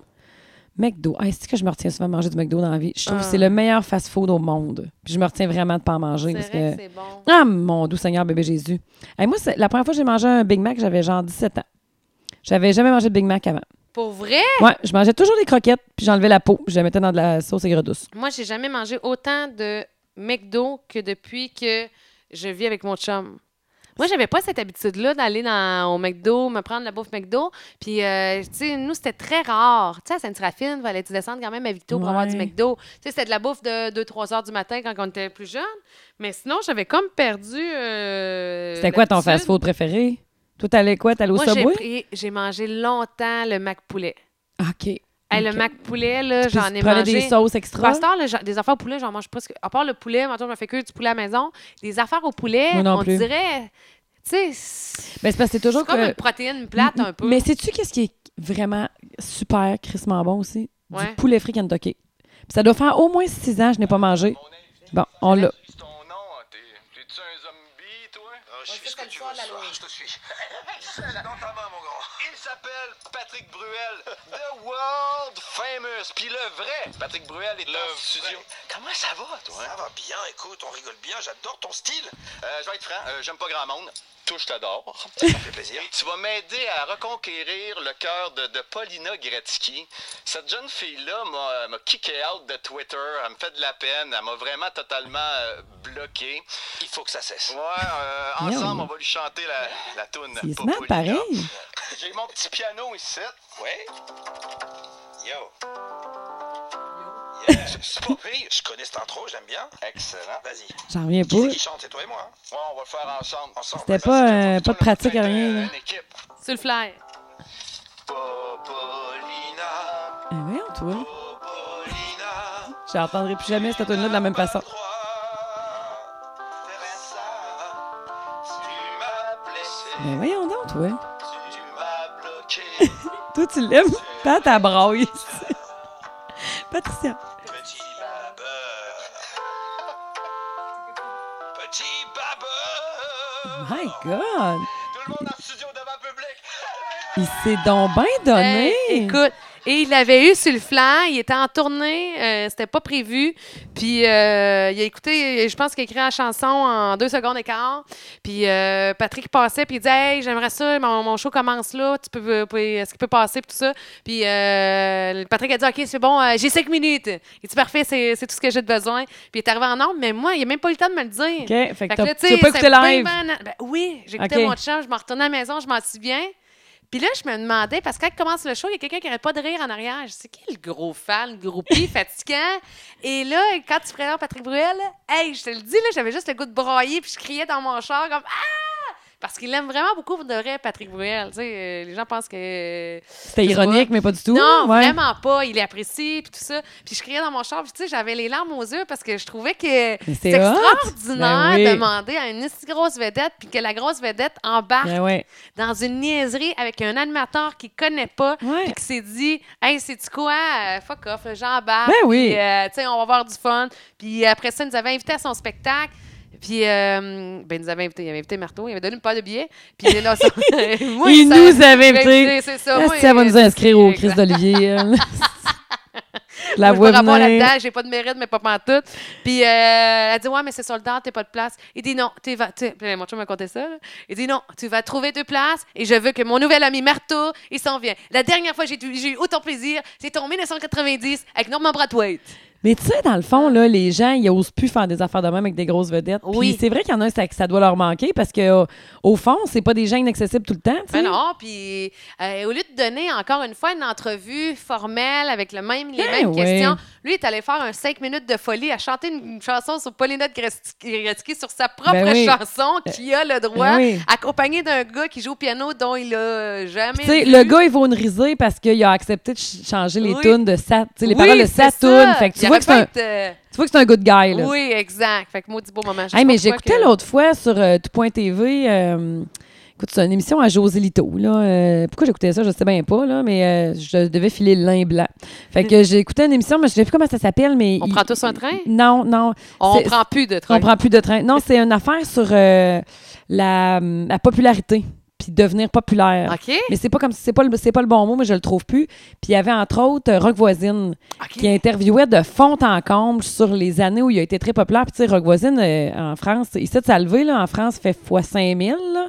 McDo. Ah, c'est que je me retiens souvent de manger du McDo dans la vie. Je trouve Ah. que c'est le meilleur fast-food au monde. Puis je me retiens vraiment de pas en manger. C'est Parce vrai que... que c'est bon. Ah, mon doux Seigneur, bébé Jésus. Hey, moi, c'est la première fois que j'ai mangé un Big Mac, j'avais genre 17 ans. J'avais jamais mangé de Big Mac avant. Pour vrai, Ouais, je mangeais toujours des croquettes, puis j'enlevais la peau, puis je la mettais dans de la sauce aigre douce. moi, j'ai jamais mangé autant de McDo que depuis que je vis avec mon chum. Moi, j'avais pas cette habitude-là d'aller dans- au McDo, me prendre la bouffe McDo. Puis, euh, tu sais, nous, c'était très rare. Tu sais, à Sainte-Raphine, fallait-tu descendre quand même à Victo pour avoir du Ouais. McDo? Tu sais, c'était de la bouffe de 2-3 heures du matin quand on était plus jeunes. Mais sinon, j'avais comme perdu. euh, C'était quoi ton l'habitude. fast-food préféré? Toi, t'allais quoi? T'allais au Moi, j'ai Subway? pris- j'ai mangé longtemps le mac poulet. Ah, OK. Hey, Le Ok. mac poulet, là, Puis j'en tu ai prenais mangé. des sauces extra? Pasteur, là, j'en- des affaires au poulet, j'en mange presque. À part le poulet, maintenant, je me fais cuire du poulet à la maison. Des affaires au poulet, Moi non on plus. dirait. Tu sais, c'est Ben, c'est parce que c'est toujours c'est comme que- une protéine plate un peu. Mais sais-tu qu'est-ce qui est vraiment super, crissement bon aussi? Du Ouais. poulet frit Kentucky. Puis ça doit faire au moins six ans que je n'ai pas mangé. Bon, on l'a. C'est ton nom, hein, t'es. T'es-tu un zombie, toi? Ah, je suis ce que tu veux ce soir, Ah, Je te suis. Dans ta main, mon grand. Il s'appelle Patrick Bruel, The World Famous. Puis le vrai Patrick Bruel est en studio. Comment ça va, toi? Ça va bien, écoute, on rigole bien, j'adore ton style. je vais être franc, euh, j'aime pas grand monde. Toi, je t'adore. Ça me fait plaisir. Et tu vas m'aider à reconquérir le cœur de, de Paulina Gretzky. Cette jeune fille-là m'a- m'a kické out de Twitter. Elle me fait de la peine. Elle m'a vraiment totalement euh, bloqué. Il faut que ça cesse. Ouais, euh, ensemble, on va lui chanter la, la toune. C'est pour smart, Paulina. pareil. J'ai mon petit piano ici. Ouais. Yo. C'est pas pire, je connais cet intro, j'aime bien. Excellent. Vas-y. J'en reviens pas. chante, c'est toi et moi. Ouais, on va le faire ensemble. C'était pas, euh, pas de pratique à euh, rien. hein. Sur le fly. Popolina, Mais Eh, voyons, toi. Popolina. J'entendrai plus jamais cette tune-là de la même façon. T'as pas le droit de faire ça. Tu m'as blessé, Mais voyons donc, toi. tu m'as bloqué. Toi, tu l'aimes. Pat, ta braille. Patricia. Petit babeur. Petit babeur. My God. Tout le monde en studio devant public. Il s'est donc bien donné. Hey, Eh, écoute. Et il l'avait eu sur le fly. Il était en tournée. euh, C'était pas prévu. Puis euh, il a écouté, je pense qu'il a écrit la chanson en deux secondes et quart. Puis euh, Patrick passait, puis il disait Hey, j'aimerais ça, mon, mon show commence là. Tu peux, euh, puis est-ce qu'il peut passer, puis tout ça. Puis euh, Patrick a dit Ok, c'est bon, euh, j'ai cinq minutes. Il dit Parfait, c'est c'est tout ce que j'ai de besoin. Puis il est arrivé en nombre, mais moi, il n'a même pas eu le temps de me le dire. OK, fait que, Fait que t'as- là, tu n'as pas sais, écouté ça me live. peine, ben, ben oui, j'écoutais Ok. mon chant, je m'en retournais à la maison, je m'en souviens. Puis là, je me demandais, parce que quand commence le show, il y a quelqu'un qui n'arrête pas de rire en arrière. Je sais qui est le gros fan, le groupie, fatigant. Et là, quand tu prends Patrick Bruel, hey, je te le dis, là, j'avais juste le goût de broyer, puis je criais dans mon char comme Ah! Parce qu'il aime vraiment beaucoup pour de vrai Patrick Bruel. Tu sais, euh, les gens pensent que. C'était je sais ironique, pas. mais pas du tout. Non, Ouais. vraiment pas. Il apprécie, puis tout ça. Puis je criais dans mon char, puis tu sais, j'avais les larmes aux yeux parce que je trouvais que Mais c'est c'est hot. extraordinaire Ben oui. de demander à une si grosse vedette, puis que la grosse vedette embarque Ben ouais. dans une niaiserie avec un animateur qu'il connaît pas, Ouais. puis qui s'est dit Hey, c'est-tu quoi Euh, Fuck off, là, j'embarque. Ben oui. Puis, euh, tu sais, on va avoir du fun. Puis après ça, il nous avait invités à son spectacle. Puis, euh, ben, il nous avait invités. Il avait invité Marteau. Il avait donné une paire de billets. Puis là, ça- Moi, Il ça- nous avait Ben, invités. C'est ça. Est-ce moi, qu'elle va nous euh, inscrire au exact. Christ d'Olivier? elle? Je la Moi, voix je me rapporte venir. là-dedans, j'ai pas de mérite, mais pas pantoute. Puis euh, elle dit Ouais, mais c'est soldat, t'as pas de place. Il dit Non, tu vas. tu- Puis mon chum m'a conté ça. là. Il dit Non, tu vas trouver deux places et je veux que mon nouvel ami Marteau, il s'en vient. La dernière fois, j'ai j'ai eu autant plaisir, c'est en 1990 avec Norman Brathwaite. Mais tu sais, dans le fond, là, les gens, ils osent plus faire des affaires de même avec des grosses vedettes. Puis Oui. c'est vrai qu'il y en a ça, que ça doit leur manquer parce que, euh, au fond, c'est pas des gens inaccessibles tout le temps. tu sais. Ben non, puis euh, au lieu de donner encore une fois une entrevue formelle avec le même, les Eh mêmes ouais. questions, lui il est allé faire un 5 minutes de folie à chanter une, une chanson sur Paulina Gretzky sur sa propre Ben oui. chanson qui a le droit, Ben oui. accompagné d'un gars qui joue au piano dont il a jamais Tu sais, vu. le gars, il vaut une risée parce qu'il a accepté de ch- changer les Oui. tunes de sa, tu sais, les Oui, paroles de sa c'est ça. tune. Fait que tu vois Il que c'est un, aurait pu être, tu vois que c'est un good guy, euh, là. Oui, exact. Fait que maudit beau moment. Je Hey, sais mais pas pourquoi j'écoutais que- l'autre fois sur euh, tout.tv. euh, écoute, c'est une émission à José Lito. Là, euh, pourquoi j'écoutais ça, je sais bien pas, là, mais euh, je devais filer le lin blanc. Fait que j'écoutais une émission, mais je sais plus comment ça s'appelle. mais On il- prend tous un train? Non, non. On c'est- prend plus de train. on prend plus de train. Non, c'est une affaire sur euh, la, hum, la popularité. Puis puis devenir populaire. OK? Mais c'est pas comme si c'est pas le c'est pas le bon mot, mais je le trouve plus. Puis il y avait entre autres euh, Rock Voisine OK. qui interviewait de fond en comble sur les années où il a été très populaire. Puis tu sais, Rock Voisine euh, en France, il s'est salvé là. En France, fait x 5000 là.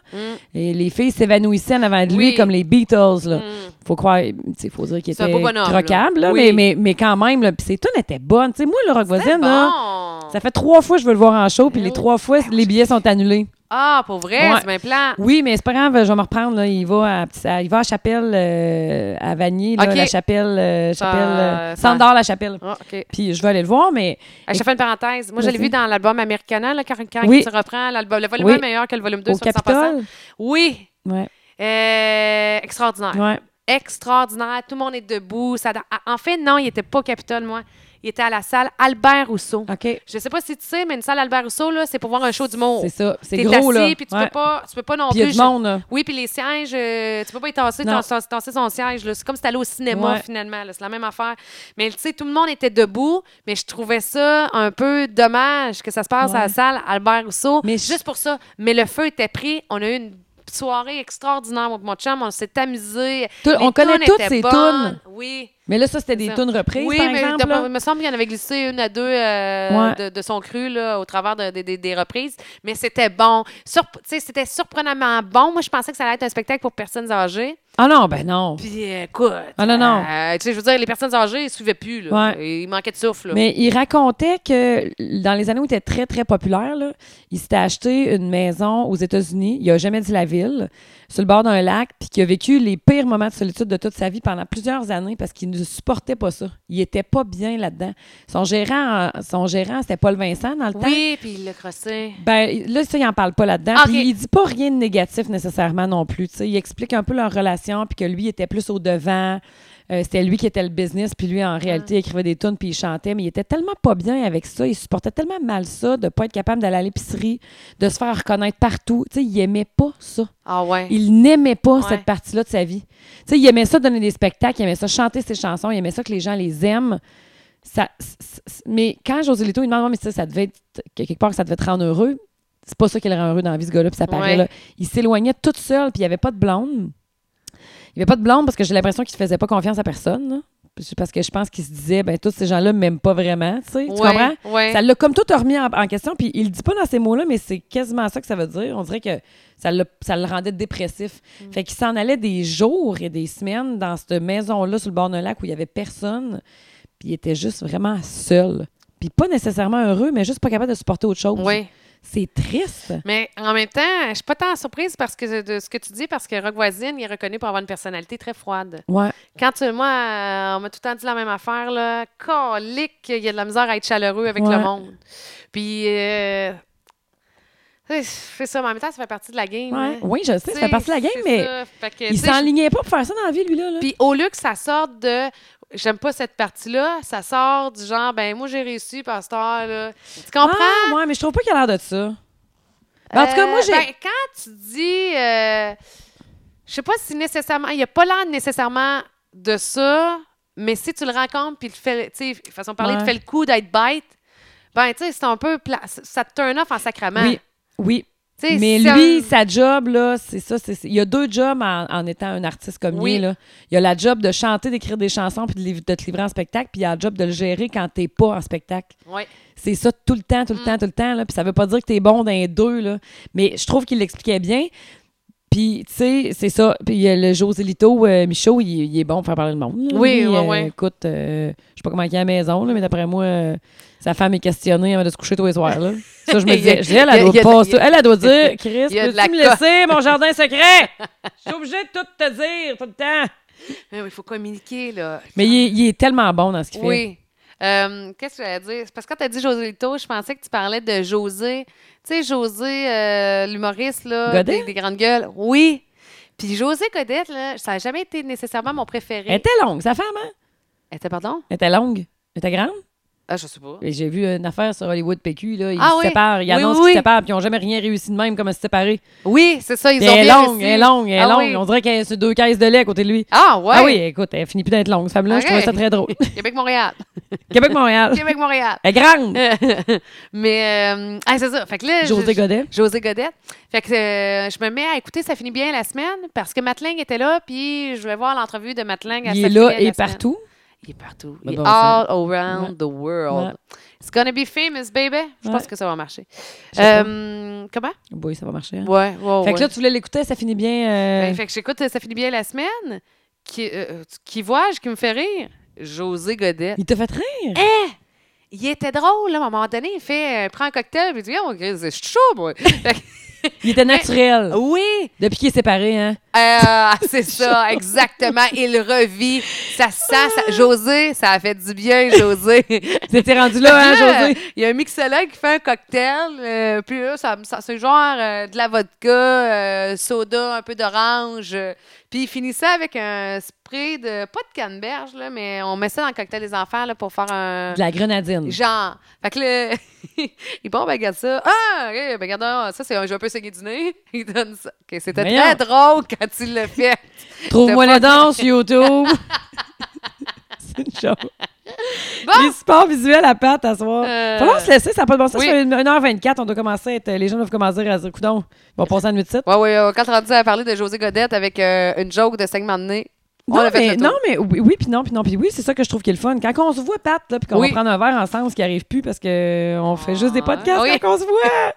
Et les filles s'évanouissaient en avant de lui Mm. Oui. comme les Beatles là. Mm. Faut croire, tu sais, faut dire qu'il C'est un était beau bonhomme, là. croquable là, mais, Oui. mais mais quand même là. Puis ses tunes étaient bonnes. Tu sais, moi le Rock Voisine là, Bon. ça fait trois fois que je veux le voir en show, puis les trois fois les billets sont annulés. Ah, pour vrai, Ouais. c'est bien plan. Oui, mais c'est pas grave, je vais me reprendre. Là. Il, va à, Petit- à- il va à Chapelle, euh, à Vanier, là, Ok. la Chapelle, euh, Ça- Chapelle euh, ça- Sandor, la Chapelle. Ah, OK. Puis je vais aller le voir, mais Ah, Je te fais une parenthèse. Moi, je l'ai Vas-y. vu dans l'album Americana, là, quand, quand Oui. tu reprends l'album. Le volume Oui. 1 est meilleur que le volume 2, au soit dit en passant. Capitole, Oui. ouais, Euh, extraordinaire. ouais. Extraordinaire. Tout le monde est debout. Ça, da- en fait, non, il n'était pas au Capitole, moi. Il était à la salle Albert Rousseau. ok, Je sais pas si tu sais, mais une salle Albert Rousseau, là, c'est pour voir un show d'humour. c'est ça, c'est Oh. T'es gros assis, là. puis tu Ouais. peux pas, tu peux pas non Puis il y a plus. du je- monde, là. Oui, puis les sièges, euh, tu peux pas y tasser, Non. tasser, tasser son siège. là. C'est comme si t'allais au cinéma Ouais. finalement. là. C'est la même affaire. Mais tu sais, tout le monde était debout, mais je trouvais ça un peu dommage que ça se passe à la Ouais. salle Albert Rousseau. Mais je- juste pour ça. Mais le feu était pris. On a eu une soirée extraordinaire, moi, pis mon chum. On s'est amusé. Tout- Les on connaît tunes toutes étaient ces bonnes. tunes. Oui. Mais là, ça, c'était des ça. tunes reprises, Oui, par mais exemple. d'après- là. il me semble qu'il y en avait glissé une à deux euh, Ouais. de, de son cru là, au travers de- de- de- des reprises. Mais c'était bon. Surp- tu sais, c'était surprenamment bon. Moi, je pensais que ça allait être un spectacle pour personnes âgées. Ah non, ben non. Puis, euh, écoute. Ah non, non. euh, tu sais, je veux dire, les personnes âgées, ils suivaient plus. Là. Ils manquaient de souffle. là. Mais il racontait que dans les années où il était très, très populaire, là, il s'était acheté une maison aux États-Unis. Il a jamais dit la ville, sur le bord d'un lac, puis qu'il a vécu les pires moments de solitude de toute sa vie pendant plusieurs années parce qu'il ne supportait pas ça. Il était pas bien là-dedans. Son gérant, son gérant, c'était Paul Vincent dans le temps. oui, puis il l'a crossé. Ben là, ça, il en parle pas là-dedans. Ah, Puis ok. il dit pas rien de négatif nécessairement non plus. tu sais. Il explique un peu leur relation, puis que lui était plus au devant. Euh, c'était lui qui était le business, puis lui, en réalité, il écrivait des tunes, puis il chantait, mais il était tellement pas bien avec ça, il supportait tellement mal ça, de pas être capable d'aller à l'épicerie, de se faire reconnaître partout. Tu sais, il aimait pas ça. Ah ouais. Il n'aimait pas Ouais. cette partie-là de sa vie. Tu sais, il aimait ça donner des spectacles, il aimait ça chanter ses chansons, il aimait ça que les gens les aiment. Ça, c- c- c- mais quand José Lito, il demande, Ouais, mais ça, ça devait être, que- quelque part, que ça devait te rendre heureux. C'est pas ça qui le rend heureux dans la vie, ce gars-là, puis ça paraît. Ouais. là. Il s'éloignait tout seul, puis il n'y avait pas de blonde. Il n'y avait pas de blonde parce que j'ai l'impression qu'il ne faisait pas confiance à personne. là. C'est Parce que je pense qu'il se disait, ben tous ces gens-là m'aiment pas vraiment, tu sais. Tu Ouais, comprends? ouais. Ça l'a comme tout remis en, en question, puis il le dit pas dans ces mots-là, mais c'est quasiment ça que ça veut dire. On dirait que ça, l'a- ça le rendait dépressif. Mm. Fait qu'il s'en allait des jours et des semaines dans cette maison-là sur le bord d'un lac où il y avait personne, puis il était juste vraiment seul. Puis pas nécessairement heureux, mais juste pas capable de supporter autre chose. Oui. C'est triste. Mais en même temps, je suis pas tant surprise parce que de ce que tu dis, parce que Rock Voisine, il est reconnu pour avoir une personnalité très froide. Ouais. Quand tu, moi, euh, on m'a tout le temps dit la même affaire, là. Calique, il y a de la misère à être chaleureux avec Ouais. le monde. Puis, euh, tu sais, je fais ça, mais en même temps, ça fait partie de la game. ouais. hein. Oui, je sais, ça fait partie de la game, c'est mais ça. Fait que, tu il sais, je- s'enlignait pas pour faire ça dans la vie, lui-là. là. Puis, au lieu que ça sorte de. J'aime pas cette partie-là, ça sort du genre, ben moi j'ai réussi, pasteur, là. Tu comprends? Ah, ouais, mais je trouve pas qu'il a l'air de ça. Ben, en tout cas, moi, Euh, j'ai. ben, quand tu dis. euh, je sais pas si nécessairement. Il n'y a pas l'air nécessairement de ça, mais si tu le rencontres puis le fais. Tu sais, façon de parler, Ouais. tu fais le coup d'être bête, ben, tu sais, c'est un peu. pla- Ça te turn off en sacrament. oui. Oui, Tu sais, Mais c'est un- lui, sa job, là, c'est ça. c'est- c'est- il y a deux jobs en, en étant un artiste comme Oui. lui. Là. Il y a la job de chanter, d'écrire des chansons, puis de, liv- de te livrer en spectacle, puis il y a la job de le gérer quand t'es pas en spectacle. Ouais. C'est ça tout le temps, Mm. tout le temps, tout le temps. Là. Puis ça veut pas dire que t'es bon dans les deux. Là. Mais je trouve qu'il l'expliquait bien. Puis, tu sais, c'est ça. Puis il y a le José Lito, euh, Michaud, il, il est bon pour faire parler le monde. là. Oui, Lui, ouais, euh, ouais. Écoute, euh, je sais pas comment il est à la maison, là, mais d'après moi, euh, sa femme est questionnée avant de se coucher tous les soirs. Là. Ça, je me disais, je dis, elle, elle Il y a- il y a doit de- pas il y a- ça. Elle, elle doit dire, Chris, Il y a de peux-tu me la co- laisser mon jardin secret? Je suis obligée de tout te dire, tout le temps. Mais il faut communiquer, là. Mais il est, il est tellement bon dans ce qu'il fait. Oui. Euh, Qu'est-ce que j'allais dire? C'est parce que quand tu as dit José Lito, je pensais que tu parlais de José. Tu sais, José, euh, l'humoriste, là, Godet? des, des grandes gueules. Oui. Puis José Godette, là, ça n'a jamais été nécessairement mon préféré. Elle était longue, sa femme, hein? Elle était, pardon? Elle était longue. Elle était grande? Ah, je sais pas. Et J'ai vu une affaire sur Hollywood PQ, là. Ils Ah se oui. séparent, ils Oui, annoncent oui, qu'ils oui. se séparent, puis ils n'ont jamais rien réussi de même comme à se séparer. Oui, c'est ça, ils Puis ont Elle est bien longue, réussi. elle est longue, elle est Ah longue. oui. On dirait qu'elle est sur deux caisses de lait à côté de lui. Ah, ouais. Ah oui, écoute, elle finit plus d'être longue, cette femme-là. Je trouvais Arrête. ça très drôle. Québec-Montréal. Québec-Montréal. Québec-Montréal. Elle est grande. Mais, euh, ah, c'est ça. Fait que là, José Euh, je- Godet. José Godette. Fait que euh, je me mets à écouter Ça finit bien la semaine parce que Matling était là, puis je voulais voir l'entrevue de Matling à Il Ça est finit bien là la et semaine. partout. Il est partout. Ben Il est bon, ça- all around Ouais. the world. Ouais. It's gonna be famous, baby. Je pense Ouais. que ça va marcher. Je sais Euh, comment? Oui, ça va marcher. hein. Ouais, ouais, Fait ouais. que là, tu voulais l'écouter, ça finit bien. euh, Ben, fait que j'écoute euh, Ça finit bien la semaine. Qui, euh, qui vois-je qui me fait rire? José Godet. Il t'a fait rire. Eh, Il était drôle, là, à un moment donné. Il fait, euh, prend un cocktail, puis il dit, oh, Chris, je suis chaud, moi. Fait que- Il eh. était Oh. naturel. oui! Depuis qu'il est séparé, hein. Euh, c'est ça, exactement. Il revit. Ça sent. ça- José, ça a fait du bien, José. C'était rendu là, hein, Là, José? Il y a un mixologue qui fait un cocktail. euh, puis eux, ça, me sent- c'est genre euh, de la vodka, euh, soda, un peu d'orange. euh, puis il finit ça avec un spray de. Pas de canneberge, là, mais on met ça dans le cocktail des enfants là, pour faire un. De la grenadine. Genre. Fait que là, il bon, ben, regarde ça. Ah, ok, ben, regarde, ah, ça, c'est un jeu un peu saigné du nez. Il donne ça. Ok, c'était Voyons. très drôle quand il le fait. Trouve-moi la danse, YouTube. C'est une chose. Bon. Les supports visuels à patte à soir. Euh. Faut qu'on se laisser, ça n'a pas de bon sens. Oui. Ça fait une- 1h24, on doit commencer à être. Les gens doivent commencer à se dire, coudon, ils vont passer à la nuit de suite. Ouais, ouais, euh, quand on a parlé de José Godette avec euh, une joke de segment de nez. on Non, a fait mais, le tour. non, mais oui, oui, puis non, puis non, puis oui, c'est ça que je trouve qui est le fun. Quand on se voit, Pat, là, puis qu'on Oui. va prendre un verre ensemble, ce qui arrive plus parce qu'on fait juste des Ah, podcasts oui. quand on se voit.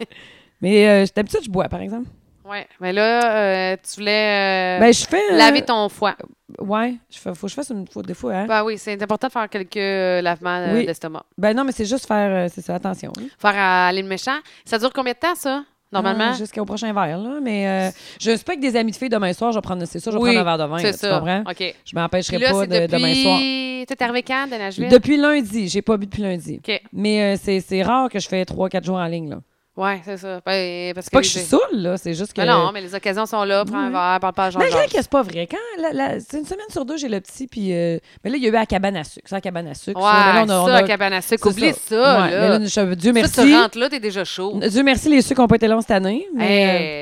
mais euh, d'habitude, je bois, par exemple. Ouais, mais là, euh, tu voulais euh, Ben, je fais. euh, laver ton foie. Ouais, je fais, faut que je fasse une fois, des fois. Hein? Ben oui, c'est important de faire quelques euh, lavements euh, Oui. d'estomac. Ben non, mais c'est juste faire. euh, c'est ça, attention. hein. Faire euh, aller le méchant. Ça dure combien de temps, ça, normalement? Ah, Jusqu'au prochain verre, là. Mais euh, je suis pas avec des amis de filles demain soir, je vais prendre. C'est ça, je vais Oui, prendre un verre de vin. c'est là, tu ça. comprends? OK. Je m'empêcherai Puis là, pas c'est de, demain soir. depuis... T'es arrivé quand de Nashville? Depuis lundi, j'ai pas bu depuis lundi. OK. Mais euh, c'est- c'est rare que je fais 3-4 jours en ligne. là. Ouais, c'est ça. Ben, parce C'est pas les- que je suis saoule, là. C'est juste que. Mais non, mais les occasions sont là. Prends un Oui. verre, parle pas à jean Mais je que c'est pas vrai. Quand la- la- c'est une semaine sur deux, j'ai le petit, puis euh, mais là, il y a eu à cabane à sucre. Ça, à cabane à sucre. Ouais, ça, mais là, ça, cabane à sucre. c'est Oublie ça, Ouais, là. mais je- Dieu Ça, merci. tu rentres là, t'es déjà chaud. Dieu merci, les sucres ont pas été longs cette année. Mais, euh,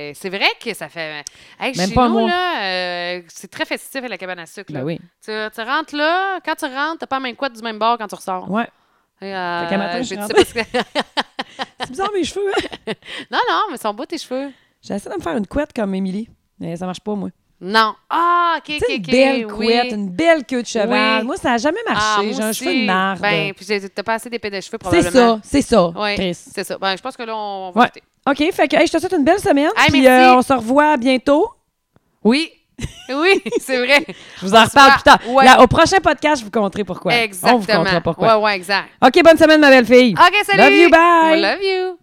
Hey, c'est vrai que ça fait. Hey, Même chez pas nous, moi. là, euh, c'est très festif à la cabane à sucre. euh, là. ben oui. tu, tu rentres là, quand tu rentres, t'as pas la même quoi du même bord quand tu ressors. Ouais. Et, euh, Fait qu'à matin, je suis sais rentrée. pas ce que- C'est bizarre, mes cheveux. Hein? non, non, mais ils sont beaux tes cheveux. J'essaie de me faire une couette comme Émilie. Mais ça marche pas, moi. Non. Ah, ok, Tu ok, sais, une ok, belle oui. couette, une belle queue de cheval. Oui. Moi, ça n'a jamais Ah, marché. moi J'ai un aussi. cheveu de marde. Ben, puis j'ai- t'as pas assez d'épais de cheveux, c'est probablement. ça, c'est ça, Ouais, Chris. C'est ça. Ben, je pense que là, on va Ouais. quitter. OK, fait que hey, je te souhaite une belle semaine. Hey, puis euh, merci. on se revoit bientôt. Oui. Oui, c'est vrai. Je vous en reparle se plus tard. voit. Ouais. Là, au prochain podcast, je vous conterai pourquoi. On vous Exactement. contera pourquoi. Ouais, Ah, ouais, exact. OK, bonne semaine, ma belle fille. OK, salut. Love you, bye. Love you.